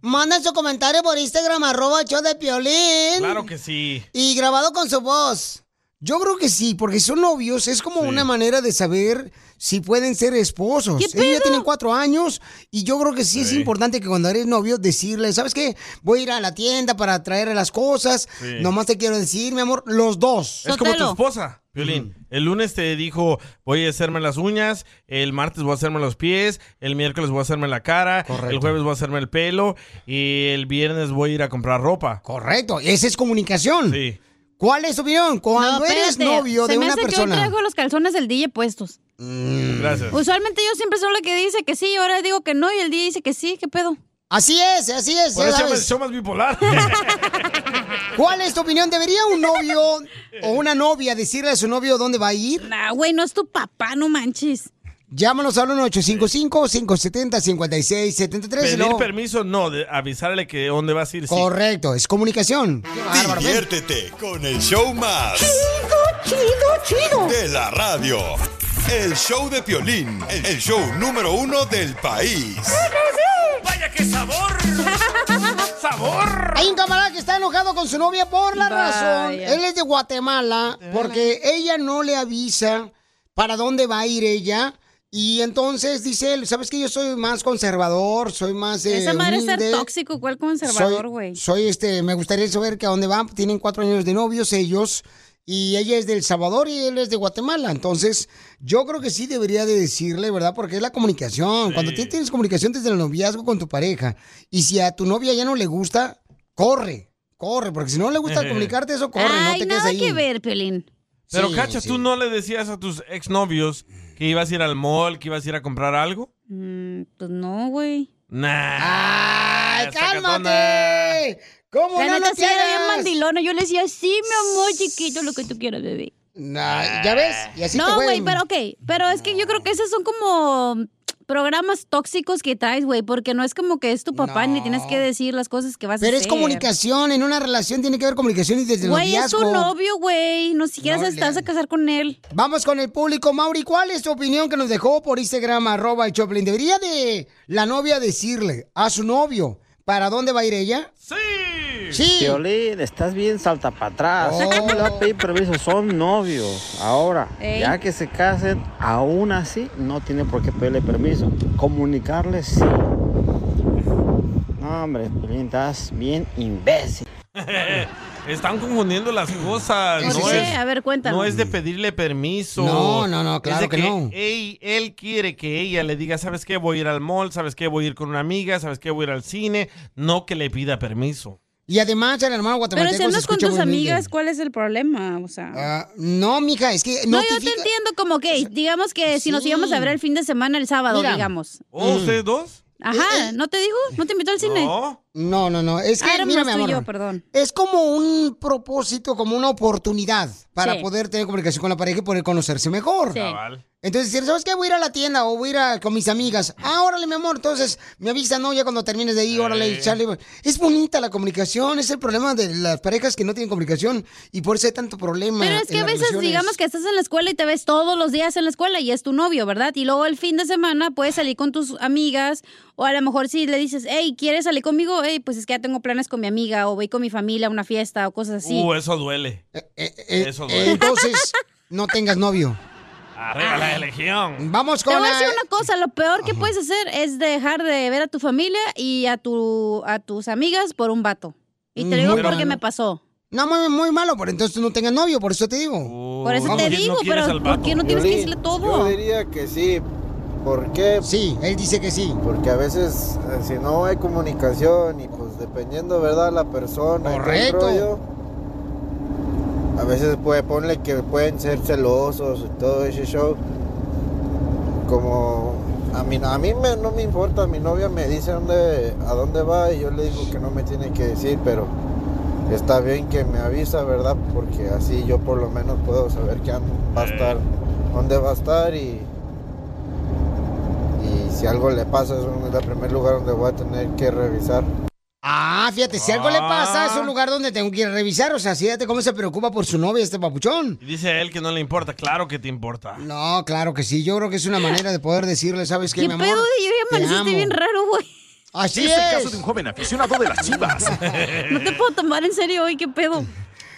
[SPEAKER 2] Manda su comentario por Instagram, arroba el show de Piolín.
[SPEAKER 1] Claro que sí.
[SPEAKER 2] Y grabado con su voz. Yo creo que sí, porque son novios, es como una manera de saber si pueden ser esposos.
[SPEAKER 3] ¿Qué
[SPEAKER 2] Ellos ya
[SPEAKER 3] pedo?
[SPEAKER 2] tienen cuatro años y yo creo que sí es importante que cuando eres novio decirle, ¿sabes qué? Voy a ir a la tienda para traer las cosas.
[SPEAKER 1] Sí.
[SPEAKER 2] Nomás te quiero decir, mi amor, los dos.
[SPEAKER 1] Es como tu esposa, Violín. El lunes te dijo, voy a hacerme las uñas, el martes voy a hacerme los pies, el miércoles voy a hacerme la cara, el jueves voy a hacerme el pelo y el viernes voy a ir a comprar ropa.
[SPEAKER 2] Correcto, esa es comunicación. ¿Cuál es tu opinión? Cuando eres
[SPEAKER 3] espérate,
[SPEAKER 2] novio
[SPEAKER 3] se
[SPEAKER 2] de
[SPEAKER 3] me
[SPEAKER 2] una
[SPEAKER 3] hace Que hoy
[SPEAKER 2] persona.
[SPEAKER 3] traigo los calzones del DJ puestos.
[SPEAKER 1] Mm. Gracias.
[SPEAKER 3] Usualmente yo siempre soy la que dice que sí, y ahora digo que no, y el DJ dice que sí, ¿qué pedo?
[SPEAKER 2] Así es, así es.
[SPEAKER 1] Por
[SPEAKER 2] Pues ya
[SPEAKER 1] eso me
[SPEAKER 2] sabes.
[SPEAKER 1] hizo más bipolar.
[SPEAKER 2] ¿Cuál es tu opinión? ¿Debería un novio o una novia decirle a su novio dónde va a ir?
[SPEAKER 3] Nah, güey, no es tu papá, no manches.
[SPEAKER 2] Llámanos al 1-855-570-5673. y
[SPEAKER 1] Pedir
[SPEAKER 2] luego-
[SPEAKER 1] permiso, no, de avisarle que dónde vas a ir. sí. Ah,
[SPEAKER 2] Correcto, es comunicación.
[SPEAKER 5] Diviértete con el show más. Chido,
[SPEAKER 2] chido, chido.
[SPEAKER 5] De la radio. El show de Piolín, el show número uno del país.
[SPEAKER 1] ¡Vaya qué sabor! ¡Sabor!
[SPEAKER 2] Hay un camarada que está enojado con su novia por la
[SPEAKER 16] Vaya.
[SPEAKER 2] razón. Él es de Guatemala porque ella no le avisa para dónde va a ir ella. Y entonces dice él, ¿sabes que Yo soy más conservador, soy más eh,
[SPEAKER 3] Esa madre es ser
[SPEAKER 2] humilde.
[SPEAKER 3] tóxico, ¿cuál conservador,
[SPEAKER 2] Soy-
[SPEAKER 3] güey?
[SPEAKER 2] Soy, este, me gustaría saber que a dónde van. Tienen cuatro años de novios ellos. Y ella es del Salvador y él es de Guatemala. Entonces, yo creo que sí debería de decirle, ¿verdad? Porque es la comunicación. Cuando ti- tienes comunicación desde el noviazgo con tu pareja, y si a tu novia ya no le gusta, corre, corre. Porque si no le gusta comunicarte, eso corre,
[SPEAKER 3] Ay,
[SPEAKER 2] no te quedes
[SPEAKER 3] nada
[SPEAKER 2] ahí.
[SPEAKER 3] que ver, Piolín.
[SPEAKER 1] Pero,
[SPEAKER 3] Sí,
[SPEAKER 1] Cacha,
[SPEAKER 3] sí.
[SPEAKER 1] ¿tú no le decías a tus exnovios que ibas a ir al mall, que ibas a ir a comprar algo?
[SPEAKER 3] Mm, pues no, güey.
[SPEAKER 1] Nah.
[SPEAKER 3] ¡Ay,
[SPEAKER 2] cálmate! ¿Cómo
[SPEAKER 3] La
[SPEAKER 2] no
[SPEAKER 3] neta
[SPEAKER 2] lo
[SPEAKER 3] sí era bien
[SPEAKER 2] quieras?
[SPEAKER 3] mandilona. Yo le decía, sí, mi amor, chiquito, lo que tú quieras, bebé.
[SPEAKER 2] Nah, ¿Ya ves? Y así te
[SPEAKER 3] no,
[SPEAKER 2] fue.
[SPEAKER 3] güey, pero ok. Pero es que yo creo que esos son como programas tóxicos que traes, güey, porque no es como que es tu papá ni tienes que decir las cosas que vas
[SPEAKER 2] Pero
[SPEAKER 3] a hacer.
[SPEAKER 2] es comunicación, en una relación tiene que haber comunicación y desde el
[SPEAKER 3] Güey, es
[SPEAKER 2] noviazgo.
[SPEAKER 3] tu novio, güey. No siquiera
[SPEAKER 2] No
[SPEAKER 3] se
[SPEAKER 2] le-
[SPEAKER 3] estás a casar con él.
[SPEAKER 2] Vamos con el público. Mauri, ¿cuál es tu opinión que nos dejó por Instagram, arroba el Choplin? ¿Debería de la novia decirle a su novio para dónde va a ir ella? ¡Sí! ¡Sí!
[SPEAKER 25] Piolín, estás bien salta para atrás.
[SPEAKER 2] Oh.
[SPEAKER 25] ¿Cómo le va a pedir permiso? Son novios. Ahora,
[SPEAKER 2] Ey.
[SPEAKER 25] ya que se casen, aún así no tiene por qué pedirle permiso. Comunicarle sí. No, hombre, Piolín, estás bien imbécil.
[SPEAKER 1] Están confundiendo las cosas.
[SPEAKER 3] ¿Por
[SPEAKER 1] no
[SPEAKER 3] qué?
[SPEAKER 1] es-
[SPEAKER 3] A ver, cuéntanos.
[SPEAKER 1] No es de pedirle permiso.
[SPEAKER 2] No, no, no,
[SPEAKER 1] Es
[SPEAKER 2] claro
[SPEAKER 1] de
[SPEAKER 2] que no.
[SPEAKER 1] Él, él quiere que ella le diga, ¿sabes qué? Voy a ir al mall, ¿sabes qué? Voy a ir con una amiga, ¿sabes qué? Voy a ir al cine. No que le pida permiso.
[SPEAKER 2] Y además, el hermano
[SPEAKER 3] Pero
[SPEAKER 2] guatemalteco
[SPEAKER 3] si
[SPEAKER 2] se
[SPEAKER 3] andas con
[SPEAKER 2] escucha
[SPEAKER 3] tus
[SPEAKER 2] muy humilde.
[SPEAKER 3] amigas, ¿cuál es el problema? O sea.
[SPEAKER 2] Ah, no, mija, es que
[SPEAKER 3] no, yo te
[SPEAKER 2] notifica-
[SPEAKER 3] entiendo como que, digamos que si nos
[SPEAKER 2] sí. Oh,
[SPEAKER 3] íbamos a ver el fin de semana, el sábado,
[SPEAKER 2] Mira. Mm.
[SPEAKER 3] digamos.
[SPEAKER 1] ¿O ustedes dos?
[SPEAKER 3] Ajá, ¿no te dijo? ¿No te invitó al cine?
[SPEAKER 2] ¿Eh? No, no, no. Es que,
[SPEAKER 3] Ah, éramos
[SPEAKER 2] mira, mi
[SPEAKER 3] tú y
[SPEAKER 2] amor,
[SPEAKER 3] yo, perdón.
[SPEAKER 2] Es como un propósito, como una oportunidad para
[SPEAKER 3] Sí.
[SPEAKER 2] poder tener comunicación con la pareja y poder conocerse mejor.
[SPEAKER 3] Sí. Cabal.
[SPEAKER 2] Entonces, decir, ¿sabes qué? Voy a ir a la tienda o voy a ir a- con mis amigas. Ah, órale, mi amor. Entonces, me avisan, ¿no? Ya cuando termines de ahí, órale,
[SPEAKER 16] Sí.
[SPEAKER 2] chale. Es bonita la comunicación. Es el problema de las parejas que no tienen comunicación y por eso hay tanto problema.
[SPEAKER 3] Pero es que
[SPEAKER 2] en
[SPEAKER 3] a
[SPEAKER 2] las
[SPEAKER 3] veces,
[SPEAKER 2] relaciones.
[SPEAKER 3] digamos que estás en la escuela y te ves todos los días en la escuela y es tu novio, ¿verdad? Y luego el fin de semana puedes salir con tus amigas o a lo mejor si le dices, hey, ¿quieres salir conmigo? Hey, pues es que ya tengo planes con mi amiga o voy con mi familia a una fiesta o cosas así.
[SPEAKER 1] Uh, eso Uh, duele.
[SPEAKER 2] Eh,
[SPEAKER 1] eso duele.
[SPEAKER 2] Entonces, no tengas novio.
[SPEAKER 1] Arriba la religión.
[SPEAKER 4] Vamos
[SPEAKER 3] Te
[SPEAKER 4] con
[SPEAKER 3] voy a decir
[SPEAKER 4] la-
[SPEAKER 3] una cosa, lo peor que puedes hacer es dejar de ver a tu familia y a tu a tus amigas por un vato. Y te lo digo
[SPEAKER 4] Pero-
[SPEAKER 3] porque me pasó.
[SPEAKER 4] No, muy, muy malo, por entonces no tengas novio, por eso te digo.
[SPEAKER 1] Oh.
[SPEAKER 3] Por eso te digo, pero ¿por qué no tienes que
[SPEAKER 28] Violín,
[SPEAKER 3] decirle todo?
[SPEAKER 28] Yo diría que sí. ¿Por qué?
[SPEAKER 4] Sí, él dice que sí.
[SPEAKER 28] Porque a veces, eh, si no hay comunicación y pues dependiendo, ¿verdad? La persona. y todo el
[SPEAKER 4] Correcto.
[SPEAKER 28] rollo, a veces puede, ponle que pueden ser celosos y todo ese show. Como a mí, a mí me- no me importa, mi novia me dice dónde, a dónde va y yo le digo que no me tiene que decir, pero está bien que me avisa, ¿verdad? Porque así yo por lo menos puedo saber que va a estar, dónde va a estar y, y si algo le pasa es un- el primer lugar donde voy a tener que revisar.
[SPEAKER 4] Ah, fíjate, si algo le pasa, es
[SPEAKER 3] Ah.
[SPEAKER 4] un lugar donde tengo que ir a revisar. O sea, fíjate cómo se preocupa por su novia este papuchón.
[SPEAKER 1] Y dice él que no le importa. Claro que te importa.
[SPEAKER 4] No, claro que sí. Yo creo que es una manera de poder decirle, ¿sabes qué,
[SPEAKER 3] ¡Ah! ¿Qué
[SPEAKER 4] mi amor?
[SPEAKER 3] pedo? Yo ya
[SPEAKER 4] Te
[SPEAKER 3] amaneciste
[SPEAKER 4] amo.
[SPEAKER 3] bien raro, güey.
[SPEAKER 4] Así
[SPEAKER 3] Es
[SPEAKER 4] es.
[SPEAKER 3] el caso de
[SPEAKER 4] un
[SPEAKER 28] joven aficionado de las chivas.
[SPEAKER 3] No te puedo tomar en serio hoy, ¿qué pedo?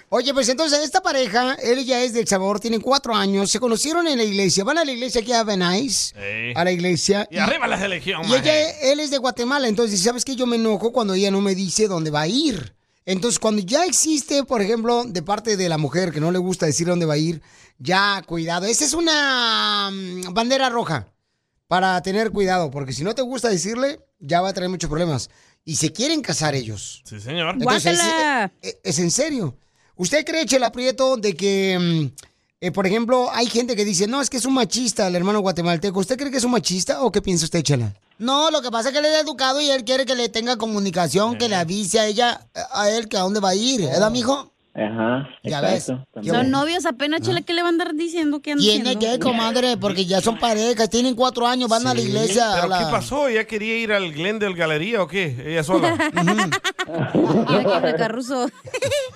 [SPEAKER 4] Oye, pues entonces esta pareja, él ya es de El Salvador, tienen cuatro años, se conocieron en la iglesia, van a la iglesia aquí a Benais,
[SPEAKER 1] Sí.
[SPEAKER 4] a la iglesia.
[SPEAKER 1] Y arriba la religión,
[SPEAKER 4] Y
[SPEAKER 1] maje.
[SPEAKER 4] ella, e, él es de Guatemala, entonces, ¿sabes qué? Yo me enojo cuando ella no me dice dónde va a ir. Entonces, cuando ya existe, por ejemplo, de parte de la mujer que no le gusta decir dónde va a ir, ya, cuidado. Esa es una mm, bandera roja para tener cuidado, porque si no te gusta decirle, ya va a traer muchos problemas. Y se quieren casar ellos.
[SPEAKER 1] Sí, señor.
[SPEAKER 4] Entonces, es, e, es- es en serio. ¿Usted cree, Chela Prieto, de que, mm, eh, por ejemplo, hay gente que dice, no, es que es un machista el hermano guatemalteco? ¿Usted cree que es un machista o qué piensa usted, Chela? No, lo que pasa es que él es educado y él quiere que le tenga comunicación, que le avise a ella, a él, que a dónde va a ir,
[SPEAKER 1] Oh.
[SPEAKER 4] ¿verdad, mijo?
[SPEAKER 27] Ajá.
[SPEAKER 4] Ya ves. Ah.
[SPEAKER 27] exacto, también.
[SPEAKER 3] Son novios apenas, chela, ¿qué le van a andar diciendo que andan
[SPEAKER 4] Tiene que, comadre, porque ya son parejas, tienen cuatro años, van a la iglesia. a
[SPEAKER 1] ¿Pero
[SPEAKER 4] la-
[SPEAKER 1] qué pasó? ¿Ella quería ir al Glendale Galería o qué? Ella sola.
[SPEAKER 3] Carruso.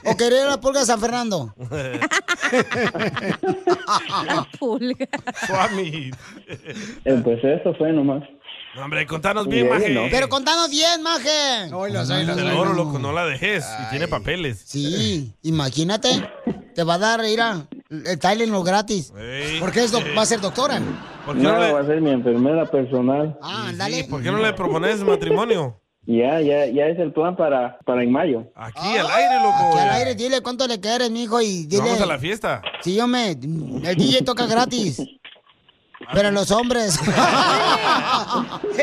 [SPEAKER 4] o querer la pulga de San Fernando.
[SPEAKER 3] La pulga.
[SPEAKER 1] Swami.
[SPEAKER 27] Eh, pues eso fue nomás.
[SPEAKER 1] No, hombre, contanos bien,
[SPEAKER 27] Bien,
[SPEAKER 1] maje.
[SPEAKER 27] ¿no?
[SPEAKER 4] Pero contanos bien, maje.
[SPEAKER 1] Te lo oro, loco, no la dejes. Y tiene papeles.
[SPEAKER 4] Sí, imagínate. Te va a dar, mira, el Tylenol gratis. Porque es doc- va a ser doctora.
[SPEAKER 27] No, va a ser mi enfermera personal.
[SPEAKER 4] Ah, dale.
[SPEAKER 1] ¿Por qué no le propones matrimonio?
[SPEAKER 27] Ya, ya, ya es el plan para, para en mayo.
[SPEAKER 1] Aquí al aire, loco.
[SPEAKER 4] Aquí al aire, dile cuánto le quieres, mijo, y dile...
[SPEAKER 1] Vamos a la fiesta.
[SPEAKER 4] Sí, hombre, el DJ toca gratis. Pero los hombres. y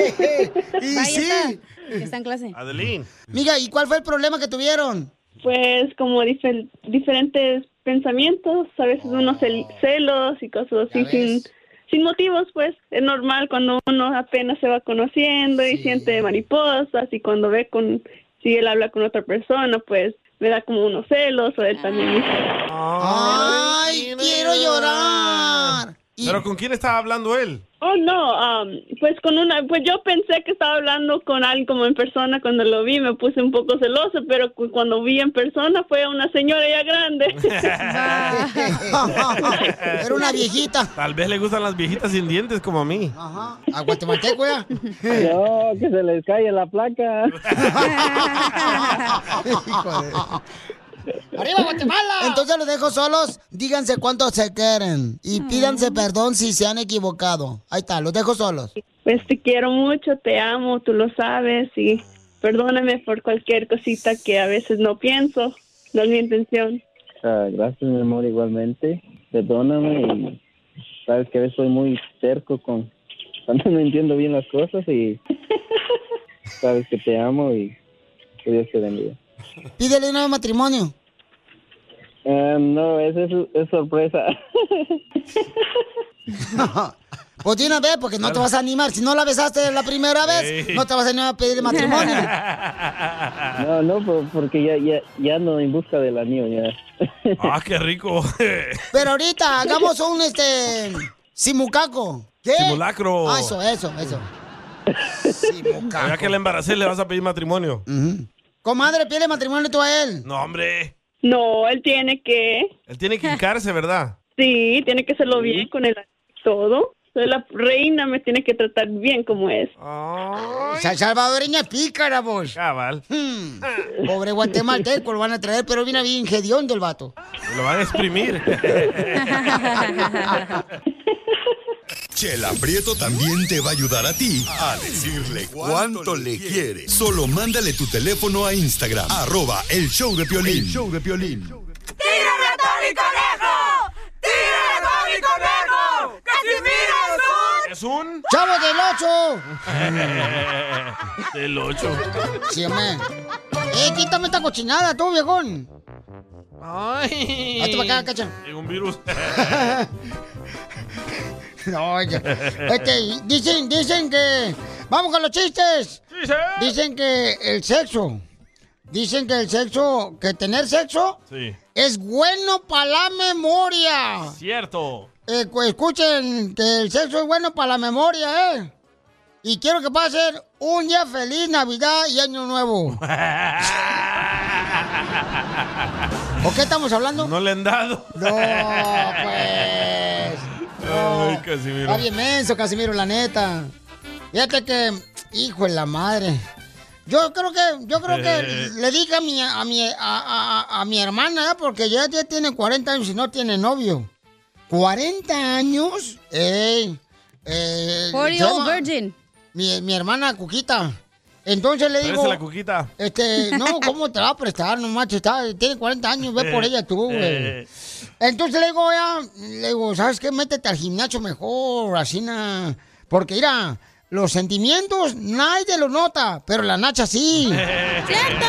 [SPEAKER 3] Ahí
[SPEAKER 4] sí.
[SPEAKER 3] está, que está en clase.
[SPEAKER 1] Adeline.
[SPEAKER 4] Miga, ¿y cuál fue el problema que tuvieron?
[SPEAKER 27] Pues como difer- diferentes
[SPEAKER 29] pensamientos,
[SPEAKER 27] a veces
[SPEAKER 29] unos
[SPEAKER 27] cel-
[SPEAKER 4] Oh.
[SPEAKER 27] celos y cosas
[SPEAKER 29] Ya
[SPEAKER 27] así sin,
[SPEAKER 29] ves.
[SPEAKER 27] sin motivos, pues es normal cuando uno apenas se va conociendo y siente mariposas y cuando ve con, si él habla con otra persona, pues me da como unos celos o él también.
[SPEAKER 4] Ah. ¡Ay, quiero llorar!
[SPEAKER 1] ¿Pero con quién estaba hablando él?
[SPEAKER 27] Oh, no, am, pues con una, pues yo pensé que estaba hablando con alguien como en persona cuando lo vi, me puse un poco celoso, pero cu- cuando vi en persona fue una señora ya grande.
[SPEAKER 4] Era una viejita.
[SPEAKER 1] Tal vez le gustan las viejitas sin dientes como a mí.
[SPEAKER 4] A guatemalteco, ya.
[SPEAKER 27] No, que se les cae la placa.
[SPEAKER 4] ¡Arriba Guatemala! Entonces los dejo solos, díganse cuánto se quieren y pídanse perdón si se han equivocado. Ahí está, los dejo solos.
[SPEAKER 27] Pues te quiero mucho, te amo, tú lo sabes y perdóname por cualquier cosita que a veces no pienso, no es mi intención. Ah, gracias, mi amor, igualmente. Perdóname. y sabes que a veces soy muy cerco con cuando no entiendo bien las cosas y sabes que te amo y que Dios te bendiga.
[SPEAKER 4] Pídele una de matrimonio.
[SPEAKER 27] Ah, no, esa es, es sorpresa.
[SPEAKER 4] Pues de una vez, porque no te vas a animar. Si no la besaste la primera vez,
[SPEAKER 27] Sí.
[SPEAKER 4] no te vas a animar a pedir matrimonio.
[SPEAKER 27] No, no, por- porque ya, ya, ya no en busca del anillo, ya.
[SPEAKER 1] Ah, qué rico.
[SPEAKER 4] Pero ahorita hagamos un este simucaco. ¿Qué?
[SPEAKER 1] Simulacro.
[SPEAKER 4] Ah, eso, eso, eso.
[SPEAKER 1] Ya que le embaracé, le vas a pedir matrimonio.
[SPEAKER 4] Comadre, pídele matrimonio tú a él.
[SPEAKER 1] No, hombre.
[SPEAKER 27] No, él tiene que,
[SPEAKER 1] Él tiene que hincarse, ¿verdad?
[SPEAKER 27] sí, tiene que hacerlo bien con el todo. Soy la reina, me tiene que tratar bien como es.
[SPEAKER 4] Sa- Salvadoreña pícara, vos.
[SPEAKER 1] Cabal.
[SPEAKER 2] Hmm.
[SPEAKER 4] Pobre guatemalteco, lo van a traer, pero viene bien gediondo el vato.
[SPEAKER 1] Lo van a exprimir.
[SPEAKER 5] Chela Prieto también te va a ayudar a ti a decirle cuánto le quiere. Solo mándale tu teléfono a Instagram, arroba el show de Piolín.
[SPEAKER 6] El
[SPEAKER 5] show de Piolín.
[SPEAKER 6] ¡Tírame a Tony Conejo! ¡Tírame a Tony Conejo! ¡Casimiro
[SPEAKER 1] es un...
[SPEAKER 2] ¡Chavo del 8!
[SPEAKER 1] Del 8.
[SPEAKER 2] Sí, hombre. ¡Eh, quítame esta cochinada, tú, viejón!
[SPEAKER 1] ¡Ay!
[SPEAKER 2] Hazte para acá, cacha.
[SPEAKER 1] Llegó un virus.
[SPEAKER 2] No, ya. Este, dicen, dicen que. Vamos con los chistes. Dicen que el sexo. Dicen que el sexo. Que tener sexo
[SPEAKER 1] Sí.
[SPEAKER 2] es bueno para la memoria.
[SPEAKER 1] Cierto.
[SPEAKER 2] Eh, cu- escuchen que el sexo es bueno para la memoria, ¿eh? Y quiero que pasen un día feliz, Navidad y Año Nuevo. ¿O qué estamos hablando?
[SPEAKER 1] No le han dado.
[SPEAKER 2] No, pues.
[SPEAKER 1] Ay, Casimiro.
[SPEAKER 2] Está bien menso, Casimiro, la neta. Fíjate que, hijo de la madre. Yo creo que, yo creo
[SPEAKER 6] Eh.
[SPEAKER 2] que le dije a mi, a mi, a, a- a- a mi hermana, ¿eh? porque ya, ya tiene 40 años y no tiene novio. 40 años, ey. eh,
[SPEAKER 4] Forty
[SPEAKER 2] se
[SPEAKER 4] old
[SPEAKER 2] llama- Mi, mi hermana Cuquita. Entonces le digo.
[SPEAKER 1] Parece la cuquita.
[SPEAKER 2] Este, no, ¿cómo te la va a prestar? No macho, está, tiene 40 años, ve por ella tú, güey.
[SPEAKER 1] Eh,
[SPEAKER 2] Entonces le digo, ya, le digo, ¿sabes qué? Métete al gimnasio mejor, así na. Porque mira, los sentimientos nadie lo nota, pero la Nacha sí.
[SPEAKER 4] ¡Cierto!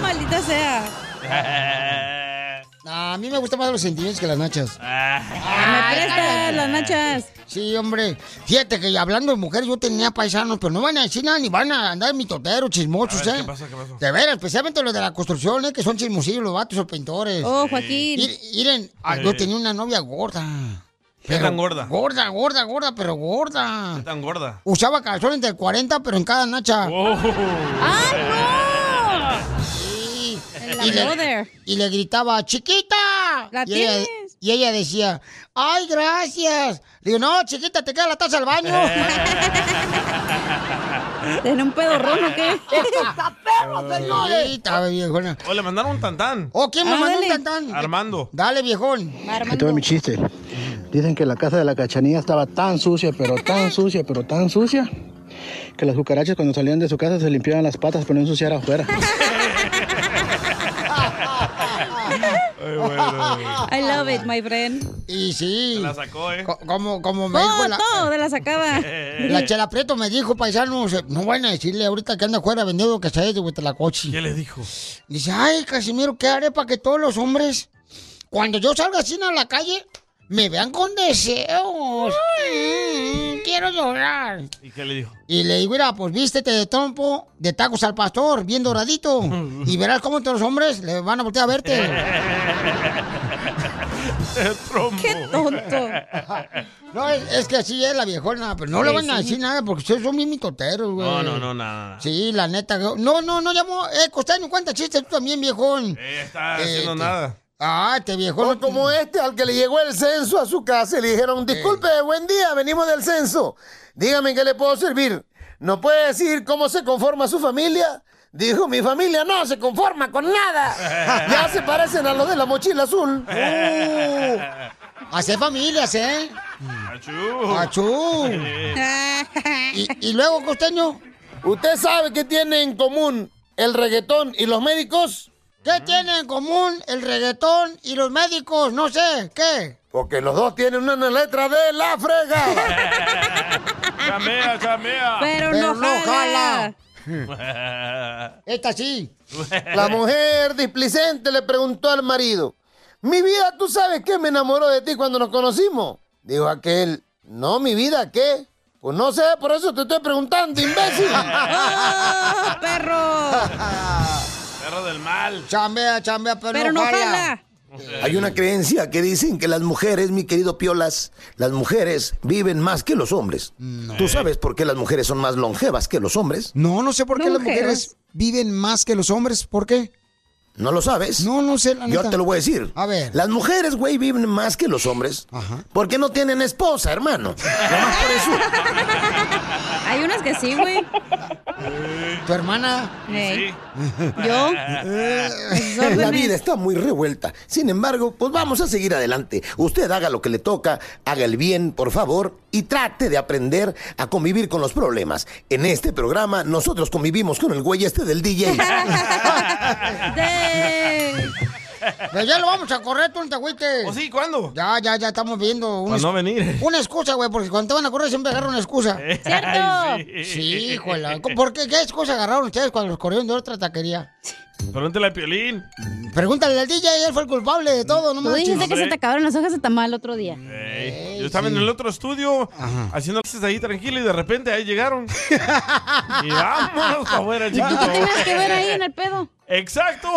[SPEAKER 4] ¡Maldita sea!
[SPEAKER 2] A mí me gustan más los sentimientos que las nachas.
[SPEAKER 4] me
[SPEAKER 6] Ah,
[SPEAKER 4] prestas las nachas.
[SPEAKER 2] Sí, hombre. Fíjate que hablando de mujeres, yo tenía paisanos, pero no van a decir nada ni van a andar mitotero, chismosos,
[SPEAKER 6] A ver,
[SPEAKER 2] ¿eh?
[SPEAKER 6] ¿qué pasó, qué pasó?
[SPEAKER 2] De veras, especialmente los de la construcción, ¿eh? Que son chismosillos los vatos o pintores.
[SPEAKER 4] Oh, Joaquín.
[SPEAKER 2] Mir- Miren, ah,
[SPEAKER 1] Eh.
[SPEAKER 2] yo tenía una novia gorda.
[SPEAKER 1] ¿Qué
[SPEAKER 2] Pero
[SPEAKER 1] tan gorda?
[SPEAKER 2] Gorda, gorda, gorda, pero gorda.
[SPEAKER 1] ¿Qué tan gorda?
[SPEAKER 2] Usaba calzones del 40, pero en cada nacha. Sí.
[SPEAKER 6] La
[SPEAKER 2] Y le,
[SPEAKER 6] brother.
[SPEAKER 2] y le gritaba, chiquita.
[SPEAKER 6] ¿La
[SPEAKER 2] y, ella,
[SPEAKER 6] tienes?
[SPEAKER 2] y ella decía, ay, gracias. Le digo, no, chiquita, te queda la taza al baño.
[SPEAKER 4] ¿Tiene un pedorrón o qué?
[SPEAKER 2] ¡Está perro,
[SPEAKER 3] eh.
[SPEAKER 2] señores! viejona.
[SPEAKER 1] O Oh, le mandaron un tantán.
[SPEAKER 2] ¿O Oh, quién me mandó un
[SPEAKER 1] Ándale.
[SPEAKER 2] tantán?
[SPEAKER 1] Armando.
[SPEAKER 2] Dale, viejón.
[SPEAKER 4] Ahí
[SPEAKER 20] te va mi chiste. Dicen que la casa de la cachanilla estaba tan sucia, pero tan sucia, pero tan sucia, que las cucarachas cuando salían de su casa se limpiaban las patas para no ensuciar afuera.
[SPEAKER 4] I love it, my friend.
[SPEAKER 2] Y sí.
[SPEAKER 4] La sacó, ¿eh?
[SPEAKER 2] Co- Como, como me dijo
[SPEAKER 4] Todo,
[SPEAKER 2] la,
[SPEAKER 4] todo de la sacada.
[SPEAKER 2] la Chela Prieto me dijo, paisanos, eh, no van a decirle ahorita que anda afuera vendiendo que de Huitlacoche. ¿Qué
[SPEAKER 1] le dijo?
[SPEAKER 2] Dice, ay, Casimiro, ¿qué haré para que todos los hombres, cuando yo salga así a la calle, me vean con deseos? Mm, quiero llorar.
[SPEAKER 1] ¿Y qué le dijo?
[SPEAKER 2] Y le digo, mira, pues vístete de trompo, de tacos al pastor, bien doradito. Y verás cómo todos los hombres le van a voltear a verte.
[SPEAKER 1] Trompo.
[SPEAKER 2] Qué tonto. No, es, es que así es la viejona, pero no le
[SPEAKER 1] Sí,
[SPEAKER 2] van a
[SPEAKER 1] sí.
[SPEAKER 2] decir nada porque ustedes son bien mitoteros, güey.
[SPEAKER 1] No, no, no, nada.
[SPEAKER 2] Sí, la neta. yo- No, no, no llamó. Eh, Costeño, cuenta chistes tú también, viejón.
[SPEAKER 1] Ella está haciendo
[SPEAKER 2] Este.
[SPEAKER 1] nada.
[SPEAKER 2] Ah, este viejón.
[SPEAKER 16] O como este al que le llegó el censo a su casa y le dijeron, disculpe, buen día, venimos del censo. Dígame en qué le puedo servir. ¿No puede decir cómo se conforma su familia? Dijo, mi familia no se conforma con nada. Ya se parecen a los de la mochila azul.
[SPEAKER 2] Uh, hacer familias, ¿eh?
[SPEAKER 1] Achú.
[SPEAKER 2] Achú. ¿Y, luego, costeño?
[SPEAKER 16] ¿Usted sabe qué tiene en común el reggaetón y los médicos?
[SPEAKER 2] ¿Qué tienen en común el reggaetón y los médicos? No sé, ¿qué?
[SPEAKER 16] Porque los dos tienen una letra de la frega.
[SPEAKER 1] Chamea, chamea.
[SPEAKER 16] Pero no Pero no jala.
[SPEAKER 2] Esta sí.
[SPEAKER 16] La mujer displicente le preguntó al marido, mi vida, ¿tú sabes qué me enamoró de ti cuando nos conocimos? Dijo aquel, no, mi vida, ¿qué? Pues no sé, por eso te estoy preguntando, imbécil. Ah,
[SPEAKER 4] perro!
[SPEAKER 1] Perro del mal.
[SPEAKER 2] Chambea, chambea, pero,
[SPEAKER 4] Pero no jala.
[SPEAKER 16] Hay una creencia que dicen que las mujeres, mi querido Piolas, las mujeres viven más que los hombres. ¿Tú sabes por qué las mujeres son más longevas que los hombres?
[SPEAKER 2] No, no sé por
[SPEAKER 16] No,
[SPEAKER 2] qué las
[SPEAKER 16] mujeres.
[SPEAKER 2] mujeres viven más que los hombres. ¿Por qué?
[SPEAKER 16] ¿No lo sabes?
[SPEAKER 2] No, no sé.
[SPEAKER 16] Yo
[SPEAKER 2] neta.
[SPEAKER 16] te lo voy a decir.
[SPEAKER 2] A ver.
[SPEAKER 16] Las mujeres, güey, viven más que los hombres. Porque no tienen esposa, hermano.
[SPEAKER 4] Hay unas que sí, güey.
[SPEAKER 2] ¿Tu hermana?
[SPEAKER 3] Ey.
[SPEAKER 2] ¿Yo?
[SPEAKER 19] Eh, La vida está muy revuelta. Sin embargo, pues vamos a seguir adelante. Usted haga lo que le toca, haga el bien, por favor, y trate de aprender a convivir con los problemas. En este programa, nosotros convivimos con el güey este del DJ.
[SPEAKER 2] Pero Pues ya lo vamos a correr, tú no te agüites. ¿O sí? ¿Cuándo? Ya, ya, ya estamos viendo.
[SPEAKER 1] Para no venir.
[SPEAKER 2] Una excusa, güey, porque cuando te van a correr siempre agarran una excusa.
[SPEAKER 1] Ay, sí.
[SPEAKER 2] Sí, híjole. ¿Por qué, qué excusa agarraron ustedes cuando los corrieron de otra taquería?
[SPEAKER 1] Pregúntale a Piolín.
[SPEAKER 2] Pregúntale al DJ, él fue el culpable de todo, no
[SPEAKER 3] Tú dijiste
[SPEAKER 2] manches.
[SPEAKER 3] que se te acabaron las hojas de tamal el otro día.
[SPEAKER 1] Mm. Yo estaba en el otro estudio haciendo cosas ahí tranquilo y de repente ahí llegaron. y vámonos para afuera,
[SPEAKER 3] ¿Y tú
[SPEAKER 1] chiquito.
[SPEAKER 3] qué tenías que ver ahí en el pedo?
[SPEAKER 1] Exacto.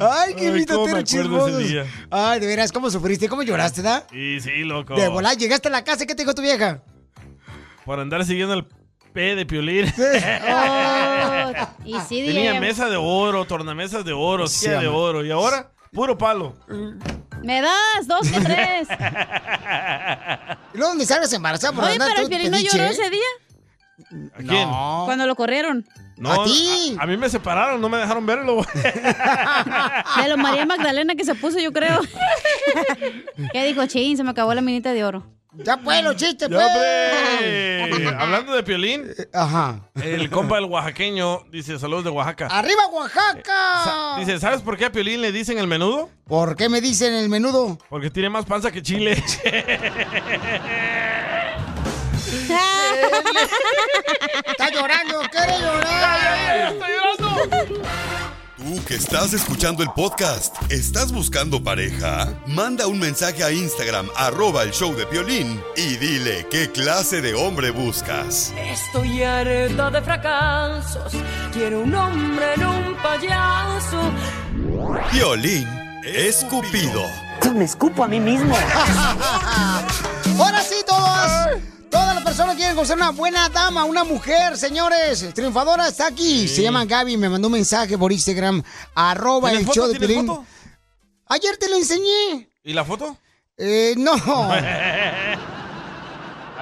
[SPEAKER 2] Ay, qué
[SPEAKER 1] Ay,
[SPEAKER 2] invito
[SPEAKER 1] cómo me
[SPEAKER 2] tiro
[SPEAKER 1] acuerdo ese
[SPEAKER 2] chismosos.
[SPEAKER 1] día.
[SPEAKER 2] Ay, de veras, ¿cómo sufriste? ¿Cómo lloraste, da?
[SPEAKER 1] Y sí, loco.
[SPEAKER 2] De volar, llegaste a la casa, ¿qué te dijo tu vieja?
[SPEAKER 1] Por andar siguiendo el P de Piolín.
[SPEAKER 3] Oh,
[SPEAKER 2] Ah.
[SPEAKER 3] y sí,
[SPEAKER 1] Tenía
[SPEAKER 3] DJ.
[SPEAKER 1] mesa de oro, tornamesas de oro,
[SPEAKER 2] Sí,
[SPEAKER 1] silla de
[SPEAKER 2] ama.
[SPEAKER 1] oro. Y ahora, puro palo.
[SPEAKER 3] Me das dos que tres.
[SPEAKER 2] ¿Y luego dónde salgas embarazada por
[SPEAKER 3] Oye,
[SPEAKER 2] andar
[SPEAKER 3] pero el
[SPEAKER 2] todo
[SPEAKER 3] Piolín no
[SPEAKER 2] pediche,
[SPEAKER 3] lloró
[SPEAKER 2] eh?
[SPEAKER 3] ese día.
[SPEAKER 1] ¿A quién?
[SPEAKER 3] Cuando lo corrieron.
[SPEAKER 1] No, a A, mí me separaron, no me dejaron verlo.
[SPEAKER 3] De lo María Magdalena que se puso, yo creo. ¿Qué dijo? Chin, se me acabó la minita de oro.
[SPEAKER 2] Ya pues, los chistes,
[SPEAKER 1] Ya, hombre. Hablando de Piolín.
[SPEAKER 2] Eh, Ajá.
[SPEAKER 1] El compa del oaxaqueño dice, saludos de Oaxaca.
[SPEAKER 2] ¡Arriba, Oaxaca!
[SPEAKER 1] Dice, ¿sabes por qué a Piolín le dicen el menudo?
[SPEAKER 2] ¿Por qué me dicen el menudo?
[SPEAKER 1] Porque tiene más panza que chile.
[SPEAKER 2] ¡Oh! Está llorando, quiere llorar.
[SPEAKER 1] ¡Está llorando!
[SPEAKER 5] Tú que estás escuchando el podcast, ¿estás buscando pareja? Manda un mensaje a Instagram, arroba el show de Piolín, y dile qué clase de hombre buscas.
[SPEAKER 30] Estoy harta de fracasos. Quiero un hombre en un payaso.
[SPEAKER 5] Piolín, escupido.
[SPEAKER 2] me escupo a mí mismo. Ahora sí, todos. Todas las personas quieren conocer una buena dama, una mujer, señores. Triunfadora está aquí. Se llama Gaby, me mandó un mensaje por Instagram. Arroba el
[SPEAKER 1] ¿Tienes
[SPEAKER 2] show de
[SPEAKER 1] foto? ¿Tienes
[SPEAKER 2] Pelín.
[SPEAKER 1] foto?
[SPEAKER 2] Ayer te lo enseñé.
[SPEAKER 1] ¿Y la foto?
[SPEAKER 2] Eh, no.
[SPEAKER 1] a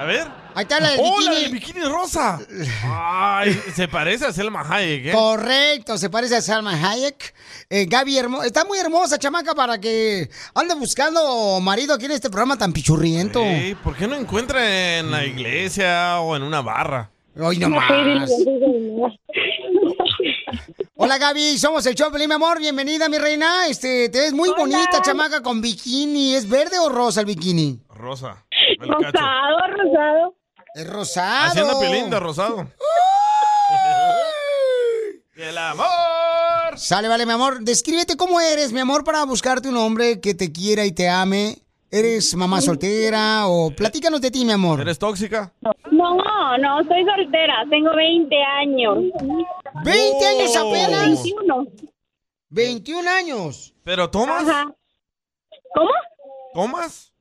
[SPEAKER 1] ver.
[SPEAKER 2] Ahí está la de
[SPEAKER 1] ¡Oh, la
[SPEAKER 2] bikini.
[SPEAKER 1] de bikini rosa! Ay, se parece a Selma Hayek, ¿eh?
[SPEAKER 2] Correcto, se parece a Salma Hayek. Eh, Gaby, hermo- está muy hermosa, chamaca, para que ande buscando marido aquí en este programa tan pichurriento.
[SPEAKER 1] Ey, ¿Por qué no encuentra en la iglesia o en una barra?
[SPEAKER 2] Ay, no más. Hola Gaby, somos el Choplin, mi amor. Bienvenida, mi reina. Este, te ves muy bonita, chamaca, con bikini. ¿Es verde o rosa el bikini?
[SPEAKER 1] Rosa.
[SPEAKER 2] Rosado, rosado. Es rosado.
[SPEAKER 1] Haciendo Piolín de rosado. ¡El amor!
[SPEAKER 2] Sale, vale, mi amor. Descríbete cómo eres, mi amor, para buscarte un hombre que te quiera y te ame. ¿Eres mamá soltera o platícanos de ti, mi amor?
[SPEAKER 1] ¿Eres tóxica?
[SPEAKER 4] No, no, soy soltera, tengo 20 años. Oh.
[SPEAKER 2] ¿20 años apenas?
[SPEAKER 4] 21.
[SPEAKER 2] 21 años.
[SPEAKER 1] ¿Pero tomas?
[SPEAKER 4] ¿Cómo?
[SPEAKER 1] ¿Tomas?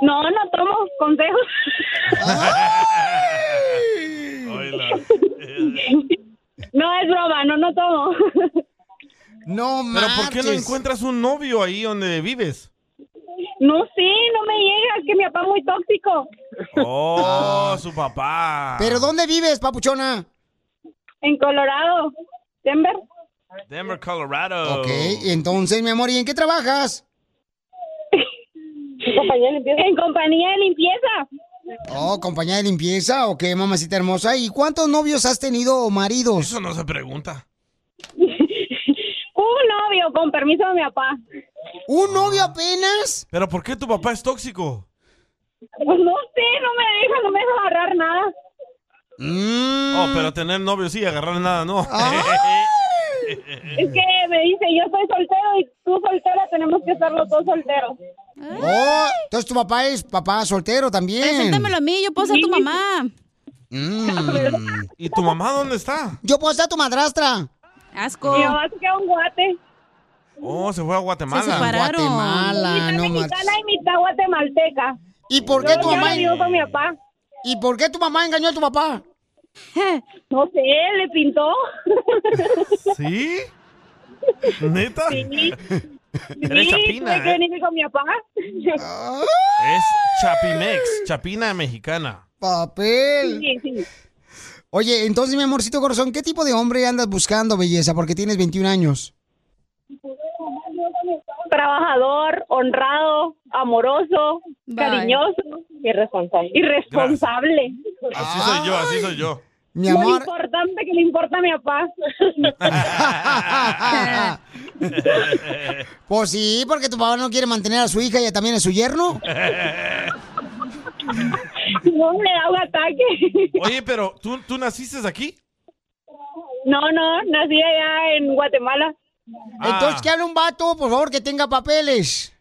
[SPEAKER 4] No, no tomo consejos. No es broma, no, no tomo.
[SPEAKER 2] No
[SPEAKER 1] ¿Pero por qué no
[SPEAKER 4] marches.
[SPEAKER 1] encuentras un novio ahí donde vives?
[SPEAKER 4] No, sí, no me llega, es que mi papá es muy tóxico.
[SPEAKER 2] Ah.
[SPEAKER 1] Oh, su papá.
[SPEAKER 2] ¿Pero dónde vives, papuchona?
[SPEAKER 4] En Colorado, Denver.
[SPEAKER 1] Denver, Colorado.
[SPEAKER 2] Ok, entonces, mi amor, ¿y en qué trabajas?
[SPEAKER 4] En compañía de limpieza. En compañía de limpieza.
[SPEAKER 2] Oh, compañía de limpieza, ok, mamacita hermosa. ¿Y cuántos novios has tenido o maridos?
[SPEAKER 1] Eso no se pregunta.
[SPEAKER 4] Un novio, con permiso de mi papá.
[SPEAKER 2] ¿Un novio apenas?
[SPEAKER 1] ¿Pero por qué tu papá es tóxico?
[SPEAKER 4] Pues no sé, no me deja, no me deja agarrar nada.
[SPEAKER 2] Mm.
[SPEAKER 1] Oh, pero tener novio sí, agarrar nada, no.
[SPEAKER 4] Es que me dice, yo soy soltero y tú soltera, tenemos que estar los dos solteros.
[SPEAKER 2] Oh, entonces tu papá es papá soltero también.
[SPEAKER 3] Preséntamelo a mí, yo puedo ser tu mamá.
[SPEAKER 2] Mm.
[SPEAKER 1] ¿Y tu mamá dónde está?
[SPEAKER 2] Yo puedo ser tu madrastra.
[SPEAKER 3] Asco.
[SPEAKER 4] Mi mamá se quedó un guate.
[SPEAKER 1] Oh, se fue a Guatemala.
[SPEAKER 4] Se separaron.
[SPEAKER 2] Guatemala, no marches.
[SPEAKER 4] Mexicana y mitad guatemalteca.
[SPEAKER 2] ¿Y por qué
[SPEAKER 4] Yo-
[SPEAKER 2] tu
[SPEAKER 4] yo
[SPEAKER 2] mamá-
[SPEAKER 4] me vivo con mi papá.
[SPEAKER 2] ¿Y por qué tu mamá engañó a tu papá?
[SPEAKER 4] No sé, le pintó.
[SPEAKER 1] ¿Sí? ¿Neta?
[SPEAKER 4] Sí.
[SPEAKER 1] Eres
[SPEAKER 4] sí,
[SPEAKER 1] chapina,
[SPEAKER 4] tuve que
[SPEAKER 1] ¿eh?
[SPEAKER 2] Ah,
[SPEAKER 4] venirme con mi papá.
[SPEAKER 1] Es Chapimex, chapina mexicana.
[SPEAKER 2] Papel. Oye, entonces, mi amorcito corazón, ¿qué tipo de hombre andas buscando, belleza? Porque tienes 21 años.
[SPEAKER 6] Trabajador, honrado, amoroso, cariñoso y responsable. Irresponsable.
[SPEAKER 1] Así soy yo, así soy yo.
[SPEAKER 2] Mi
[SPEAKER 6] Lo
[SPEAKER 2] amor.
[SPEAKER 6] importante que le importa a mi papá.
[SPEAKER 2] Pues sí, porque tu papá no quiere mantener a su hija y también a su yerno.
[SPEAKER 6] no me da un ataque.
[SPEAKER 1] Oye, pero ¿tú, tú naciste aquí?
[SPEAKER 6] No, no, nací allá en Guatemala. Ah.
[SPEAKER 2] Entonces, que hable un vato, por favor, que tenga papeles.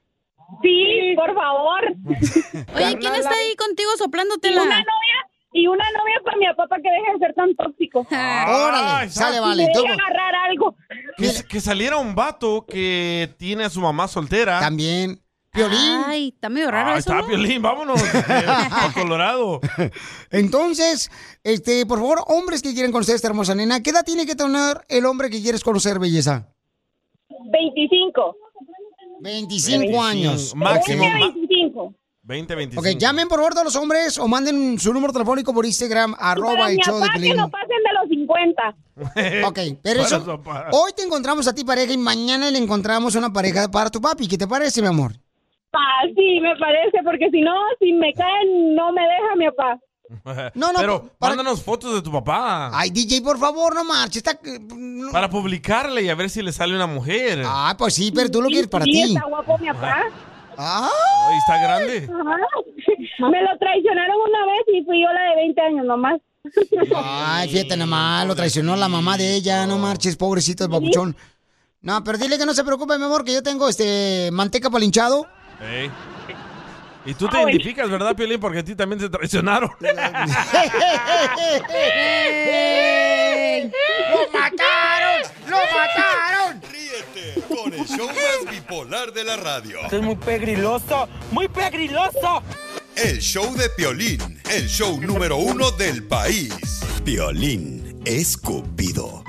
[SPEAKER 6] Sí, por favor.
[SPEAKER 3] Oye, ¿quién está ahí contigo
[SPEAKER 6] Y
[SPEAKER 3] soplándotela?
[SPEAKER 6] una novia, y una novia para mi papá para que deje de ser tan tóxico.
[SPEAKER 3] Ah,
[SPEAKER 4] Ah,
[SPEAKER 1] Órale, sale, vale,
[SPEAKER 6] Y deje
[SPEAKER 1] entonces-
[SPEAKER 6] agarrar algo.
[SPEAKER 1] Que, que saliera un vato que tiene a su mamá soltera.
[SPEAKER 2] También.
[SPEAKER 3] Ay, está medio Ah, raro eso,
[SPEAKER 1] está
[SPEAKER 3] ¿no?
[SPEAKER 1] Piolín, vámonos. eh, a Colorado.
[SPEAKER 2] Entonces, este, por favor, hombres que quieren conocer a esta hermosa nena, ¿qué edad tiene que tener el hombre que quieres conocer, belleza?
[SPEAKER 6] 25.
[SPEAKER 2] 25, años.
[SPEAKER 1] Máximo.
[SPEAKER 2] Ok.
[SPEAKER 1] ma-
[SPEAKER 6] 25.
[SPEAKER 1] 20, 25.
[SPEAKER 2] Ok, llamen por favor a los hombres o manden su número telefónico por Instagram, arroba el show de
[SPEAKER 6] que
[SPEAKER 2] Piolín.
[SPEAKER 6] no pasen de los 50.
[SPEAKER 2] Ok, pero eso-
[SPEAKER 6] Para, para.
[SPEAKER 2] hoy te encontramos a ti pareja y mañana le encontramos una pareja para tu papi. ¿Qué te parece, mi amor?
[SPEAKER 6] Pa, sí, me parece, porque si no, si me caen, no me deja mi papá.
[SPEAKER 2] No, no,
[SPEAKER 1] Pero mándanos fotos de tu papá.
[SPEAKER 2] Ay, DJ, por favor, no marches. Está... Oh,
[SPEAKER 1] Para publicarle y a ver si le sale una mujer.
[SPEAKER 2] Ah, pues sí, pero tú lo quieres para
[SPEAKER 6] Sí,
[SPEAKER 2] ti.
[SPEAKER 6] está guapo mi papá.
[SPEAKER 1] Ay, está grande.
[SPEAKER 6] Ajá. Me lo traicionaron una vez y fui yo la de 20 años nomás.
[SPEAKER 2] Ay, fíjate nada más, lo traicionó la mamá de ella, no marches, pobrecito el papuchón. No, pero dile que no se preocupe, mi amor, que yo tengo este manteca para el hinchado.
[SPEAKER 1] Ey. Y tú te identificas, ¿verdad, Piolín? Porque a ti también te traicionaron.
[SPEAKER 2] ¡Lo mataron! ¡Lo mataron!
[SPEAKER 5] Ríete con el show más bipolar de la radio.
[SPEAKER 15] Esto es muy pegriloso, muy pegriloso.
[SPEAKER 5] El show de Piolín, el show número uno del país. Piolín escupido.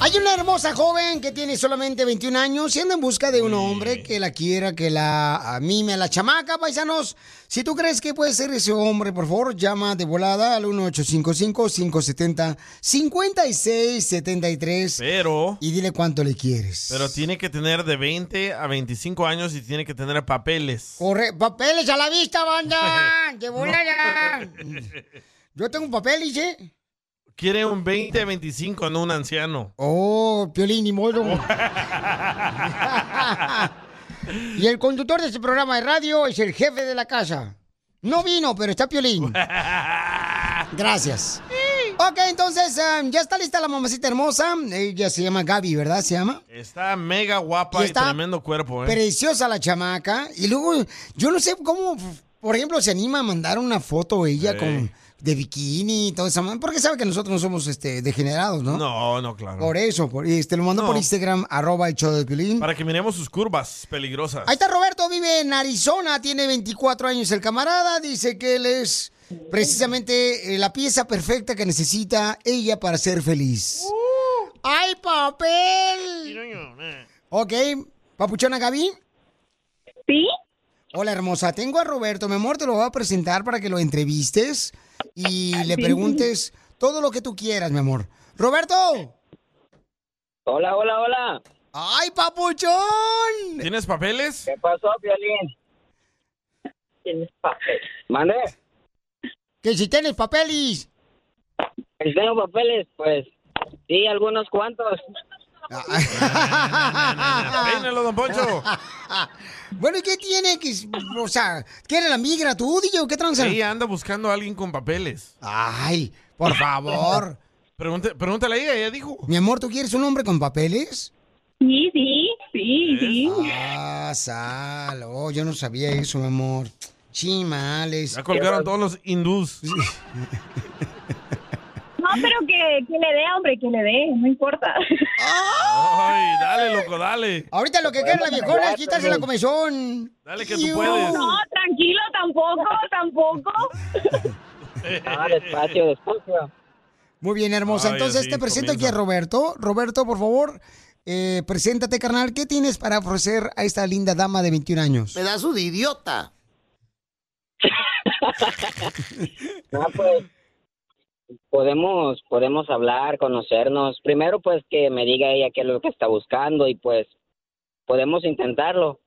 [SPEAKER 2] Hay una hermosa joven que tiene solamente 21 años y anda en busca de un hombre que la quiera, que la mime a la chamaca, paisanos. Si tú crees que puede ser ese hombre, por favor, llama de volada al 1855-570-5673
[SPEAKER 1] Pero,
[SPEAKER 2] y dile cuánto le quieres.
[SPEAKER 1] pero tiene que tener de 20 a 25 años y tiene que tener papeles.
[SPEAKER 2] Corre, papeles a la vista, banda. De volada. Yo tengo un papel, dice.
[SPEAKER 1] Quiere un 20 a 25, no un anciano.
[SPEAKER 2] Oh, Piolín, ni modo. y el conductor de este programa de radio es el jefe de la casa. No vino, pero está Piolín. Gracias. Ok, entonces, eh, ya está lista la mamacita hermosa. Ella se llama Gaby, ¿verdad? Se llama.
[SPEAKER 1] Está mega guapa
[SPEAKER 2] Y
[SPEAKER 1] y,
[SPEAKER 2] está
[SPEAKER 1] tremendo cuerpo, ¿eh?
[SPEAKER 2] Preciosa la chamaca. Y luego, yo no sé cómo, por ejemplo, se anima a mandar una foto ella
[SPEAKER 1] Sí.
[SPEAKER 2] con de bikini y todo eso. Porque sabe que nosotros no somos este degenerados, ¿no?
[SPEAKER 1] No, no, claro.
[SPEAKER 2] Por eso, por, este, lo mandó
[SPEAKER 1] No.
[SPEAKER 2] por Instagram, arroba el show de Piolín.
[SPEAKER 1] Para que miremos sus curvas peligrosas.
[SPEAKER 2] Ahí está Roberto, vive en Arizona, tiene 24 años el camarada, dice que él es precisamente eh, la pieza perfecta que necesita ella para ser feliz.
[SPEAKER 1] Uh.
[SPEAKER 2] ¡Ay, papel! Ok, papuchona Gaby.
[SPEAKER 6] ¿Sí?
[SPEAKER 2] Hola, hermosa. Tengo a Roberto, mi amor, te lo voy a presentar para que lo entrevistes y le
[SPEAKER 6] Sí.
[SPEAKER 2] preguntes todo lo que tú quieras, mi amor. Roberto.
[SPEAKER 9] Hola, hola, hola.
[SPEAKER 2] ¡Ay, papuchón!
[SPEAKER 1] ¿Tienes papeles?
[SPEAKER 9] ¿Qué pasó, Violín? ¿Tienes papeles? ¿Mande?
[SPEAKER 2] Que si tienes papeles.
[SPEAKER 9] Si tengo papeles, pues sí, algunos cuantos.
[SPEAKER 1] Peínalo, don Poncho.
[SPEAKER 2] Bueno, ¿y qué tiene? que s- O sea, ¿quiere la migra tú, DJ, o qué tranza?
[SPEAKER 1] Ella anda buscando a alguien con papeles.
[SPEAKER 2] Ay, por favor.
[SPEAKER 1] Pregunte- pregúntale a ella, ella dijo.
[SPEAKER 2] Mi amor, ¿tú quieres un hombre con papeles?
[SPEAKER 6] Sí, sí, sí, sí.
[SPEAKER 2] Ah, sal. Oh, yo no sabía eso, mi amor. Chimales.
[SPEAKER 1] Ya colgaron todos los hindús.
[SPEAKER 6] No, pero que, que le dé, hombre, que le dé, no importa.
[SPEAKER 1] Ay, dale, loco, dale.
[SPEAKER 2] Ahorita lo que quiere la viejona es quitarse la comezón.
[SPEAKER 1] Dale que tú puedes.
[SPEAKER 6] No, tranquilo, tampoco, tampoco.
[SPEAKER 9] Ah, despacio, despacio.
[SPEAKER 2] Muy bien, hermosa.
[SPEAKER 31] Ay,
[SPEAKER 2] Entonces
[SPEAKER 31] así
[SPEAKER 2] te presento aquí a
[SPEAKER 31] comienza.
[SPEAKER 2] Roberto. Roberto, por favor, eh, preséntate, carnal. ¿Qué tienes para ofrecer a esta linda dama de 21 años?
[SPEAKER 16] Pedazo de idiota.
[SPEAKER 32] No, pues, podemos, podemos hablar, conocernos. Primero, pues, que me diga ella qué es lo que está buscando y, pues, podemos intentarlo.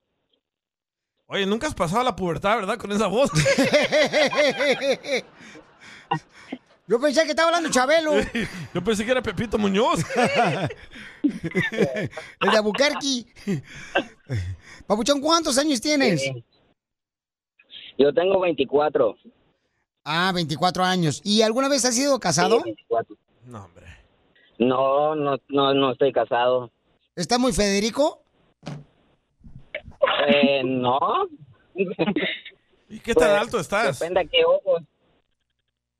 [SPEAKER 1] Oye, nunca has pasado la pubertad, ¿verdad? Con esa voz.
[SPEAKER 2] Yo pensé que estaba hablando Chabelo.
[SPEAKER 1] Yo pensé que era Pepito Muñoz.
[SPEAKER 2] El de Abuquerque. Papuchón, ¿cuántos años tienes?
[SPEAKER 6] Eh.
[SPEAKER 32] Yo tengo 24.
[SPEAKER 2] Ah, 24 años. ¿Y alguna vez has sido casado?
[SPEAKER 1] No,
[SPEAKER 32] No, no, no, no estoy casado.
[SPEAKER 2] ¿Está muy Federico?
[SPEAKER 32] Eh, no.
[SPEAKER 1] ¿Y qué tan
[SPEAKER 32] Pues,
[SPEAKER 1] alto estás?
[SPEAKER 32] Depende a qué ojos.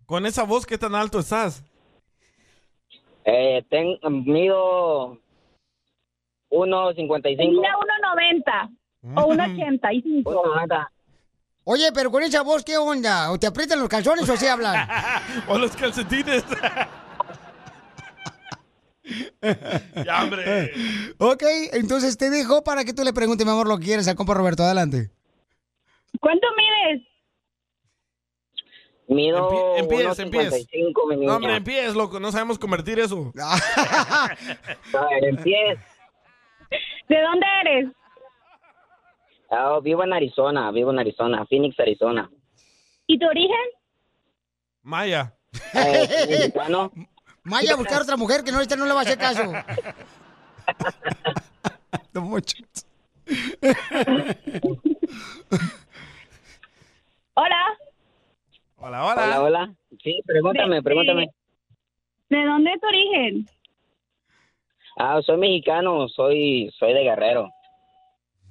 [SPEAKER 1] Con esa voz, ¿qué tan alto estás?
[SPEAKER 32] Eh, ten- mido 1.55.
[SPEAKER 4] Mira, 1.90 o 1.85.
[SPEAKER 2] Oye, pero con esa voz, ¿qué onda? ¿O te aprietan los calzones o así hablan?
[SPEAKER 1] o los calcetines. ya, hombre.
[SPEAKER 2] Eh, ok, entonces te dejo para que tú le preguntes, mi amor, lo que quieres al compa Roberto. Adelante.
[SPEAKER 4] ¿Cuánto mides?
[SPEAKER 32] Mido
[SPEAKER 1] Empiezas,
[SPEAKER 32] 1.55,
[SPEAKER 1] empiezas.
[SPEAKER 32] mi niña.
[SPEAKER 1] No, hombre, empiezas, loco. No sabemos convertir eso.
[SPEAKER 32] A ver, empiez.
[SPEAKER 4] ¿De dónde eres?
[SPEAKER 32] Ah, vivo en Arizona, vivo en Arizona, Phoenix, Arizona.
[SPEAKER 4] ¿Y tu origen?
[SPEAKER 1] Maya.
[SPEAKER 32] Eh, mexicano.
[SPEAKER 2] Maya, buscar otra mujer que no, esta no le va a hacer caso. No, mucho.
[SPEAKER 4] Hola.
[SPEAKER 1] Hola, hola.
[SPEAKER 32] Hola, hola. Sí, pregúntame,
[SPEAKER 4] De-
[SPEAKER 32] pregúntame.
[SPEAKER 4] ¿De de dónde es tu origen?
[SPEAKER 32] Ah, soy mexicano, soy soy de Guerrero,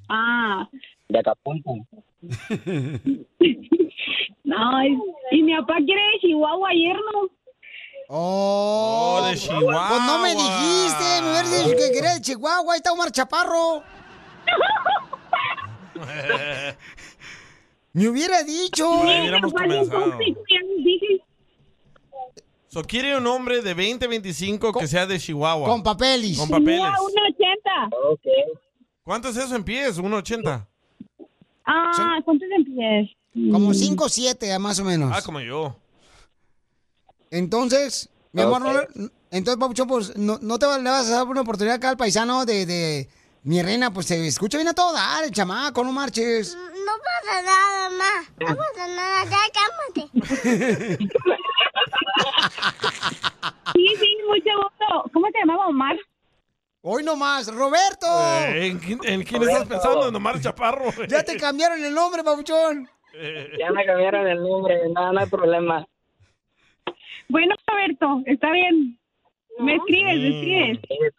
[SPEAKER 4] Ah,
[SPEAKER 32] de Acapulco.
[SPEAKER 4] no, y, y mi papá quiere de Chihuahua ayer, ¿no?
[SPEAKER 2] Oh,
[SPEAKER 1] de Chihuahua.
[SPEAKER 2] Pues no me dijiste, me hubieras dicho que quería de Chihuahua, ahí está Omar Chaparro. Me hubiera dicho.
[SPEAKER 1] Le hubiéramos comenzado.
[SPEAKER 4] Dije,
[SPEAKER 1] So, quiere un hombre de 20, 25 que sea de Chihuahua.
[SPEAKER 2] con papelis.
[SPEAKER 1] Con papeles.
[SPEAKER 4] 1.80.
[SPEAKER 1] ¿Cuánto es eso en pies? ¿1.80?
[SPEAKER 4] Ah, ¿cuántos empiezas?
[SPEAKER 2] Como 5 o 7, más o menos.
[SPEAKER 1] Ah, como yo.
[SPEAKER 2] Entonces, mi amor, no le- entonces, Papuchón, pues, no, no te va- le vas a dar una oportunidad acá al paisano de, de mi reina, pues se escucha bien a todo dar, el chamaco, no marches.
[SPEAKER 6] No pasa nada, mamá.
[SPEAKER 32] Eh.
[SPEAKER 6] No pasa nada, ya cálmate.
[SPEAKER 4] Sí, sí, mucho gusto. ¿Cómo te llamaba Omar?
[SPEAKER 2] Hoy nomás, Roberto.
[SPEAKER 1] Eh, ¿en, quién- en quién estás pensando? En Omar Chaparro. Eh,
[SPEAKER 2] Ya te cambiaron el nombre, Papuchón.
[SPEAKER 32] Ya me cambiaron el nombre, no, no hay problema.
[SPEAKER 4] Bueno, Roberto, está bien. Me escribes, me escribes.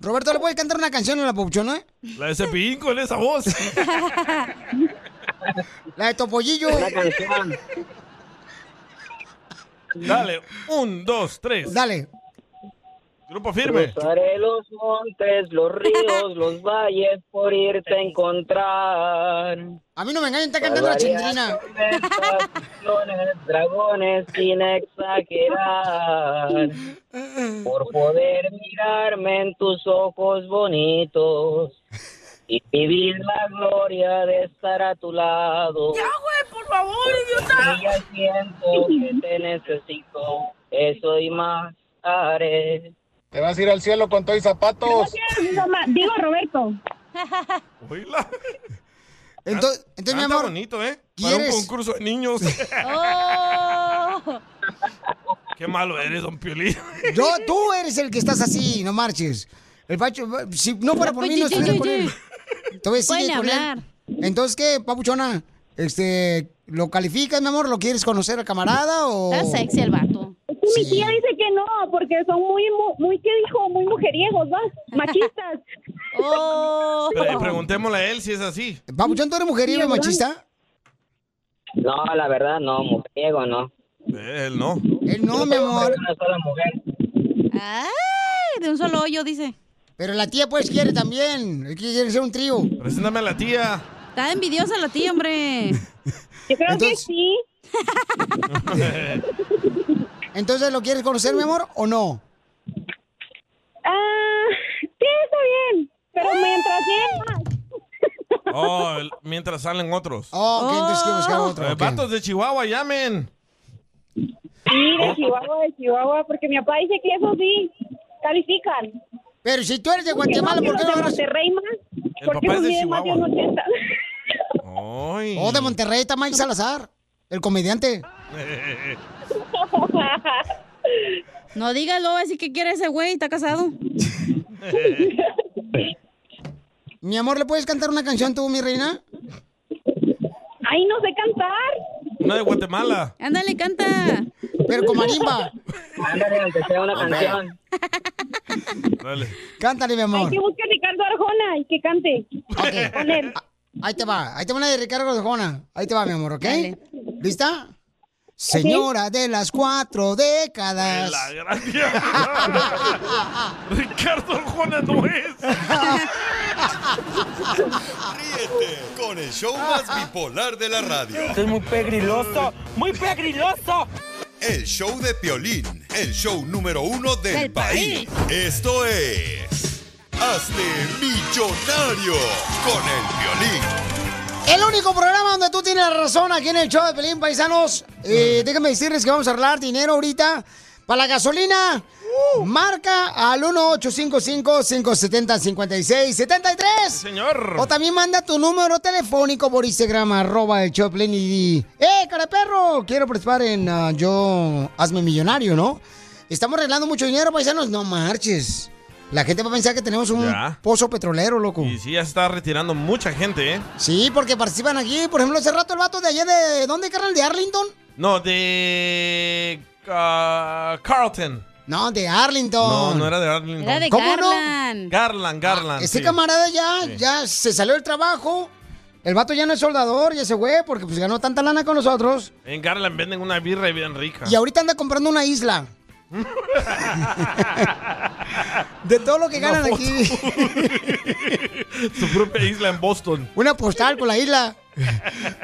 [SPEAKER 2] Roberto, ¿le puedes cantar una canción a la Papuchona?
[SPEAKER 1] La de Cepillín con esa voz.
[SPEAKER 2] La de Topollillo.
[SPEAKER 1] Una canción. Dale, un, dos, tres.
[SPEAKER 2] Dale.
[SPEAKER 1] Grupo firme.
[SPEAKER 32] Cruzaré los montes, los ríos, los valles por irte a encontrar.
[SPEAKER 2] A mí no me engañen, está cantando la chindrina.
[SPEAKER 32] Dragones sin exagerar. Por poder mirarme en tus ojos bonitos y vivir la gloria de estar a tu lado.
[SPEAKER 33] por favor,
[SPEAKER 32] Y ya siento que te necesito, eso y más haré.
[SPEAKER 16] Te vas a ir al cielo con todo y zapatos.
[SPEAKER 4] Digo, Roberto.
[SPEAKER 2] Entonces, entonces, mi
[SPEAKER 1] Canta
[SPEAKER 2] amor,
[SPEAKER 1] Ah, bonito, ¿eh? Para un
[SPEAKER 2] ¿quieres?
[SPEAKER 1] concurso de niños.
[SPEAKER 6] Oh.
[SPEAKER 1] Qué malo eres, don Piolín.
[SPEAKER 2] yo, tú eres el que estás así, no marches. El Pacho, si no fuera por mí,
[SPEAKER 3] Pues,
[SPEAKER 2] no estuviera con él. Entonces, sigue
[SPEAKER 3] Pueden
[SPEAKER 2] con él.
[SPEAKER 3] hablar.
[SPEAKER 2] Entonces, ¿qué, Papuchona? Este, ¿lo calificas, mi amor? ¿Lo quieres conocer al camarada o...?
[SPEAKER 3] Está sexy el vato.
[SPEAKER 4] Es que mi tía dice que no, porque son muy, mu- muy, ¿qué dijo? Muy mujeriegos, ¿va? Machistas.
[SPEAKER 3] oh.
[SPEAKER 1] Pre- preguntémosle a él si es así.
[SPEAKER 2] Papuchón, ¿tú eres mujeriego y machista?
[SPEAKER 32] No, la verdad no, mujeriego no.
[SPEAKER 1] Él no.
[SPEAKER 2] Él no, mi amor.
[SPEAKER 3] Ay, de un solo hoyo, dice.
[SPEAKER 2] Pero la tía, pues, quiere también. Él quiere ser un trío.
[SPEAKER 1] Preséntame a la tía.
[SPEAKER 3] Está envidiosa la tía, hombre.
[SPEAKER 4] Yo creo que sí.
[SPEAKER 2] Entonces, ¿lo quieres conocer, mi amor, o no?
[SPEAKER 6] Ah, sí, está bien. Pero mientras bien.
[SPEAKER 1] Oh, el- mientras salen otros.
[SPEAKER 2] Oh,
[SPEAKER 6] ok, entonces hay que buscar
[SPEAKER 2] otro,
[SPEAKER 1] Eh,
[SPEAKER 2] ok.
[SPEAKER 1] Vatos de Chihuahua, llamen.
[SPEAKER 6] Sí,
[SPEAKER 1] Oh.
[SPEAKER 6] de Chihuahua, de Chihuahua, porque mi papá dice que eso sí, califican.
[SPEAKER 2] Pero si tú eres de Guatemala, ¿por
[SPEAKER 6] de
[SPEAKER 2] qué no agarras-
[SPEAKER 6] Monterrey más?
[SPEAKER 1] El
[SPEAKER 6] ¿Por qué
[SPEAKER 1] papá es de
[SPEAKER 6] miden más
[SPEAKER 1] Chihuahua.
[SPEAKER 6] un 80?
[SPEAKER 2] Oh, de Monterrey está Mike Salazar, el comediante.
[SPEAKER 3] No dígalo, así que quiere ese güey, está casado.
[SPEAKER 2] Mi amor, ¿le puedes cantar una canción tú, mi reina?
[SPEAKER 6] Ay, no sé cantar.
[SPEAKER 1] Una de Guatemala.
[SPEAKER 3] Ándale, canta.
[SPEAKER 2] Pero con marimba.
[SPEAKER 9] Ándale, aunque sea una canción.
[SPEAKER 2] Cántale, mi
[SPEAKER 6] Hay
[SPEAKER 2] amor.
[SPEAKER 6] que buscar a Ricardo Arjona y que cante. Con él.
[SPEAKER 2] Ah, Ahí te va, ahí te va una de Ricardo Arjona. Ahí te va, mi amor, ¿ok? ¿Lista? Señora de las cuatro décadas.
[SPEAKER 1] Ricardo Arjona no es.
[SPEAKER 5] Ríete con el show más bipolar de la radio.
[SPEAKER 15] Es muy pegriloso, muy pegriloso.
[SPEAKER 5] El show de Piolín, el show número uno del,
[SPEAKER 15] Del
[SPEAKER 5] país. Esto es... Hazte millonario con
[SPEAKER 2] El único programa donde tú tienes la razón aquí en el show de Pelín Paisanos. Eh,
[SPEAKER 1] Mm.
[SPEAKER 2] déjenme decirles que vamos a arreglar dinero ahorita para la gasolina.
[SPEAKER 1] Uh.
[SPEAKER 2] Marca al 1-855-570-5673.
[SPEAKER 1] Señor.
[SPEAKER 2] O también manda tu número telefónico por Instagram, arroba el show de Pelín y di, ¡Eh, cara de perro! Quiero participar en ah, Yo Hazme Millonario, ¿no? Estamos arreglando mucho dinero, paisanos. No marches. La gente va a pensar que tenemos un
[SPEAKER 1] Ya.
[SPEAKER 2] pozo petrolero, loco.
[SPEAKER 1] Y sí, ya está retirando mucha gente, ¿eh?
[SPEAKER 2] Sí, porque participan aquí. Por ejemplo, hace rato el vato de allá de. ¿Dónde, carnal? ¿De Arlington?
[SPEAKER 1] No, de. ah, Carlton.
[SPEAKER 2] No, de Arlington.
[SPEAKER 1] No, no era de Arlington.
[SPEAKER 2] Era de ¿Cómo no? Garland.
[SPEAKER 1] Garland, Garland.
[SPEAKER 2] Este
[SPEAKER 1] Ah, sí.
[SPEAKER 2] camarada ya,
[SPEAKER 1] Sí.
[SPEAKER 2] ya se salió del trabajo. El vato ya no es soldador, ya se fue, porque pues ganó tanta lana con nosotros.
[SPEAKER 1] En Garland venden una birra bien rica.
[SPEAKER 2] Y ahorita anda comprando una isla. de todo lo que
[SPEAKER 1] Una
[SPEAKER 2] ganan
[SPEAKER 1] foto.
[SPEAKER 2] aquí.
[SPEAKER 1] Su propia isla en Boston.
[SPEAKER 2] Una postal con la isla.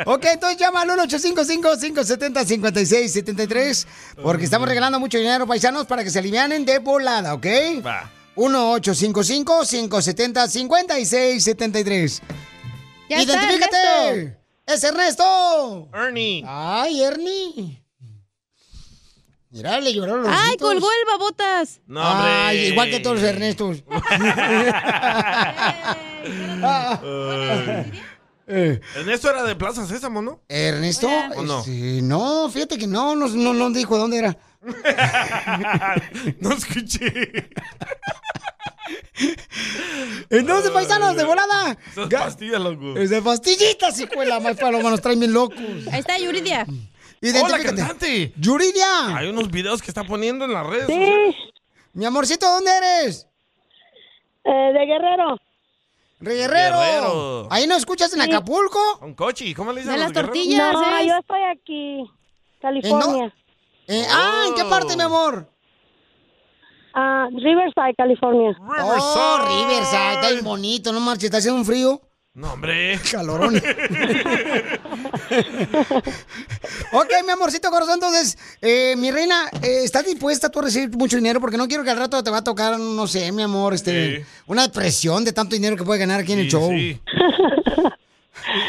[SPEAKER 2] Ok, entonces llama al 1-855-570-5673 porque estamos regalando mucho dinero, paisanos, para que se alivianen de volada, ¿ok?
[SPEAKER 1] Va.
[SPEAKER 2] 1-855-570-5673.
[SPEAKER 3] Ya está,
[SPEAKER 2] ¡Identifícate! ¡Es Ernesto!
[SPEAKER 1] Ernie.
[SPEAKER 2] ¡Ay, Ernie! Mirá, le lloraron los
[SPEAKER 3] Ay,
[SPEAKER 2] ojitos.
[SPEAKER 3] colgó el babotas.
[SPEAKER 1] No, hombre.
[SPEAKER 2] Ay, igual que todos los Ernestos. Ah.
[SPEAKER 1] Ay. Ernesto era de Plaza Sésamo, ¿no?
[SPEAKER 2] Ernesto,
[SPEAKER 1] ¿O no?
[SPEAKER 2] este, no, fíjate que no, no, no, no dijo dónde era.
[SPEAKER 1] no escuché.
[SPEAKER 2] Entonces, paisanos, de volada.
[SPEAKER 1] Esas pastillas, loco.
[SPEAKER 2] Es de pastillitas, hijuela, más paloma, nos traen bien locos.
[SPEAKER 3] Ahí está Yuridia.
[SPEAKER 1] Hola,
[SPEAKER 2] este, Identifícate.
[SPEAKER 1] cantante.
[SPEAKER 2] Yuridia.
[SPEAKER 1] Hay unos videos que está poniendo en las redes.
[SPEAKER 2] Mi amorcito, ¿dónde eres?
[SPEAKER 6] Eh, de Guerrero.
[SPEAKER 2] De Guerrero.
[SPEAKER 1] Guerrero.
[SPEAKER 2] Ahí no escuchas en Acapulco.
[SPEAKER 1] Con Cochi, ¿cómo le dicen? los guerreros?
[SPEAKER 6] No, yo estoy ¿eh? aquí, California.
[SPEAKER 2] Eh, ah, ¿en qué parte, mi amor?
[SPEAKER 6] Ah, Riverside, California.
[SPEAKER 2] Oh, Riverside, está bien bonito, no marches, está haciendo un frío.
[SPEAKER 1] No, hombre.
[SPEAKER 2] Calorón. Ok, mi amorcito corazón, entonces, eh, mi reina, eh, ¿estás dispuesta tú a recibir mucho dinero? Porque no quiero que al rato te va a tocar, no sé, mi amor, este,
[SPEAKER 1] Sí.
[SPEAKER 2] una depresión de tanto dinero que puede ganar aquí en el
[SPEAKER 1] Sí,
[SPEAKER 2] show.
[SPEAKER 1] sí.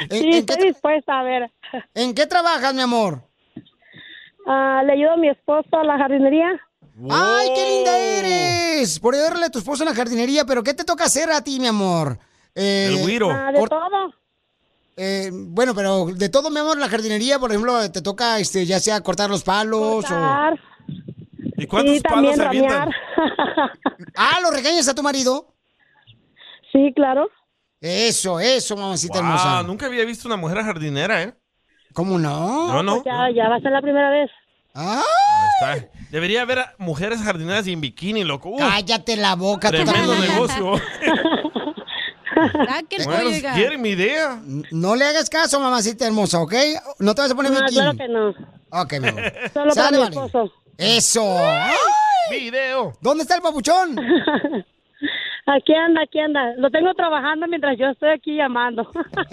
[SPEAKER 2] sí, estoy
[SPEAKER 6] dispuesta a ver.
[SPEAKER 2] ¿En qué trabajas, mi amor?
[SPEAKER 6] Ah, le ayudo a mi esposo a la jardinería.
[SPEAKER 2] ¡Ay, qué linda eres! Por ayudarle a tu esposo en la jardinería, pero ¿qué te toca hacer a ti, mi amor? Eh,
[SPEAKER 6] El güiro. Ah, de todo.
[SPEAKER 2] bueno, pero de todo, mi amor, la jardinería, por ejemplo, te toca, este, ya sea cortar los palos
[SPEAKER 6] Cortar.
[SPEAKER 2] o...
[SPEAKER 1] ¿Y
[SPEAKER 6] cuántos Sí, también palos
[SPEAKER 2] avientan?
[SPEAKER 6] ramear.
[SPEAKER 2] ah, ¿lo regañas a tu marido?
[SPEAKER 6] Sí, claro.
[SPEAKER 2] Eso, eso, mamacita
[SPEAKER 1] Wow,
[SPEAKER 2] hermosa.
[SPEAKER 1] nunca había visto una mujer jardinera, ¿eh?
[SPEAKER 2] ¿Cómo no?
[SPEAKER 1] No, no.
[SPEAKER 6] Ya, ya va a ser la primera vez.
[SPEAKER 2] Ah,
[SPEAKER 1] Ahí está. Debería haber mujeres jardineras y en bikini, loco. Uf,
[SPEAKER 2] cállate la boca. tú
[SPEAKER 1] Uh. tremendo
[SPEAKER 2] también.
[SPEAKER 1] negocio.
[SPEAKER 3] Ah, que el
[SPEAKER 2] Bueno,
[SPEAKER 3] pollo,
[SPEAKER 2] si
[SPEAKER 3] oiga.
[SPEAKER 2] quiere-
[SPEAKER 1] Mi idea.
[SPEAKER 2] No le hagas caso, mamacita hermosa, ¿ok? No te vas a poner
[SPEAKER 6] No,
[SPEAKER 2] bikini.
[SPEAKER 6] claro que no.
[SPEAKER 2] Ok, mi amor.
[SPEAKER 6] Solo para
[SPEAKER 2] Sale,
[SPEAKER 6] mi
[SPEAKER 2] vale.
[SPEAKER 6] esposo.
[SPEAKER 2] Eso. ¡Ay!
[SPEAKER 1] Video.
[SPEAKER 2] ¿Dónde está el papuchón?
[SPEAKER 6] Aquí anda, aquí anda. Lo tengo trabajando mientras yo estoy aquí llamando.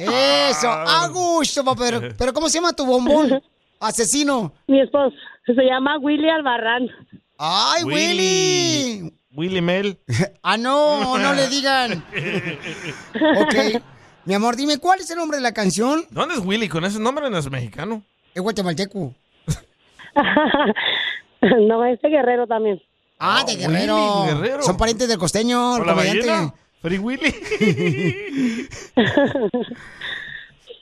[SPEAKER 6] Ah.
[SPEAKER 2] Eso, a gusto, papá. Pero, pero ¿cómo se llama tu bombón?
[SPEAKER 4] Asesino.
[SPEAKER 6] Mi esposo se llama Willy Albarrán.
[SPEAKER 4] ¡Ay, Willy!
[SPEAKER 1] Willy Mel.
[SPEAKER 4] Ah, no, no le digan. Ok. Mi amor, dime, ¿cuál es el nombre de la canción?
[SPEAKER 1] ¿Dónde es Willy? Con ese nombre no es mexicano.
[SPEAKER 4] Es guatemalteco.
[SPEAKER 6] no, es de Guerrero también.
[SPEAKER 4] Ah, de Guerrero.
[SPEAKER 6] Willy, Guerrero.
[SPEAKER 4] Son parientes del costeño, el
[SPEAKER 6] ¿Con la
[SPEAKER 4] comediante.
[SPEAKER 6] ballena?
[SPEAKER 1] Free Willy.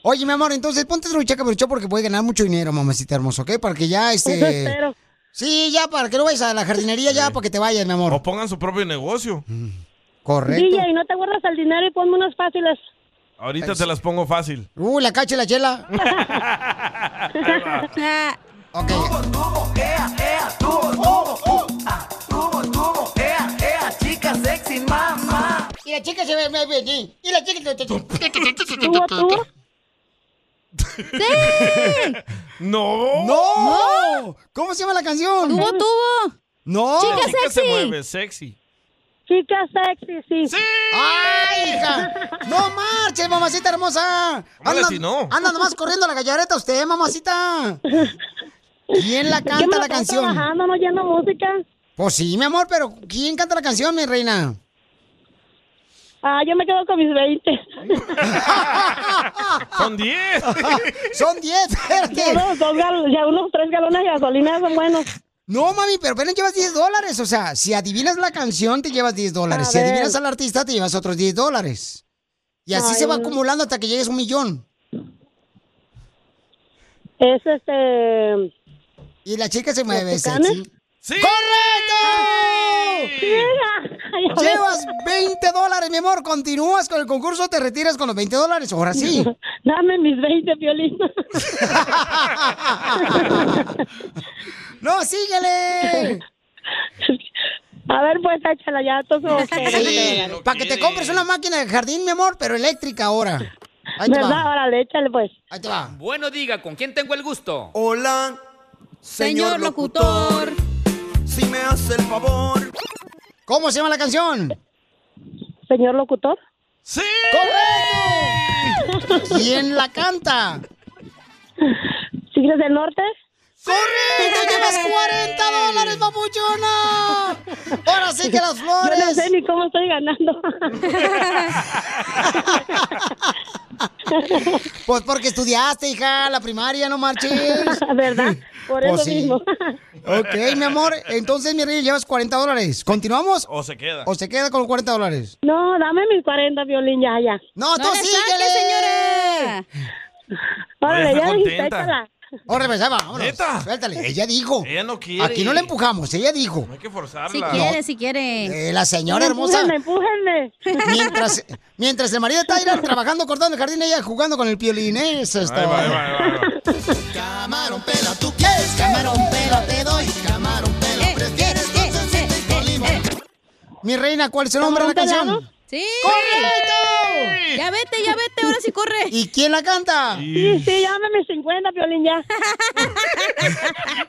[SPEAKER 4] Oye, mi amor, entonces ponte trucha, caberucho, porque puede ganar mucho dinero, mamacita hermosa, ¿ok? Para que ya, este...
[SPEAKER 6] Eso Pues espero.
[SPEAKER 4] Sí, ya, para que no vayas a la jardinería ya, para que te vayas, mi amor.
[SPEAKER 1] O pongan su propio negocio.
[SPEAKER 4] Mm, Correcto.
[SPEAKER 6] DJ, no te guardas el dinero y ponme unas fáciles.
[SPEAKER 1] Ahorita te las pongo fácil.
[SPEAKER 4] Uh, la cacha y la chela. ok.
[SPEAKER 2] ea, ea, é, tubo, tubo, uh, ah, tubo, tubo, é, ea, ea, chica sexy, mamá.
[SPEAKER 4] Y la chica se ve, ve, ve, sí. Y la chica...
[SPEAKER 2] ¿Tubo, tubo?
[SPEAKER 4] ¡Sí!
[SPEAKER 1] ¡No!
[SPEAKER 4] ¡No! ¿Cómo se llama la canción?
[SPEAKER 3] Tuvo, tuvo.
[SPEAKER 4] ¡No!
[SPEAKER 1] La chica se
[SPEAKER 2] é
[SPEAKER 1] mueve, sexy.
[SPEAKER 6] Chica sexy, sí.
[SPEAKER 4] ¡Ay, hija! ¡No marches, mamacita hermosa!
[SPEAKER 1] ¿Cómo le atinó?
[SPEAKER 4] anda nomás corriendo a la gallareta usted, mamacita. ¿Quién la
[SPEAKER 6] Yo
[SPEAKER 4] canta
[SPEAKER 6] me
[SPEAKER 4] la
[SPEAKER 6] estoy
[SPEAKER 4] canción?
[SPEAKER 6] trabajando, no oyendo música.
[SPEAKER 4] Pues sí, mi amor, pero ¿quién canta la canción, mi reina?
[SPEAKER 6] Ah, yo me quedo con mis 20.
[SPEAKER 1] Son 10.
[SPEAKER 4] Ah, son 10, espérate.
[SPEAKER 6] Ya unos, dos gal- ya unos tres galones de gasolina son buenos.
[SPEAKER 4] No, mami, pero apenas llevas 10 dólares. O sea, si adivinas la canción, te llevas 10 dólares.
[SPEAKER 6] A
[SPEAKER 4] Si
[SPEAKER 6] ver.
[SPEAKER 4] adivinas al artista, te llevas otros 10 dólares. Y así
[SPEAKER 6] Ay,
[SPEAKER 4] se va
[SPEAKER 6] no.
[SPEAKER 4] acumulando hasta que llegues a un millón.
[SPEAKER 6] Es este.
[SPEAKER 4] Y la chica se mueve,
[SPEAKER 6] ¿Los tucanes?
[SPEAKER 4] sexy. ¡Correcto! Llevas 20 dólares, mi amor. ¿Continúas con el concurso te retiras con los 20 dólares? Ahora sí.
[SPEAKER 6] Dame mis 20 violinos.
[SPEAKER 4] ¡No, síguele!
[SPEAKER 6] A ver, pues, échala ya, todo
[SPEAKER 4] para que te compres una máquina de jardín, mi amor, pero eléctrica ahora. Ahí te
[SPEAKER 6] ¿Verdad?
[SPEAKER 4] va.
[SPEAKER 6] Órale, échale, pues.
[SPEAKER 4] Ahí te va.
[SPEAKER 19] Bueno, diga, ¿con quién tengo el gusto?
[SPEAKER 4] Oh,
[SPEAKER 2] Hola,
[SPEAKER 6] Señor locutor.
[SPEAKER 2] si me hace el favor.
[SPEAKER 4] ¿Cómo se llama la canción?
[SPEAKER 6] Señor locutor.
[SPEAKER 1] ¡Sí!
[SPEAKER 4] ¡Correcto! ¿Quién la canta?
[SPEAKER 6] ¿Tigres del Norte?
[SPEAKER 4] ¡Correcto! ¡Llevas 40 dólares, papuchona! ¡Ahora sí que las flores!
[SPEAKER 6] Yo no sé ni cómo estoy ganando.
[SPEAKER 4] Pues porque estudiaste, hija, la primaria, no marches.
[SPEAKER 6] ¿Verdad? Por
[SPEAKER 4] Pues
[SPEAKER 6] eso
[SPEAKER 4] sí.
[SPEAKER 6] mismo.
[SPEAKER 4] Ok, mi amor, entonces, mi rey, llevas 40 dólares. ¿Continuamos?
[SPEAKER 1] O se queda.
[SPEAKER 4] ¿O se queda con 40 dólares?
[SPEAKER 6] No, dame mis 40 violín ya, ya.
[SPEAKER 4] No, tú
[SPEAKER 6] le
[SPEAKER 4] síguele.
[SPEAKER 6] saques, señora. Órale,
[SPEAKER 4] Está
[SPEAKER 6] ya dijiste,
[SPEAKER 4] contenta.
[SPEAKER 6] échala.
[SPEAKER 4] Órale, pues, ya vámonos. Suéltale. Ella dijo.
[SPEAKER 1] Ella no quiere.
[SPEAKER 4] Aquí no la empujamos, ella dijo.
[SPEAKER 1] Hay que forzarla.
[SPEAKER 3] Si quiere, si quiere.
[SPEAKER 4] Eh, la señora hermosa.
[SPEAKER 6] Empújenme,
[SPEAKER 4] Mientras, mientras el marido está ahí trabajando, cortando el jardín, ella jugando con el piolín. ¿eh? Eso está.
[SPEAKER 2] Ahí va, ahí va, ahí va, ahí va.
[SPEAKER 4] Camarón pela, tú quieres camarón pela, te doy camarón pela,
[SPEAKER 3] Eh,
[SPEAKER 4] prefieres con salsita y con limón. Mi reina, ¿cuál es el nombre de la
[SPEAKER 3] ¿Camarón
[SPEAKER 4] canción?
[SPEAKER 3] eh. ¡Sí!
[SPEAKER 4] ¡Correcto!
[SPEAKER 3] Ya vete, ya vete, ahora sí corre.
[SPEAKER 4] ¿Y quién la canta?
[SPEAKER 6] Sí, sí, llámame 50, Piolín, ya.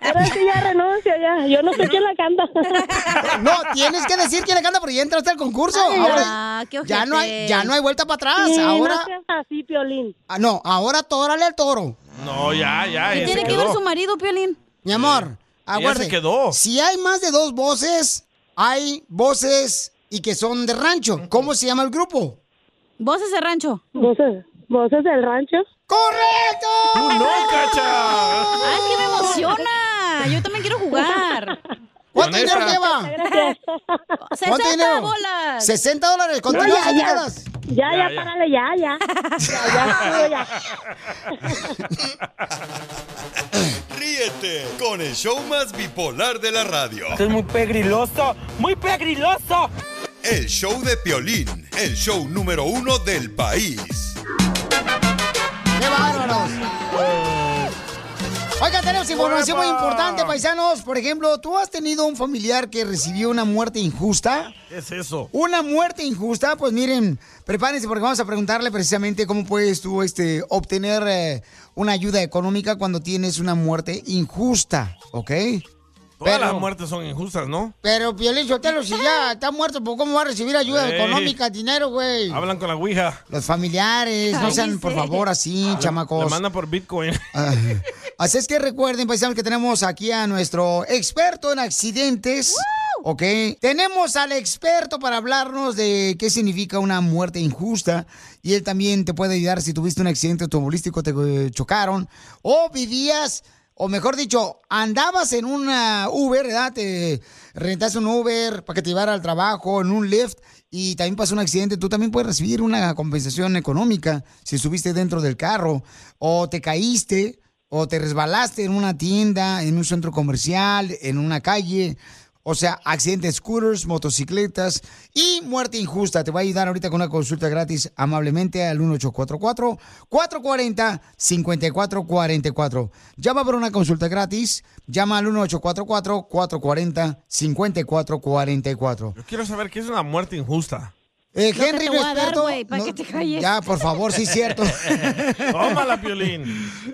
[SPEAKER 6] Ahora sí ya renuncio, ya. Yo no sé quién la canta.
[SPEAKER 4] No, tienes que decir quién la canta porque ya entraste al concurso.
[SPEAKER 6] Ay,
[SPEAKER 4] ahora
[SPEAKER 6] ah, qué
[SPEAKER 4] ya no hay, ya no hay vuelta para atrás.
[SPEAKER 6] Sí,
[SPEAKER 4] ahora,
[SPEAKER 6] No seas así, Piolín.
[SPEAKER 4] ah, no, ahora tórale al toro. Eh,
[SPEAKER 1] No, Oh, ya, ya.
[SPEAKER 3] ¿Qué
[SPEAKER 1] ya
[SPEAKER 3] tiene
[SPEAKER 1] se
[SPEAKER 3] que
[SPEAKER 1] quedó.
[SPEAKER 3] ver su marido, Piolín?
[SPEAKER 4] Mi amor, aguarde.
[SPEAKER 1] se quedó.
[SPEAKER 4] Si hay más de dos voces, hay voces y que son de rancho. ¿Cómo se llama el grupo?
[SPEAKER 3] Voces de rancho.
[SPEAKER 6] ¿Voces, voces del rancho?
[SPEAKER 4] ¡Correcto!
[SPEAKER 1] ¡Tú no, cacha!
[SPEAKER 3] ¡Ay, Ah, es que me emociona! Yo también quiero jugar.
[SPEAKER 4] ¿Cuánto dinero lleva? ¿Cuánto
[SPEAKER 3] 60
[SPEAKER 4] dinero?
[SPEAKER 3] bolas.
[SPEAKER 4] 60 dólares. Continúa,
[SPEAKER 6] No, ya, ya.
[SPEAKER 4] señoras.
[SPEAKER 6] Ya, ya,
[SPEAKER 4] Ya, ya.
[SPEAKER 6] párale, ya, ya. Ya, ya, estuvo, ya.
[SPEAKER 5] Ríete con el show más bipolar de la radio.
[SPEAKER 34] Esto es muy pegriloso, muy pegriloso.
[SPEAKER 5] El show de Piolín, el show número uno del país.
[SPEAKER 4] ¡Qué bárbaros! Oiga, tenemos información muy importante, paisanos. Por ejemplo, ¿tú has tenido un familiar que recibió una muerte injusta?
[SPEAKER 1] ¿Qué es eso?
[SPEAKER 4] Una muerte injusta, pues miren, prepárense porque vamos a preguntarle precisamente cómo puedes tú este, obtener eh, una ayuda económica cuando tienes una muerte injusta, ¿ok?
[SPEAKER 1] Todas las muertes son injustas, ¿no?
[SPEAKER 4] Pero Piolín Sotelo, si ya está muerto, pues ¿cómo va a recibir ayuda
[SPEAKER 1] Ey.
[SPEAKER 4] económica, dinero, güey?
[SPEAKER 1] Hablan con la ouija. Ah,
[SPEAKER 4] Los familiares, no sean por favor así,
[SPEAKER 1] Le
[SPEAKER 4] chamacos.
[SPEAKER 1] mandan por Bitcoin.
[SPEAKER 4] Ah,
[SPEAKER 2] Así es que recuerden, paisanos, que tenemos aquí a nuestro experto en accidentes. Ok, tenemos al experto para hablarnos de qué significa una muerte injusta y él también te puede ayudar si tuviste un accidente automovilístico, te eh, chocaron o vivías, o mejor dicho, andabas en una Uber, ¿verdad? Te rentaste un Uber para que te llevara al trabajo, en un Lyft y también pasó un accidente, tú también puedes recibir una compensación económica si subiste dentro del carro o te caíste o te resbalaste en una tienda, en un centro comercial, en una calle. O sea, accidentes, scooters, motocicletas y muerte injusta. Te voy a ayudar ahorita con una consulta gratis amablemente al 1844-440-5444. Llama por una consulta gratis. Llama al 1844-440-5444.
[SPEAKER 1] Yo quiero saber qué es una muerte injusta.
[SPEAKER 2] Eh,
[SPEAKER 3] No te
[SPEAKER 2] Henry,
[SPEAKER 3] te voy
[SPEAKER 2] mi
[SPEAKER 3] a dar,
[SPEAKER 2] experto,
[SPEAKER 3] güey, para que te calles.
[SPEAKER 2] Ya, por favor, sí es cierto.
[SPEAKER 1] Tómala, Piolín.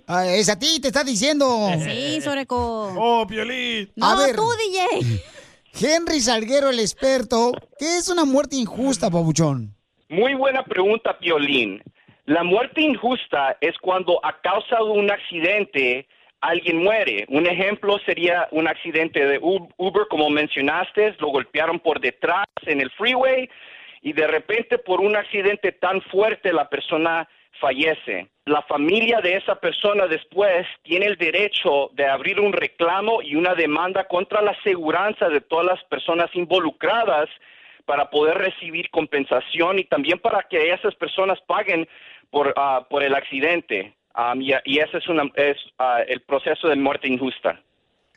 [SPEAKER 2] Ah, es a ti, te está diciendo.
[SPEAKER 3] Sí, Soreco.
[SPEAKER 1] Oh, Piolín.
[SPEAKER 3] No,
[SPEAKER 2] A ver.
[SPEAKER 3] tú, DJ.
[SPEAKER 2] Henry Salguero, el experto, ¿qué es una muerte injusta, Pabuchón?
[SPEAKER 35] Muy buena pregunta, Piolín. La muerte injusta es cuando a causa de un accidente alguien muere. Un ejemplo sería un accidente de U- Uber, como mencionaste, lo golpearon por detrás en el freeway y de repente por un accidente tan fuerte la persona fallece. La familia de esa persona después tiene el derecho de abrir un reclamo y una demanda contra la aseguranza de todas las personas involucradas para poder recibir compensación y también para que esas personas paguen por, ah, por el accidente. Am, y, y ese es, una- es ah, el proceso de muerte injusta.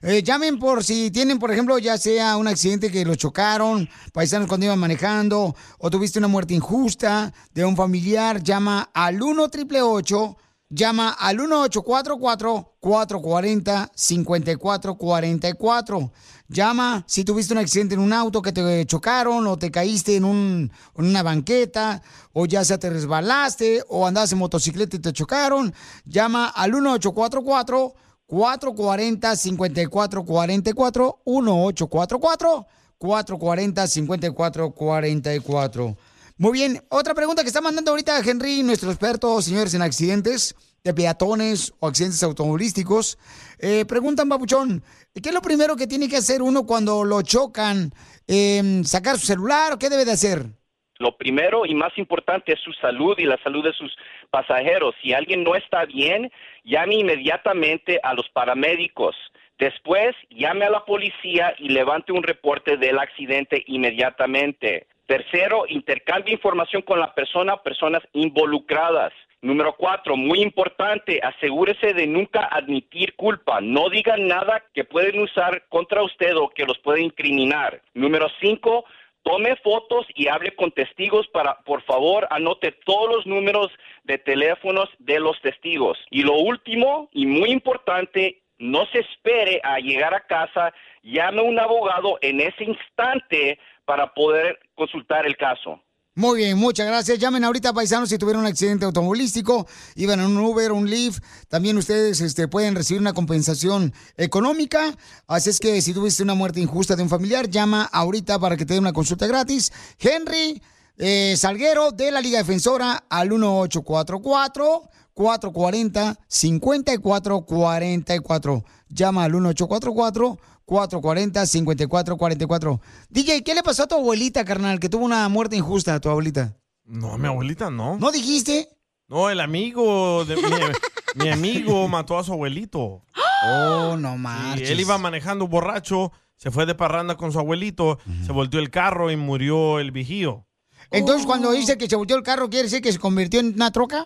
[SPEAKER 2] Eh, llamen por si tienen, por ejemplo, ya sea un accidente que los chocaron, paisanos cuando iban manejando, o tuviste una muerte injusta de un familiar, llama al 1 888 llama al 1844-440-5444. Llama si tuviste un accidente en un auto que te chocaron, o te caíste en, un- en una banqueta, o ya sea te resbalaste, o andabas en motocicleta y te chocaron. Llama al 1844 440-5444, 1844-440-5444. Muy bien, otra pregunta que está mandando ahorita Henry, nuestro experto, señores, en accidentes de peatones o accidentes automovilísticos. Eh, preguntan, Babuchón, ¿qué es lo primero que tiene que hacer uno cuando lo chocan? Eh, ¿Sacar su celular o qué debe de hacer?
[SPEAKER 35] Lo primero y más importante es su salud y la salud de sus pasajeros. Si alguien no está bien, llame inmediatamente a los paramédicos. Después, llame a la policía y levante un reporte del accidente inmediatamente. Tercero, intercambie información con la persona o personas involucradas. Número cuatro, muy importante, asegúrese de nunca admitir culpa. No digan nada que pueden usar contra usted o que los pueden incriminar. Número cinco, Tome fotos y hable con testigos para, por favor, anote todos los números de teléfonos de los testigos. Y lo último y muy importante, no se espere a llegar a casa, llame a un abogado en ese instante para poder consultar el caso.
[SPEAKER 2] Muy bien, muchas gracias. Llamen ahorita, paisanos, si tuvieron un accidente automovilístico, iban en un Uber, un Lyft, también ustedes este, pueden recibir una compensación económica. Así es que si tuviste una muerte injusta de un familiar, llama ahorita para que te dé una consulta gratis. Henry eh, Salguero de la Liga Defensora al 1844. 440-5444. Llama al 1844-440-5444. DJ, ¿qué le pasó a tu abuelita, carnal? Que tuvo una muerte injusta a tu abuelita.
[SPEAKER 1] No, mi abuelita no.
[SPEAKER 2] ¿No dijiste?
[SPEAKER 1] No, el amigo de mi, mi amigo mató a su abuelito.
[SPEAKER 2] Oh, no
[SPEAKER 1] Y
[SPEAKER 2] marches.
[SPEAKER 1] él iba manejando borracho, se fue de parranda con su abuelito, se volteó el carro y murió el vigío.
[SPEAKER 2] Entonces, cuando dice que se volteó el carro, ¿quiere decir que se convirtió en una troca?